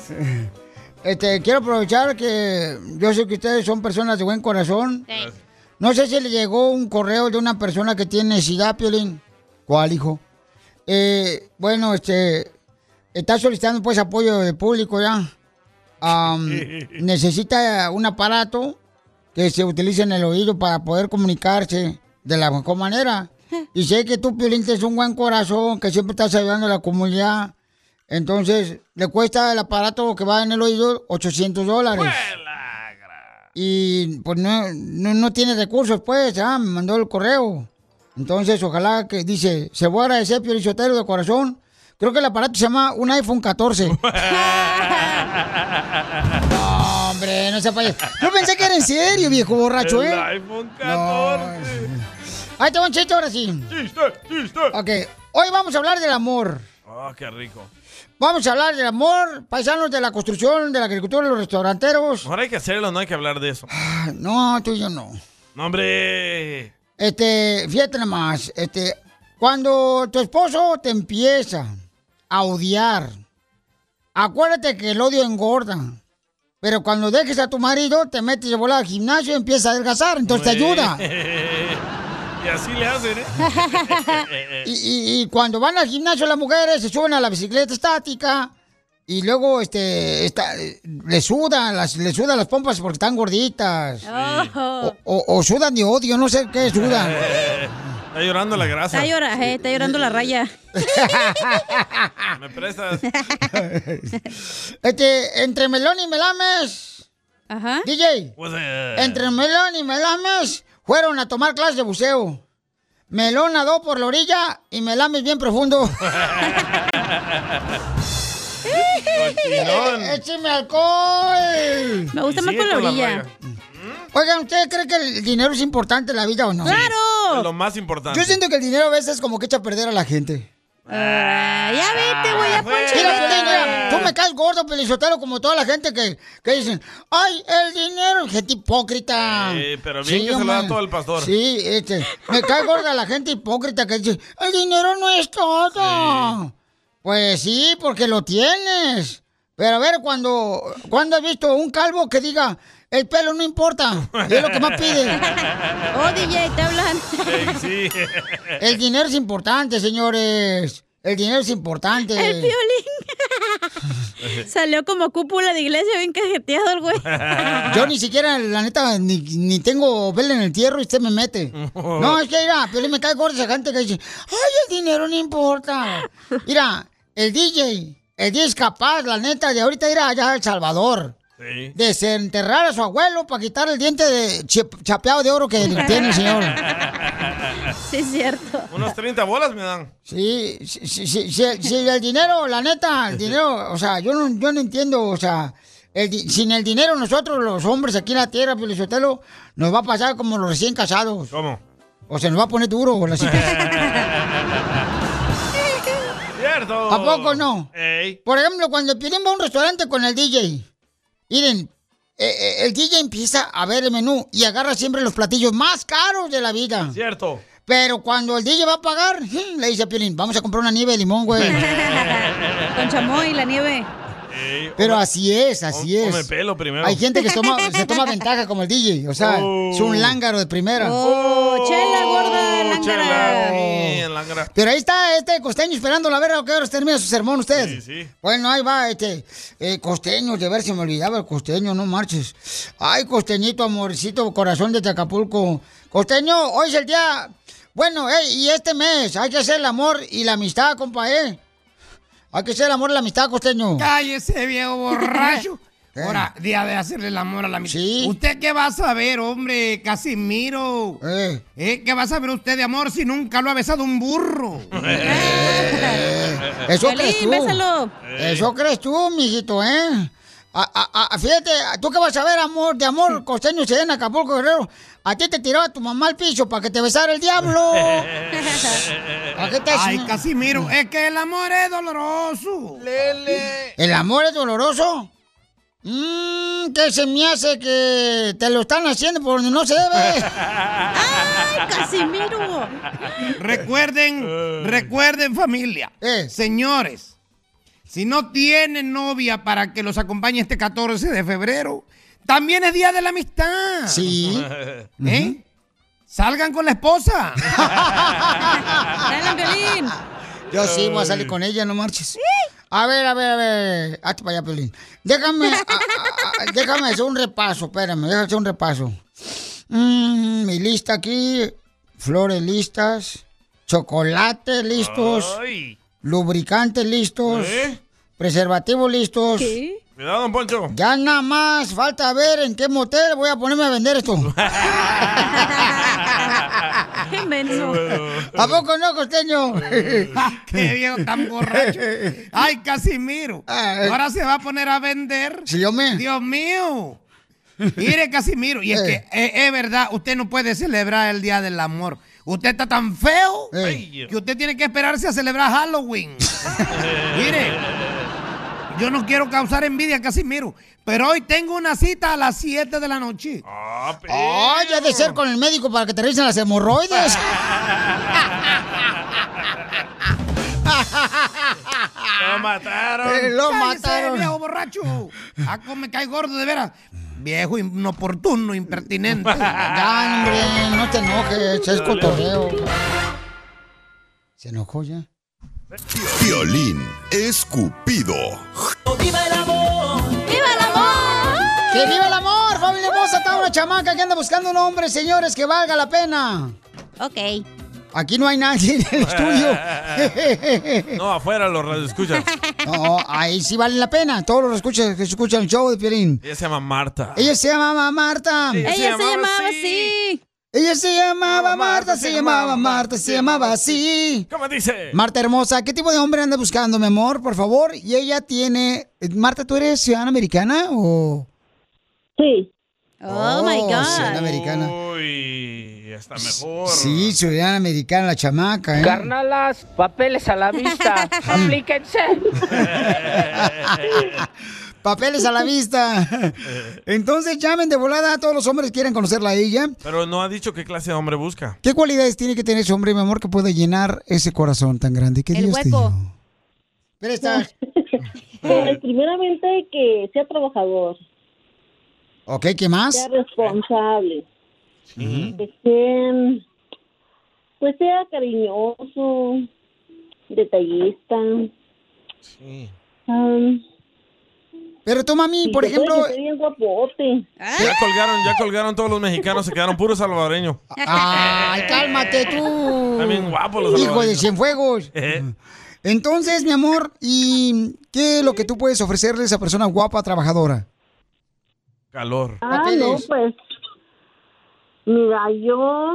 [SPEAKER 1] Este, quiero aprovechar que yo sé que ustedes son personas de buen corazón. No sé si le llegó un correo de una persona que tiene SIDA, Piolín. ¿Cuál, hijo? Eh, bueno, este, está solicitando pues apoyo del público ya. Am, necesita un aparato que se utilice en el oído para poder comunicarse de la mejor manera. Y sé que tú, Piolín, tienes un buen corazón, que siempre estás ayudando a la comunidad. Entonces, le cuesta el aparato que va en el oído 800 dólares. Y pues no, no, no tiene recursos, pues, ah, me mandó el correo. Entonces, ojalá que dice, se voy a agradecer, Piolín Sotelo, de corazón. Creo que el aparato se llama un iPhone 14. No, hombre, no se payaso. Yo pensé que era en serio, viejo borracho, ¿eh?
[SPEAKER 3] El iPhone
[SPEAKER 1] 14. Ahí te va un chiste ahora sí. Ok, hoy vamos a hablar del amor.
[SPEAKER 3] Oh, qué rico.
[SPEAKER 1] Vamos a hablar del amor, paisanos de la construcción, de la agricultura, de los restauranteros.
[SPEAKER 3] Ahora hay que hacerlo, no hay que hablar de eso.
[SPEAKER 1] No, tú y yo no.
[SPEAKER 3] No, hombre.
[SPEAKER 1] Este, fíjate nada más. Este, cuando tu esposo te empieza a odiar, acuérdate que el odio engorda. Pero cuando dejes a tu marido, te metes de volar al gimnasio y empieza a adelgazar. Entonces te ayuda.
[SPEAKER 3] y así le hacen, ¿eh?
[SPEAKER 1] y, y- y cuando van al gimnasio las mujeres se suben a la bicicleta estática y luego este está, le sudan las le sudan las pompas porque están gorditas
[SPEAKER 4] Oh,
[SPEAKER 1] o, o- o sudan de odio no sé qué sudan
[SPEAKER 3] Está llorando la grasa.
[SPEAKER 4] Está llorando, está llorando la raya.
[SPEAKER 3] ¿Me prestas?
[SPEAKER 1] este entre melón y melames DJ
[SPEAKER 3] Pues, eh,
[SPEAKER 1] entre melón y melames fueron a tomar clases de buceo melón nadó por la orilla y melames bien profundo
[SPEAKER 3] Cochilón.
[SPEAKER 1] Eh, ¡Écheme alcohol! Mm.
[SPEAKER 4] Me gusta Y más sigue por la con la orilla. raya.
[SPEAKER 1] Oigan, ¿ustedes creen que el dinero es importante en la vida o no?
[SPEAKER 3] Es lo más importante.
[SPEAKER 1] Yo siento que el dinero a veces como que echa a perder a la gente.
[SPEAKER 4] Ah, ya
[SPEAKER 1] Ah,
[SPEAKER 4] vete, güey, ya ponche.
[SPEAKER 1] Mira, Piolín, mira, tú me caes gordo, pelizotero, como toda la gente que, que dicen, ¡ay, el dinero! Gente hipócrita.
[SPEAKER 3] Eh, pero bien
[SPEAKER 1] Sí,
[SPEAKER 3] que se lo da
[SPEAKER 1] hombre.
[SPEAKER 3] todo el pastor.
[SPEAKER 1] Sí, este, me cae gorda la gente hipócrita que dice, el dinero no es todo. Pues sí, porque lo tienes. Pero a ver, cuando, cuando has visto un calvo que diga, el pelo no importa, es lo que más pide.
[SPEAKER 4] Oh, DJ, te hablan.
[SPEAKER 3] Sí, sí.
[SPEAKER 1] El dinero es importante, señores. El dinero es importante.
[SPEAKER 4] El piolín. Salió como cúpula de iglesia, bien cajeteado el güey.
[SPEAKER 1] Yo ni siquiera, la neta, ni, ni tengo vela en el tierro y usted me mete. No, es que mira, pero me cae gorda esa gente que dice, ay, el dinero no importa. Mira, el DJ, el DJ es capaz, la neta, de ahorita ir allá a El Salvador.
[SPEAKER 3] Sí.
[SPEAKER 1] Desenterrar a su abuelo para quitar el diente de chip- chapeado de oro que tiene el señor.
[SPEAKER 4] Sí, es cierto.
[SPEAKER 3] Unos 30 bolas me dan.
[SPEAKER 1] Sí, sí, sí, sí, sí, sí, el dinero, la neta, el dinero, o sea, yo no, yo no entiendo, o sea, el di- sin el dinero nosotros los hombres aquí en la tierra, Pelizotelo, nos va a pasar como los recién casados.
[SPEAKER 3] ¿Cómo?
[SPEAKER 1] O se nos va a poner duro la situación.
[SPEAKER 3] Cierto.
[SPEAKER 1] ¿A poco no?
[SPEAKER 3] Ey.
[SPEAKER 1] Por ejemplo, cuando piden va a un restaurante con el DJ, miren, eh, eh, el DJ empieza a ver el menú y agarra siempre los platillos más caros de la vida.
[SPEAKER 3] Cierto.
[SPEAKER 1] Pero cuando el DJ va a pagar, le dice a Piolín, vamos a comprar una nieve de limón, güey.
[SPEAKER 4] Con chamoy, la nieve.
[SPEAKER 3] Ey,
[SPEAKER 1] Pero
[SPEAKER 3] una-
[SPEAKER 1] así es, así
[SPEAKER 3] Come
[SPEAKER 1] es.
[SPEAKER 3] pelo primero.
[SPEAKER 1] Pues, Hay gente que se toma, se toma ventaja como el DJ, o sea, es un lángaro de primera.
[SPEAKER 4] Oh, chela gorda, lángara.
[SPEAKER 1] Pero ahí está este costeño esperando la verga a qué horas termina su sermón usted.
[SPEAKER 3] sí.
[SPEAKER 1] Bueno, ahí va este eh, costeño, de ver si me olvidaba el costeño, no marches. Ay, costeñito, amorcito, corazón de Acapulco. Costeño, hoy es el día. Bueno, eh, y este mes hay que hacer el amor y la amistad, compa, ¿eh? Hay que hacer el amor y la amistad, costeño.
[SPEAKER 18] Cállese, viejo borracho.
[SPEAKER 1] ¿Qué?
[SPEAKER 18] Ahora, día de hacerle el amor a la mitad. ¿Usted qué va a saber, hombre, Casimiro? ¿Eh? ¿Qué va a saber usted de amor si nunca lo ha besado un burro?
[SPEAKER 1] Eh, Eso
[SPEAKER 18] Piolín,
[SPEAKER 1] crees tú.
[SPEAKER 18] bésalo.
[SPEAKER 1] Eso crees tú, mijito, ¿eh? A- a- a- fíjate, tú que vas a ver amor, de amor, costeño, se en Acapulco, Guerrero. A ti te tiró a tu mamá al piso para que te besara el diablo.
[SPEAKER 18] Ay, Casimiro, es que el amor es doloroso.
[SPEAKER 1] ¿El amor es doloroso? Mmm, que se me hace que te lo están haciendo por donde no se debe.
[SPEAKER 18] ¡Ay,
[SPEAKER 4] Casimiro!
[SPEAKER 18] Recuerden, recuerden familia, señores, Si no tienen novia para que los acompañe este 14 de febrero, también es Día de la Amistad.
[SPEAKER 1] Sí.
[SPEAKER 18] ¿Eh? Salgan con la esposa.
[SPEAKER 1] Piolín! Yo sí voy a salir con ella, no marches. A ver, a ver, a ver. Hazte para allá, Piolín. Déjame, a- a- a- déjame hacer un repaso, espérame, déjame hacer un repaso. Mm, mi lista aquí, flores listas, chocolates listos, lubricantes listos, preservativos listos.
[SPEAKER 3] Cuidado, don Poncho.
[SPEAKER 1] Ya nada más, falta ver en qué motel voy a ponerme a vender esto. ¿A poco no, costeño? Ah,
[SPEAKER 18] Qué viejo tan borracho. Ay, Casimiro. Ahora se va a poner a vender.
[SPEAKER 1] Ah, eh. Sí, hombre.
[SPEAKER 18] Dios mío. Mire, Casimiro. Y es que eh, es verdad, usted no puede celebrar el Día del Amor. Usted está tan feo
[SPEAKER 3] Eh.
[SPEAKER 18] que usted tiene que esperarse a celebrar Halloween. Mire. Yo no quiero causar envidia, Casimiro. Pero hoy tengo una cita a las 7 de la noche.
[SPEAKER 1] Ay, Oh, ya de ser con el médico para que te revisen las hemorroides.
[SPEAKER 18] Lo mataron.
[SPEAKER 1] Eh, lo mataron.
[SPEAKER 18] viejo borracho. Ah, cómo me cae gordo, de veras. Viejo inoportuno, impertinente.
[SPEAKER 1] Ya, hombre, no te enojes, es cotorreo. ¿Se enojó ya?
[SPEAKER 15] Violín escupido.
[SPEAKER 1] ¡Viva el amor! ¡Viva el amor! ¡Que viva el amor! Familia hermosa, está una chamaca que anda buscando un hombre, señores, que valga la pena.
[SPEAKER 4] Ok.
[SPEAKER 1] Aquí no hay nadie en el estudio.
[SPEAKER 3] No, afuera los radioescuchas.
[SPEAKER 1] No, ahí sí vale la pena. Todos los escuchas que escuchan el show de Piolín.
[SPEAKER 3] Ella se llama Marta.
[SPEAKER 1] Ella se llamaba Marta.
[SPEAKER 3] Ella se Ella se llamaba
[SPEAKER 1] así. Ella se llamaba Marta, se llamaba Marta, se llamaba así.
[SPEAKER 3] ¿Cómo dice?
[SPEAKER 1] Marta hermosa, ¿qué tipo de hombre anda buscando, mi amor? Por favor. Y ella tiene. Marta, ¿tú eres ciudadana americana o.?
[SPEAKER 27] Sí.
[SPEAKER 4] Oh, my God.
[SPEAKER 1] Ciudadana americana.
[SPEAKER 3] Uy, está mejor.
[SPEAKER 1] Sí, ciudadana americana, la chamaca, ¿eh?
[SPEAKER 7] Carnalas, papeles a la vista. Aplíquense.
[SPEAKER 1] Papeles a la vista.
[SPEAKER 3] Eh,
[SPEAKER 1] Entonces llamen de volada a todos los hombres que quieran conocerla a ella.
[SPEAKER 3] Pero no ha dicho qué clase de hombre busca.
[SPEAKER 1] ¿Qué cualidades tiene que tener ese hombre, mi amor, que puede llenar ese corazón tan grande que
[SPEAKER 4] El
[SPEAKER 1] Dios te
[SPEAKER 4] hueco.
[SPEAKER 1] dio? Pero
[SPEAKER 27] primeramente que sea trabajador,
[SPEAKER 1] Ok, ¿qué más?
[SPEAKER 27] sea responsable, que sea, pues sea cariñoso, detallista.
[SPEAKER 1] Pero tú, mami,
[SPEAKER 3] por ejemplo-
[SPEAKER 27] bien guapote.
[SPEAKER 3] Ya colgaron, ya colgaron todos los mexicanos, se quedaron puros salvadoreños.
[SPEAKER 1] Ay, cálmate tú.
[SPEAKER 3] También guapos los
[SPEAKER 1] Hijo de
[SPEAKER 3] salvadoreños.
[SPEAKER 1] Cienfuegos.
[SPEAKER 3] Eh,
[SPEAKER 1] Entonces, mi amor, ¿y qué es lo que tú puedes ofrecerle a esa persona guapa, trabajadora?
[SPEAKER 3] calor.
[SPEAKER 27] Ah, no, pues. Mira, yo.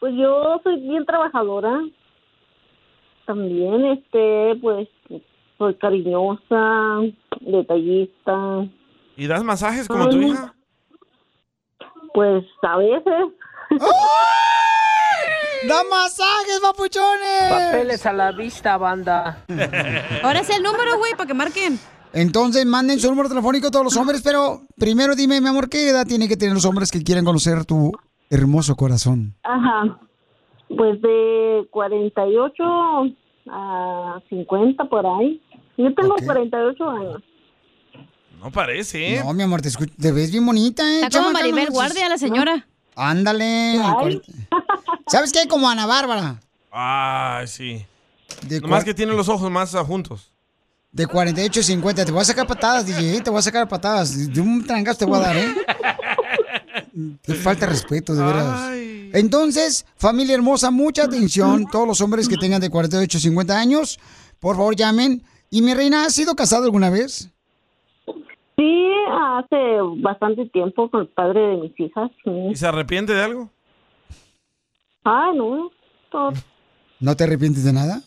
[SPEAKER 27] Pues yo soy bien trabajadora. También, este, pues. Soy cariñosa, detallista.
[SPEAKER 3] ¿Y das masajes como tu
[SPEAKER 27] Ay.
[SPEAKER 3] hija?
[SPEAKER 27] Pues a veces.
[SPEAKER 1] ¡Da masajes, papuchones!
[SPEAKER 7] Papeles a la vista, banda.
[SPEAKER 4] Ahora es el número, güey, para que marquen.
[SPEAKER 1] Entonces, manden su número telefónico a todos los hombres, pero primero dime, mi amor, ¿qué edad tiene que tener los hombres que quieren conocer tu hermoso corazón?
[SPEAKER 27] Ajá. Pues de 48 a 50 por ahí. Yo tengo 48 años.
[SPEAKER 3] No parece, ¿eh?
[SPEAKER 1] No, mi amor, te, escu- te ves bien bonita, ¿eh?
[SPEAKER 4] Está como
[SPEAKER 1] chamaca, no
[SPEAKER 4] Maribel
[SPEAKER 1] marches.
[SPEAKER 4] Guardia, la señora.
[SPEAKER 1] Ándale. ¿Sabes qué? Como Ana Bárbara,
[SPEAKER 3] Ay, sí.
[SPEAKER 1] cuál?
[SPEAKER 3] Nomás que tiene los ojos más ah, juntos.
[SPEAKER 1] de 48 a 50. Te voy a sacar patadas, DJ, te voy a sacar patadas. De un trancazo te voy a dar, ¿eh? Qué falta de respeto, de veras. Entonces, familia hermosa, mucha atención. Todos los hombres que tengan de 48 a 50 años, por favor, llamen. Y mi reina, ¿has sido casado alguna vez?
[SPEAKER 27] Sí, hace bastante tiempo con el padre de mis hijas. sí.
[SPEAKER 3] ¿Y se arrepiente de algo?
[SPEAKER 27] Ah, no, todo-
[SPEAKER 1] ¿No te arrepientes de nada?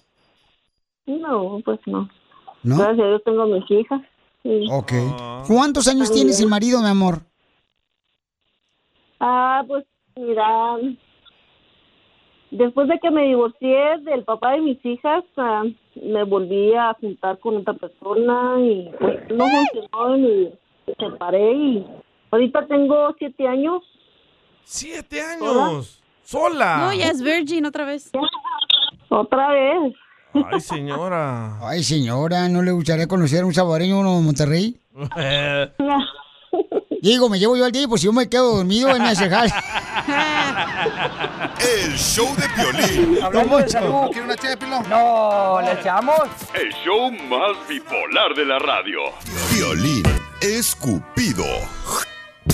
[SPEAKER 27] no, pues no.
[SPEAKER 1] ¿No? Oh.
[SPEAKER 27] Gracias a Dios tengo mis hijas. sí.
[SPEAKER 1] Ok. ¿Cuántos años
[SPEAKER 27] Está
[SPEAKER 1] tiene sin
[SPEAKER 27] bien.
[SPEAKER 1] marido, mi amor?
[SPEAKER 27] Ah, pues mira, después de que me divorcié del papá de mis hijas, ah, me volví a juntar con otra persona y pues no funcionó y me separé y ahorita tengo siete años.
[SPEAKER 3] ¡Siete años! ¡Sola!
[SPEAKER 4] No, ya es virgin otra vez.
[SPEAKER 27] Otra vez.
[SPEAKER 3] Ay, señora.
[SPEAKER 1] Ay, señora, ¿no le gustaría conocer a un saboreño uno de Monterrey? Digo, me llevo yo al día, pues si yo me quedo dormido, él me hace jale.
[SPEAKER 28] El show de violín.
[SPEAKER 2] Hablando de salud.
[SPEAKER 29] ¿Quiere una ché, Pilón?
[SPEAKER 2] No, ¿le echamos?
[SPEAKER 15] El show más bipolar de la radio.
[SPEAKER 28] Violín escupido.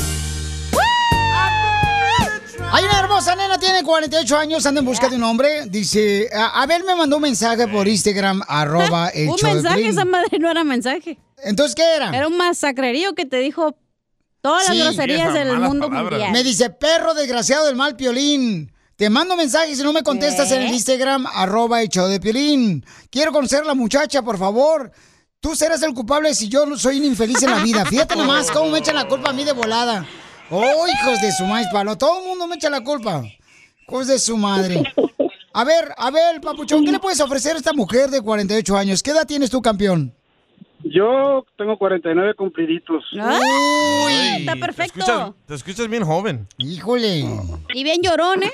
[SPEAKER 1] Hay una hermosa nena, tiene 48 años, anda en busca de un hombre. Dice, a- Abel me mandó un mensaje por Instagram, arroba el
[SPEAKER 4] Un
[SPEAKER 1] show de
[SPEAKER 4] mensaje,
[SPEAKER 1] Piolín.
[SPEAKER 4] esa madre no era mensaje.
[SPEAKER 1] Entonces, ¿qué era?
[SPEAKER 4] Era un masacrerío que te dijo todas las
[SPEAKER 1] Sí.
[SPEAKER 4] groserías del mundo mundial.
[SPEAKER 1] Me dice, perro desgraciado del mal piolín. Te mando mensajes si no me contestas
[SPEAKER 4] ¿Eh?
[SPEAKER 1] en el Instagram, arroba el show de piolín. Quiero conocer a la muchacha, por favor. Tú serás el culpable si yo soy un infeliz en la vida. Fíjate nomás cómo me echan la culpa a mí de volada. Oh, hijos de su maíz palo. Todo el mundo me echa la culpa. Hijos de su madre. A ver, a ver, papuchón, ¿qué le puedes ofrecer a esta mujer de 48 años? ¿Qué edad tienes tú, campeón?
[SPEAKER 24] Yo tengo 49 cumpliditos.
[SPEAKER 3] Ay,
[SPEAKER 4] está perfecto.
[SPEAKER 3] Te escuchas, te escuchas bien joven.
[SPEAKER 1] Híjole.
[SPEAKER 4] Y bien llorón, ¿eh?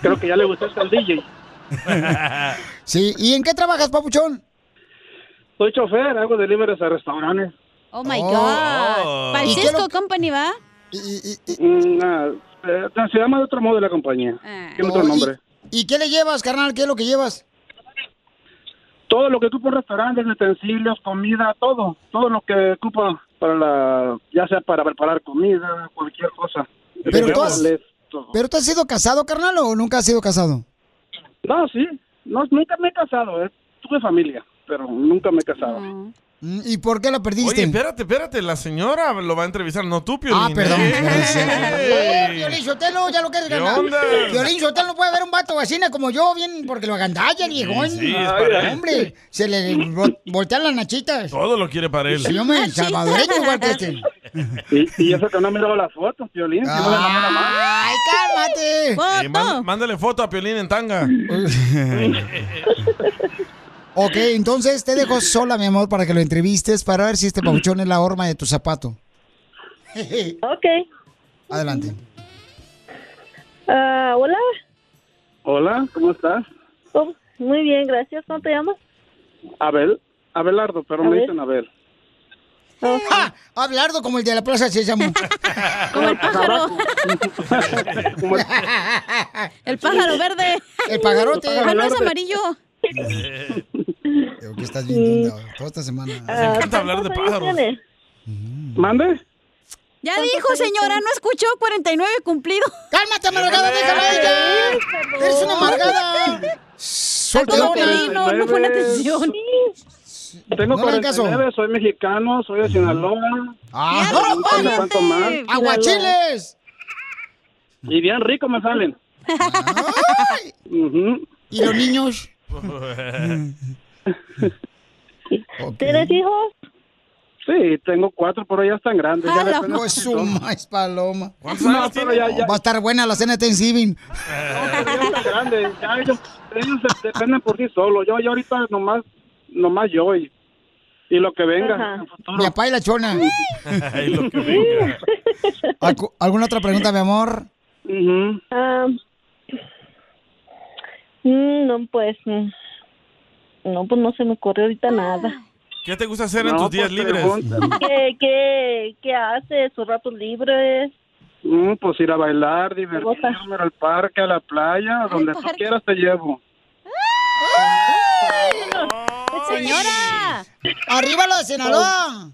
[SPEAKER 24] creo que ya le gustaste al DJ.
[SPEAKER 1] Sí, ¿y en qué trabajas, papuchón?
[SPEAKER 24] Soy chofer, hago deliveries a restaurantes.
[SPEAKER 4] Oh my
[SPEAKER 24] Oh.
[SPEAKER 4] God. Para el
[SPEAKER 24] ¿Y qué
[SPEAKER 4] Cisco Company, ¿va?
[SPEAKER 24] Mm, ah, eh, se llama de otro modo la compañía. Tiene otro
[SPEAKER 1] Oh, y-
[SPEAKER 24] nombre.
[SPEAKER 1] ¿Y qué le llevas, carnal? ¿Qué es lo que llevas?
[SPEAKER 24] Todo lo que ocupa un restaurante, utensilios, comida, todo. Todo lo que ocupa para la... ya sea para preparar comida, cualquier cosa.
[SPEAKER 1] Pero tú has-
[SPEAKER 24] Regalos,
[SPEAKER 1] ¿Pero tú has sido casado, carnal, o nunca has sido casado?
[SPEAKER 24] No, sí. No, nunca me he casado. eh. Tuve familia, pero nunca me he casado.
[SPEAKER 1] ¿Y por qué la perdiste?
[SPEAKER 3] Oye, espérate, espérate. La señora lo va a entrevistar, no tú, Piolín. ¿eh?
[SPEAKER 1] Ah, perdón.
[SPEAKER 3] Ey.
[SPEAKER 1] Oh, Piolín Sotelo, ya lo quieres
[SPEAKER 3] ¿Qué
[SPEAKER 1] ganar.
[SPEAKER 3] onda?
[SPEAKER 1] Piolín Sotelo no puede ver un vato vacina como yo, bien, porque lo agandalla el viejón.
[SPEAKER 3] sí, es
[SPEAKER 1] Ay,
[SPEAKER 3] para él.
[SPEAKER 1] hombre, se le vo- voltean las nachitas.
[SPEAKER 3] Todo lo quiere para él.
[SPEAKER 1] Sí,
[SPEAKER 24] Ah,
[SPEAKER 1] hombre, el salvadoreño igual que este.
[SPEAKER 24] Y, y eso que no miraba las fotos, Piolín. si no le enamora más.
[SPEAKER 1] Ah. ¡Ay, cálmate!
[SPEAKER 3] Eh, mán- mándale foto a Piolín en tanga.
[SPEAKER 1] Ok, entonces te dejo sola, mi amor, para que lo entrevistes para ver si este pauchón es la horma de tu zapato.
[SPEAKER 24] ok.
[SPEAKER 1] Adelante.
[SPEAKER 27] Ah, hola,
[SPEAKER 24] Hola, ¿cómo estás?
[SPEAKER 27] Oh, muy bien, gracias. ¿Cómo te llamas?
[SPEAKER 24] Abel, Abelardo, pero me
[SPEAKER 27] Abel.
[SPEAKER 24] dicen Abel.
[SPEAKER 1] ¡Ja! Hablardo como el de la plaza se llama.
[SPEAKER 4] Como el pájaro. el pájaro verde.
[SPEAKER 1] El pajarote.
[SPEAKER 4] Ah, no, es amarillo.
[SPEAKER 1] Creo que estás bien tonta hoy, toda esta semana.
[SPEAKER 24] Me encanta hablar de pájaros.
[SPEAKER 4] Ah, tiene?
[SPEAKER 24] ¿Mande?
[SPEAKER 4] Ya dijo, señora, no escuchó 49 cumplido.
[SPEAKER 1] ¡Cálmate, amargada! ¡Déjala ella! ¡Eres una amargada!
[SPEAKER 4] Suéltalo, Piolín, no, no pone atención.
[SPEAKER 24] Tengo
[SPEAKER 1] No le hagan caso.
[SPEAKER 24] 49, soy mexicano, soy de Sinaloa.
[SPEAKER 1] ¡Ah!
[SPEAKER 24] Me gustan de tanto más.
[SPEAKER 1] ¡Aguachiles!
[SPEAKER 24] Y bien rico me salen.
[SPEAKER 1] ¿Y los niños?
[SPEAKER 24] ¿Tienes hijos? Sí, tengo cuatro, pero ya están grandes. ya apenas-
[SPEAKER 1] No es su más paloma.
[SPEAKER 24] ¿Cuántos años No, pero tiene? ya- ya-
[SPEAKER 1] Va a estar buena la cena de Thanksgiving.
[SPEAKER 24] Ya están grandes, ya ellos, ellos se dependen por sí solos. Yo, yo ahorita nomás, nomás yo y, y lo que venga.
[SPEAKER 1] Ajá. Mi papá y la chona.
[SPEAKER 24] Y lo que
[SPEAKER 1] Alcu- ¿Alguna otra pregunta, mi amor?
[SPEAKER 27] Ah, mm, no, pues. mm, No, pues no se me ocurre ahorita nada.
[SPEAKER 3] ¿Qué te gusta hacer en
[SPEAKER 24] No,
[SPEAKER 3] tus días
[SPEAKER 24] pues,
[SPEAKER 3] libres?
[SPEAKER 24] pregunta.
[SPEAKER 27] ¿Qué, qué, qué hace sus ratos libres?
[SPEAKER 24] Mm, pues ir a bailar, divertirme al parque, a la playa, donde tú quieras te llevo.
[SPEAKER 4] ¡Señora!
[SPEAKER 1] ¡Arriba los de Sinaloa!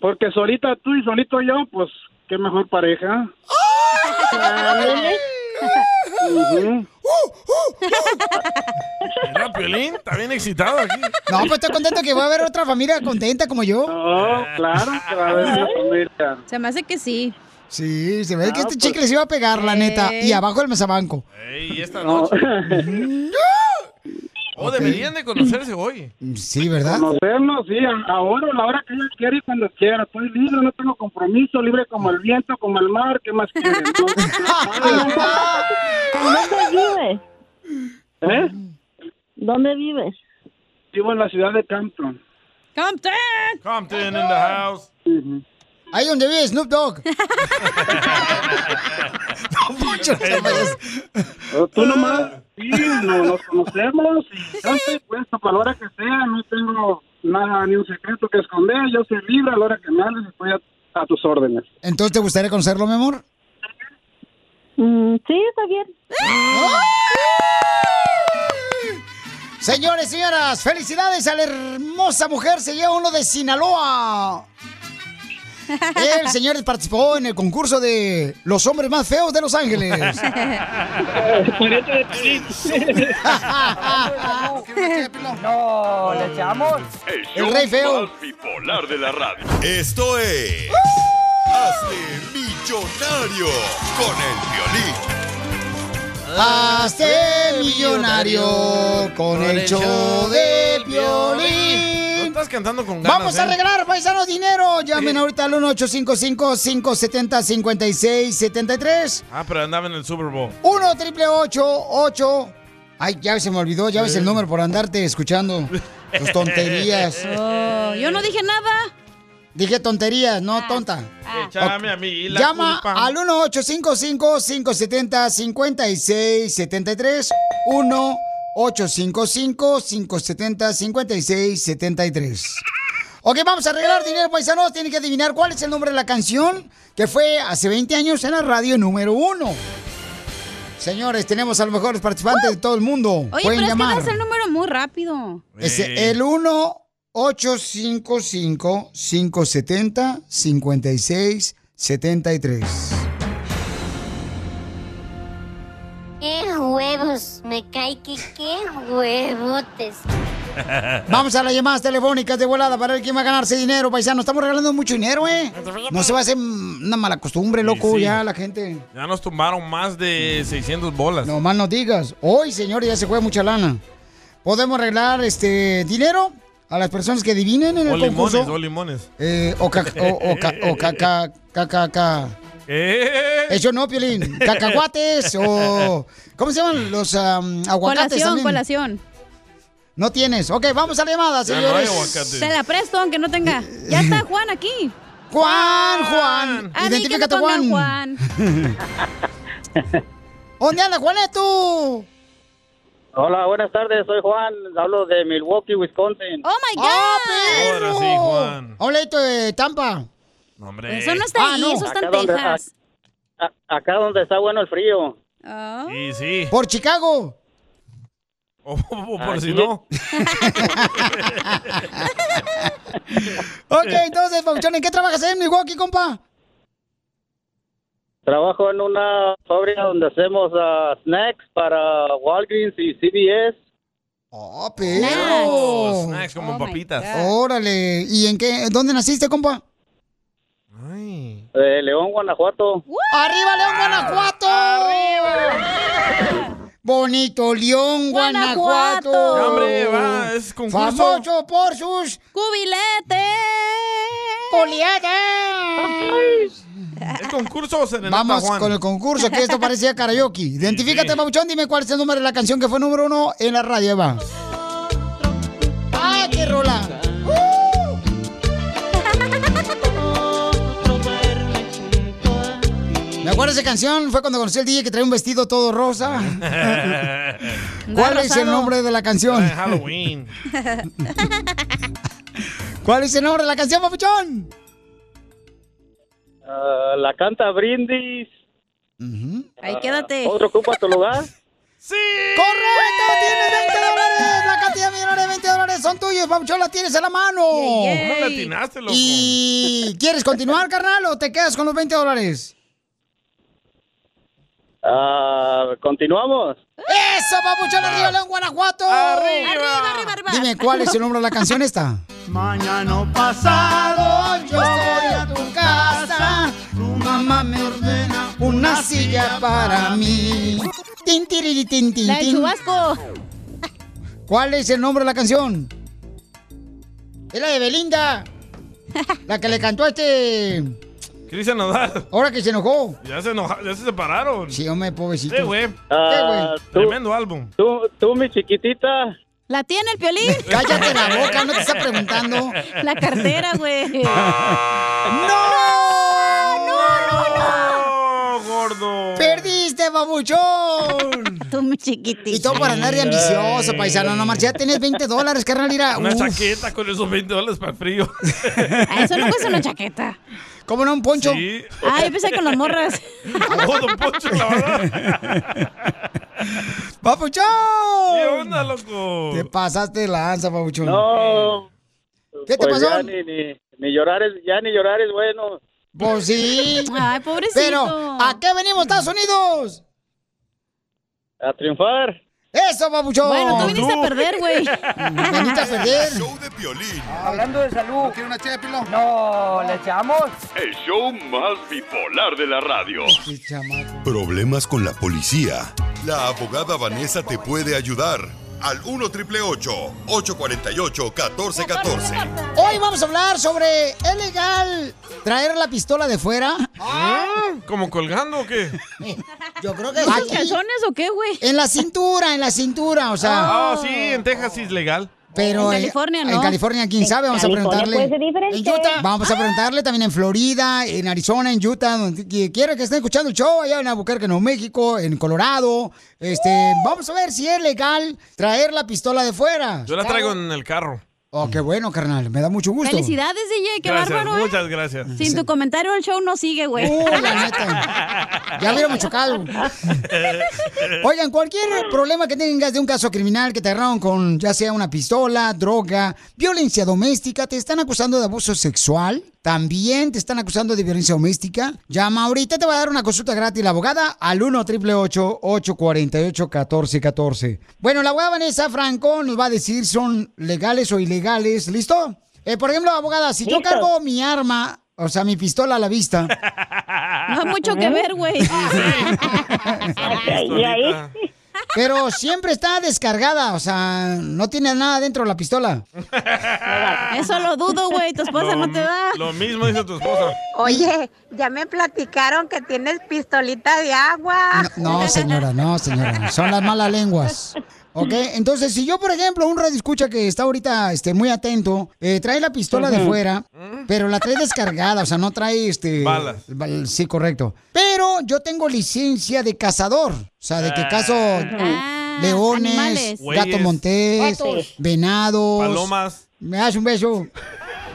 [SPEAKER 24] Porque solita tú y solito yo, pues qué mejor pareja. Ujú.
[SPEAKER 3] Mira, Piolín está bien excitado aquí.
[SPEAKER 4] Oh.
[SPEAKER 1] No, pues estoy contento que va a haber otra familia contenta como yo.
[SPEAKER 24] No, claro que va a haber una familia.
[SPEAKER 4] Se me hace que sí.
[SPEAKER 1] Sí, se ve que
[SPEAKER 4] Ah,
[SPEAKER 1] este
[SPEAKER 4] pues-
[SPEAKER 1] chicle se iba a pegar, la neta.
[SPEAKER 4] Eh.
[SPEAKER 1] Y abajo el mesabanco.
[SPEAKER 3] Ey, esta
[SPEAKER 24] No.
[SPEAKER 3] noche. Oh,
[SPEAKER 1] Ok.
[SPEAKER 3] deberían de conocerse hoy.
[SPEAKER 1] Sí, ¿verdad?
[SPEAKER 24] Conocernos, sí, a- ahora, a la hora que ella quiera y cuando quiera. Estoy libre, no tengo compromiso, libre como el viento, como el mar, ¿qué más quieres? No,
[SPEAKER 27] ¿Dónde vives?
[SPEAKER 24] ¿Eh?
[SPEAKER 27] ¿Dónde vives?
[SPEAKER 24] Vivo en la ciudad de Campton.
[SPEAKER 4] Compton.
[SPEAKER 3] Compton in the house.
[SPEAKER 1] Ahí donde vive Snoop Dogg.
[SPEAKER 24] Tú nomás, sí, no,
[SPEAKER 19] no- nos conocemos y yo estoy puesto para la hora que sea, no tengo nada, ni un secreto que esconder, yo soy libre a la hora que me hables, estoy a, a tus órdenes.
[SPEAKER 1] Entonces, ¿te gustaría conocerlo, mi amor?
[SPEAKER 27] Mm, sí, está bien.
[SPEAKER 1] Señores, señoras, felicidades a la hermosa mujer. Se lleva uno de Sinaloa. Él, señores, participó en el concurso de los hombres más feos de Los Ángeles.
[SPEAKER 2] No, le echamos.
[SPEAKER 8] El
[SPEAKER 2] El
[SPEAKER 8] show
[SPEAKER 2] rey feo.
[SPEAKER 8] más bipolar de la radio.
[SPEAKER 15] Esto es. Hazte millonario con el
[SPEAKER 1] Hazte millonario con el show de
[SPEAKER 3] No
[SPEAKER 1] violín.
[SPEAKER 3] estás cantando con ganas.
[SPEAKER 1] Vamos
[SPEAKER 3] ¿eh?
[SPEAKER 1] a arreglar, paisanos, dinero. Llamen ahorita al 1-855-570-5673.
[SPEAKER 3] Ah, pero andaba en el Super Bowl.
[SPEAKER 1] 1 triple 8 Ay, ya se me olvidó, ya ves el número por andarte escuchando tus tonterías.
[SPEAKER 4] Oh, yo no dije nada.
[SPEAKER 1] Dije tonterías, no tonta.
[SPEAKER 4] Ah.
[SPEAKER 3] Échame Eh, a mí la
[SPEAKER 1] Llama
[SPEAKER 3] culpa.
[SPEAKER 1] al 1-855-570-5673. 1-855-570-5673. Ok, vamos a arreglar dinero, paisanos. Tienen que adivinar cuál es el nombre de la canción que fue hace 20 años en la radio número uno. Señores, tenemos a los mejores participantes de todo el mundo.
[SPEAKER 4] Oye,
[SPEAKER 1] Pueden
[SPEAKER 4] pero
[SPEAKER 1] llamar.
[SPEAKER 4] es que das el número muy rápido.
[SPEAKER 1] Es el 1 855 570 5673
[SPEAKER 23] ¡Qué huevos! Me cae que qué huevotes.
[SPEAKER 1] Vamos a las llamadas telefónicas de volada para ver quién va a ganarse dinero, paisano. Estamos regalando mucho dinero, ¿eh? No se va a hacer mm, una mala costumbre, loco,
[SPEAKER 3] sí.
[SPEAKER 1] ya la gente.
[SPEAKER 3] Ya nos tumbaron más de 600 bolas.
[SPEAKER 1] No más no digas. Hoy, señores, ya se juega mucha lana. Podemos arreglar este dinero a las personas que adivinen en
[SPEAKER 3] o
[SPEAKER 1] el
[SPEAKER 3] limones,
[SPEAKER 1] concurso.
[SPEAKER 3] o limones.
[SPEAKER 1] Eh, o ca- o- o ca- o ca- ca- ca- ca- ca-
[SPEAKER 3] Eh.
[SPEAKER 1] Eso no, Piolín. Cacahuates o... ¿Cómo se llaman los am, aguacates
[SPEAKER 4] Colación,
[SPEAKER 1] también?
[SPEAKER 4] colación.
[SPEAKER 1] No tienes. Ok, vamos a la llamada,
[SPEAKER 4] Ya no hay
[SPEAKER 1] señores.
[SPEAKER 4] aguacate. Se la presto, aunque no tenga. Ya está Juan aquí. Ah,
[SPEAKER 1] Juan, Juan.
[SPEAKER 4] A mí que me
[SPEAKER 1] Identifícate,
[SPEAKER 4] pongan
[SPEAKER 1] Juan.
[SPEAKER 4] Juan.
[SPEAKER 1] ¿Dónde anda, Juaneto?
[SPEAKER 20] Hola, buenas tardes, soy Juan, hablo de Milwaukee, Wisconsin.
[SPEAKER 4] ¡Oh, my God!
[SPEAKER 20] Ahora sí, Juan.
[SPEAKER 1] Ah, Hola, esto de Tampa.
[SPEAKER 3] Hombre.
[SPEAKER 1] Eso no está Ah, ahí, no. eso está en
[SPEAKER 20] Acá donde-
[SPEAKER 1] Texas.
[SPEAKER 20] a- a- acá donde está bueno el frío.
[SPEAKER 3] Sí, sí.
[SPEAKER 1] Por Chicago.
[SPEAKER 3] O, o
[SPEAKER 2] Ah,
[SPEAKER 3] por si
[SPEAKER 20] Aquí.
[SPEAKER 3] no.
[SPEAKER 1] Ok, entonces, Pauchón, ¿en qué trabajas en Milwaukee, compa?
[SPEAKER 20] Trabajo en una fábrica donde hacemos ah, snacks para Walgreens y CVS.
[SPEAKER 1] Oh,
[SPEAKER 3] Snacks. Snacks como papitas.
[SPEAKER 1] Órale. ¿Y en qué? ¿Dónde naciste, compa?
[SPEAKER 20] De León, Guanajuato.
[SPEAKER 1] ¡Arriba, León, Guanajuato! ¡Arriba! Bonito León, Guanajuato.
[SPEAKER 3] No, hombre, va, es concurso.
[SPEAKER 1] Famoso por sus... ¡Cubiletes! ¡Polietes!
[SPEAKER 3] ¿Es concurso o serenata,
[SPEAKER 1] Vamos
[SPEAKER 3] Juan?
[SPEAKER 1] con el concurso, que esto parecía karaoke. Identifícate, Pauchón, dime cuál es el número de la canción que fue número uno en la radio, Eva. ¡Ay, qué rola! Me acuerdo de esa canción, fue cuando conocí al DJ que traía un vestido todo rosa. ¿Cuál es el nombre de la canción?
[SPEAKER 3] Ah, Halloween.
[SPEAKER 1] ¿Cuál es el nombre de la canción, papuchón?
[SPEAKER 20] Ah, la canta Brindis. Ah,
[SPEAKER 4] Ahí quédate.
[SPEAKER 20] ¿Otro ocupa tu lugar?
[SPEAKER 1] ¡Correcto! ¡Tienes 20 dólares! La cantidad millonaria de 20 dólares son tuyos, papuchón, la tienes en la mano.
[SPEAKER 3] Yeah, yeah. No la atinaste, loco.
[SPEAKER 1] ¿Y quieres continuar, carnal, o te quedas con los 20 dólares?
[SPEAKER 20] Ah, ¿Continuamos?
[SPEAKER 1] ¡Eso, papuchón! ¡Arriba, León, Guanajuato! ¡Arriba!
[SPEAKER 4] arriba,
[SPEAKER 1] arriba! Dime, ¿cuál es el nombre de la canción esta?
[SPEAKER 2] Mañana pasado yo voy a tu casa. Tu mamá me ordena una silla para mí.
[SPEAKER 1] Tin, tiriri, tin, tin,
[SPEAKER 2] La del
[SPEAKER 1] tin.
[SPEAKER 2] chubasco.
[SPEAKER 1] ¿Cuál es el nombre de la canción? Es la de Belinda. La que le cantó a este.
[SPEAKER 3] Cristian Nodal.
[SPEAKER 1] Ahora que se enojó.
[SPEAKER 3] Ya se enojaron, ya se separaron.
[SPEAKER 1] Sí, hombre, pobrecito. Eh,
[SPEAKER 3] Sí, güey.
[SPEAKER 20] Ah, tú-
[SPEAKER 3] Tremendo álbum.
[SPEAKER 20] Tú, tú, mi chiquitita.
[SPEAKER 4] ¿La tiene el piolín?
[SPEAKER 1] Cállate la boca, no te está preguntando.
[SPEAKER 4] La cartera, güey.
[SPEAKER 3] Oh,
[SPEAKER 1] ¡No! ¡No, no, no! ¡Gordo! ¡Perdiste, babuchón!
[SPEAKER 4] Tú muy chiquitito.
[SPEAKER 1] Y todo para andar de ambicioso, paisano. No, Marcia, tenés 20 dólares, carnal. Ira.
[SPEAKER 3] Una
[SPEAKER 1] Ah, Uf.
[SPEAKER 3] chaqueta con esos 20 dólares para el frío.
[SPEAKER 4] A eso no cuesta una chaqueta.
[SPEAKER 1] ¿Cómo no, un poncho?
[SPEAKER 3] Sí.
[SPEAKER 4] Ah, yo pensé con las morras.
[SPEAKER 3] No, don Poncho, la
[SPEAKER 1] ¡Papuchón!
[SPEAKER 3] ¿Qué onda, loco?
[SPEAKER 1] Te pasaste de lanza, papuchón.
[SPEAKER 20] No.
[SPEAKER 1] ¿Qué te
[SPEAKER 20] Pues
[SPEAKER 1] pasó?
[SPEAKER 20] Ya ni, ni- ni llorar es, ya ni llorar es bueno.
[SPEAKER 1] Pues sí.
[SPEAKER 4] Ay, pobrecito.
[SPEAKER 1] Pero, ¿a qué venimos, Estados Unidos?
[SPEAKER 20] A triunfar.
[SPEAKER 1] ¡Eso, papuchón!
[SPEAKER 20] Bueno, tú viniste a perder, güey.
[SPEAKER 1] Viniste a perder.
[SPEAKER 25] Hablando de salud. ¿Quieres una ché de pilón? No, ¿le echamos?
[SPEAKER 8] El show más bipolar de la radio.
[SPEAKER 15] Problemas con la policía. La abogada Vanessa te puede ayudar. Al 1 848 1414.
[SPEAKER 1] Hoy vamos a hablar sobre ¿es legal traer la pistola de fuera?
[SPEAKER 3] Ah.
[SPEAKER 1] Eh,
[SPEAKER 3] ¿Como colgando o qué?
[SPEAKER 1] Yo creo
[SPEAKER 4] ¿Esos
[SPEAKER 1] Aquí.
[SPEAKER 4] calzones o qué, güey?
[SPEAKER 1] En la cintura, en la cintura, o sea.
[SPEAKER 3] Ah, sí, en Texas sí es legal.
[SPEAKER 1] Pero eh, En California, quién sabe, vamos a preguntarle. En Utah, vamos a preguntarle también en Florida, en Arizona, en Utah, donde qui- quiera que estén escuchando el show, allá en Albuquerque, Nuevo México, en Colorado. Este, vamos a ver si es legal traer la pistola de fuera.
[SPEAKER 3] Yo la traigo en el carro.
[SPEAKER 1] Oh, qué bueno, carnal, me da mucho gusto.
[SPEAKER 4] Felicidades, DJ, qué
[SPEAKER 3] gracias,
[SPEAKER 4] bárbaro, ¿eh?
[SPEAKER 3] muchas gracias.
[SPEAKER 4] Sin tu comentario el show no sigue, güey.
[SPEAKER 1] Uh, la neta. Ya hubiéramos chocado.
[SPEAKER 2] Ah.
[SPEAKER 1] Oigan, cualquier problema que tengas de un caso criminal que te agarraron con ya sea una pistola, droga, violencia doméstica, te están acusando de abuso sexual, también te están acusando de violencia doméstica, llama ahorita, te va a dar una consulta gratis la abogada al 1 888 848 1414 Bueno, la abogada Vanessa Franco nos va a decir son legales o ilegales, ¿listo? Eh, por ejemplo, abogada, si yo
[SPEAKER 4] Listo.
[SPEAKER 1] cargo mi arma, o sea, mi pistola a la vista,
[SPEAKER 4] No hay mucho que ver, güey.
[SPEAKER 1] ¿Y ahí? Pero siempre está descargada, o sea, no tiene nada dentro la pistola.
[SPEAKER 4] Eso lo dudo, güey. Tu esposa
[SPEAKER 3] Lo-
[SPEAKER 4] no te da.
[SPEAKER 3] Lo mismo dice tu esposa.
[SPEAKER 9] Oye, ya me platicaron que tienes pistolita de agua.
[SPEAKER 1] No, señora, no, señora. Son las malas lenguas. ¿Ok? Entonces, si yo, por ejemplo, un radio escucha que está ahorita este, muy atento, eh, trae la pistola de
[SPEAKER 2] Ujú.
[SPEAKER 1] fuera, pero la trae descargada, o sea, no trae este.
[SPEAKER 2] Balas.
[SPEAKER 1] bal- Sí, correcto. Pero yo tengo licencia de cazador. O sea, de que cazo
[SPEAKER 2] Ah.
[SPEAKER 1] leones,
[SPEAKER 2] Animales.
[SPEAKER 1] gato
[SPEAKER 2] Bueyes.
[SPEAKER 1] montés,
[SPEAKER 2] Patos.
[SPEAKER 1] venados.
[SPEAKER 3] Palomas.
[SPEAKER 1] Me das un beso.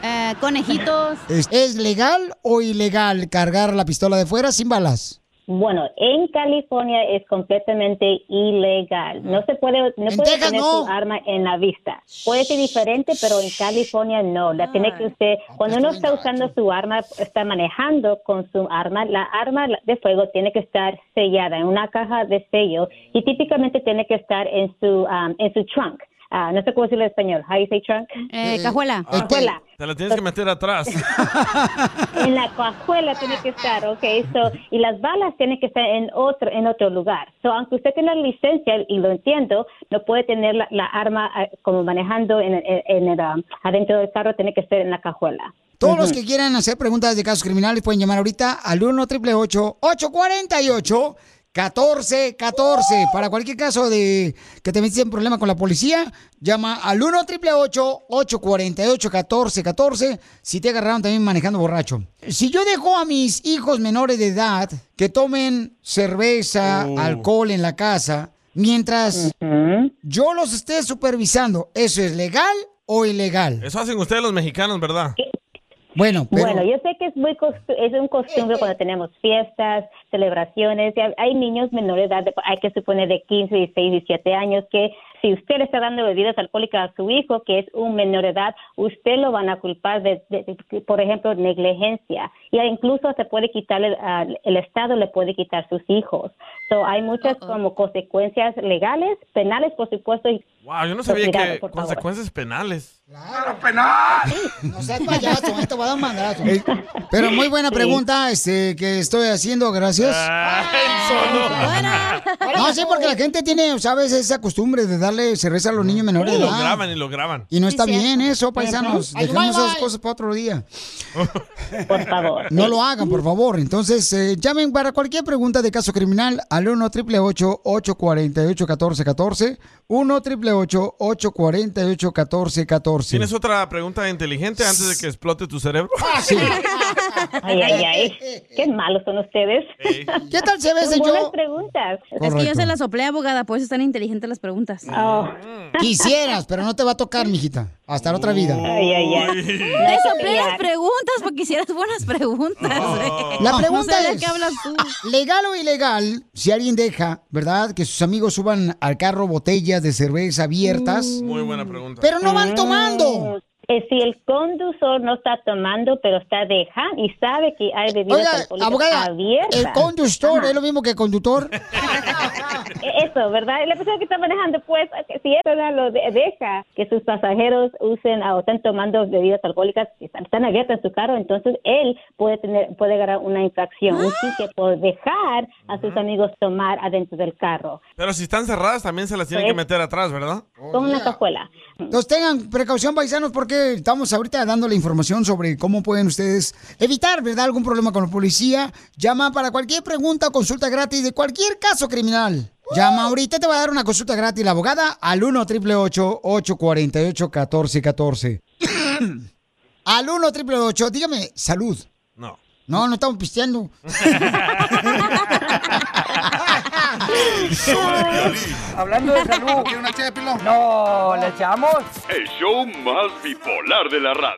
[SPEAKER 2] Eh,
[SPEAKER 4] conejitos.
[SPEAKER 1] ¿Es, es legal o ilegal cargar la pistola de fuera sin balas?
[SPEAKER 21] Bueno, en California es completamente ilegal. No se puede, no
[SPEAKER 1] En
[SPEAKER 21] puede
[SPEAKER 1] Texas
[SPEAKER 21] tener
[SPEAKER 1] no.
[SPEAKER 21] su arma en la vista. Puede ser diferente, pero en California no. La tiene que usted, cuando uno está usando su arma, está manejando con su arma, la arma de fuego tiene que estar sellada en una caja de sello y típicamente tiene que estar en su, um, en su trunk. Ah, no sé cómo decirlo en español. How you say trunk?
[SPEAKER 4] cajuela.
[SPEAKER 3] Ah,
[SPEAKER 21] Cajuela
[SPEAKER 3] Te la tienes que meter atrás.
[SPEAKER 21] en la cajuela tiene que estar, ok, so, y las balas tienen que estar en otro, en otro lugar. So, aunque usted tenga licencia, y lo entiendo, no puede tener la, la arma ah, como manejando en, en- en el, um, adentro del carro, tiene que estar en la cajuela.
[SPEAKER 1] Todos los que quieran hacer preguntas de casos criminales pueden llamar ahorita al 1 848 1414 Para cualquier caso de que te metiste en problema con la policía, llama al 1 848 1414 si te agarraron también manejando borracho. Si yo dejo a mis hijos menores de edad que tomen cerveza, alcohol en la casa, mientras yo los esté supervisando, ¿eso es legal o ilegal?
[SPEAKER 3] Eso hacen ustedes los mexicanos, ¿verdad?
[SPEAKER 1] Bueno, pero...
[SPEAKER 21] Bueno, yo sé que es muy costu- es un costumbre cuando tenemos fiestas, celebraciones, y hay- hay niños menores de edad, de- hay que suponer de 15, 16, 17 años, que si usted le está dando bebidas alcohólicas a su hijo, que es un menor de edad, usted lo van a culpar de, de- de- por ejemplo, negligencia. Y incluso se puede quitarle, ah, el Estado le puede quitar sus hijos. So, hay muchas como consecuencias legales, penales, por supuesto. y-
[SPEAKER 3] Wow, yo no sabía
[SPEAKER 21] Cuidado,
[SPEAKER 3] que
[SPEAKER 21] por favor.
[SPEAKER 3] consecuencias penales.
[SPEAKER 1] No seas payaso, ahí te voy a dar un mandazo. Eh, Pero muy buena pregunta este, que estoy haciendo, gracias.
[SPEAKER 3] Ah.
[SPEAKER 2] Ay, solo.
[SPEAKER 1] No, sí, porque la gente tiene, ¿sabes? Esa costumbre de darle cerveza a los niños menores de
[SPEAKER 3] lo
[SPEAKER 1] edad.
[SPEAKER 3] graban y lo graban.
[SPEAKER 1] Y no está bien eso, paisanos.
[SPEAKER 3] Ujú. Ay,
[SPEAKER 1] Dejemos
[SPEAKER 3] bye,
[SPEAKER 1] esas
[SPEAKER 3] bye.
[SPEAKER 1] cosas para otro día.
[SPEAKER 3] Por favor.
[SPEAKER 1] No lo hagan, por favor. Entonces, eh, llamen para cualquier pregunta de caso criminal al 1 888 848 1414 1 888 848 1414
[SPEAKER 3] ¿Tienes otra pregunta inteligente antes de que explote tu cerebro?
[SPEAKER 1] Ah,
[SPEAKER 21] Ay, ay, ay. Qué malos son ustedes.
[SPEAKER 1] ¿Qué tal se ve
[SPEAKER 21] ese
[SPEAKER 4] yo?
[SPEAKER 21] preguntas.
[SPEAKER 4] Es que yo
[SPEAKER 1] Correcto.
[SPEAKER 4] se la soplé, abogada, por eso están inteligentes las preguntas.
[SPEAKER 21] Oh.
[SPEAKER 1] Quisieras, pero no te va a tocar, mijita. Hasta la otra vida.
[SPEAKER 4] Ay, ay, ay. Te soplé las preguntas porque hicieras buenas preguntas.
[SPEAKER 1] La pregunta
[SPEAKER 4] No sé de
[SPEAKER 1] es-
[SPEAKER 4] qué hablas tú.
[SPEAKER 1] Legal o ilegal, si alguien deja, ¿verdad? Que sus amigos suban al carro botellas de cerveza abiertas.
[SPEAKER 3] Muy buena pregunta.
[SPEAKER 1] Pero no van tomando.
[SPEAKER 21] Eh, si el conductor no está tomando, pero está dejando y sabe que hay bebidas
[SPEAKER 1] Oiga,
[SPEAKER 21] alcohólicas
[SPEAKER 1] abogada,
[SPEAKER 21] abiertas.
[SPEAKER 1] el conductor
[SPEAKER 21] Ajá.
[SPEAKER 1] es lo mismo que conductor.
[SPEAKER 21] E- Eso, ¿verdad? La persona que está manejando, pues, que si eso no lo de- deja que sus pasajeros usen ah, o están tomando bebidas alcohólicas que están, están abiertas en su carro, entonces él puede tener, puede ganar una infracción,
[SPEAKER 1] Ah.
[SPEAKER 21] un ticket por dejar a sus amigos tomar adentro del carro
[SPEAKER 3] Pero si están cerradas, también se las tienen
[SPEAKER 21] Pues-
[SPEAKER 3] que meter atrás, ¿verdad?
[SPEAKER 21] con una cajuela.
[SPEAKER 1] Entonces tengan precaución, paisanos, porque estamos ahorita dando la información sobre cómo pueden ustedes evitar, ¿verdad? Algún problema con la policía. Llama para cualquier pregunta o consulta gratis de cualquier caso criminal. Llama
[SPEAKER 21] Uh.
[SPEAKER 1] ahorita, te va a dar una consulta gratis la abogada al 1 888 848 1414 Al 1 888 dígame, salud.
[SPEAKER 3] No.
[SPEAKER 1] No, no estamos pisteando.
[SPEAKER 17] Hablando de salud. ¿Quiere una No, ¿le echamos?
[SPEAKER 8] El show más bipolar de la radio.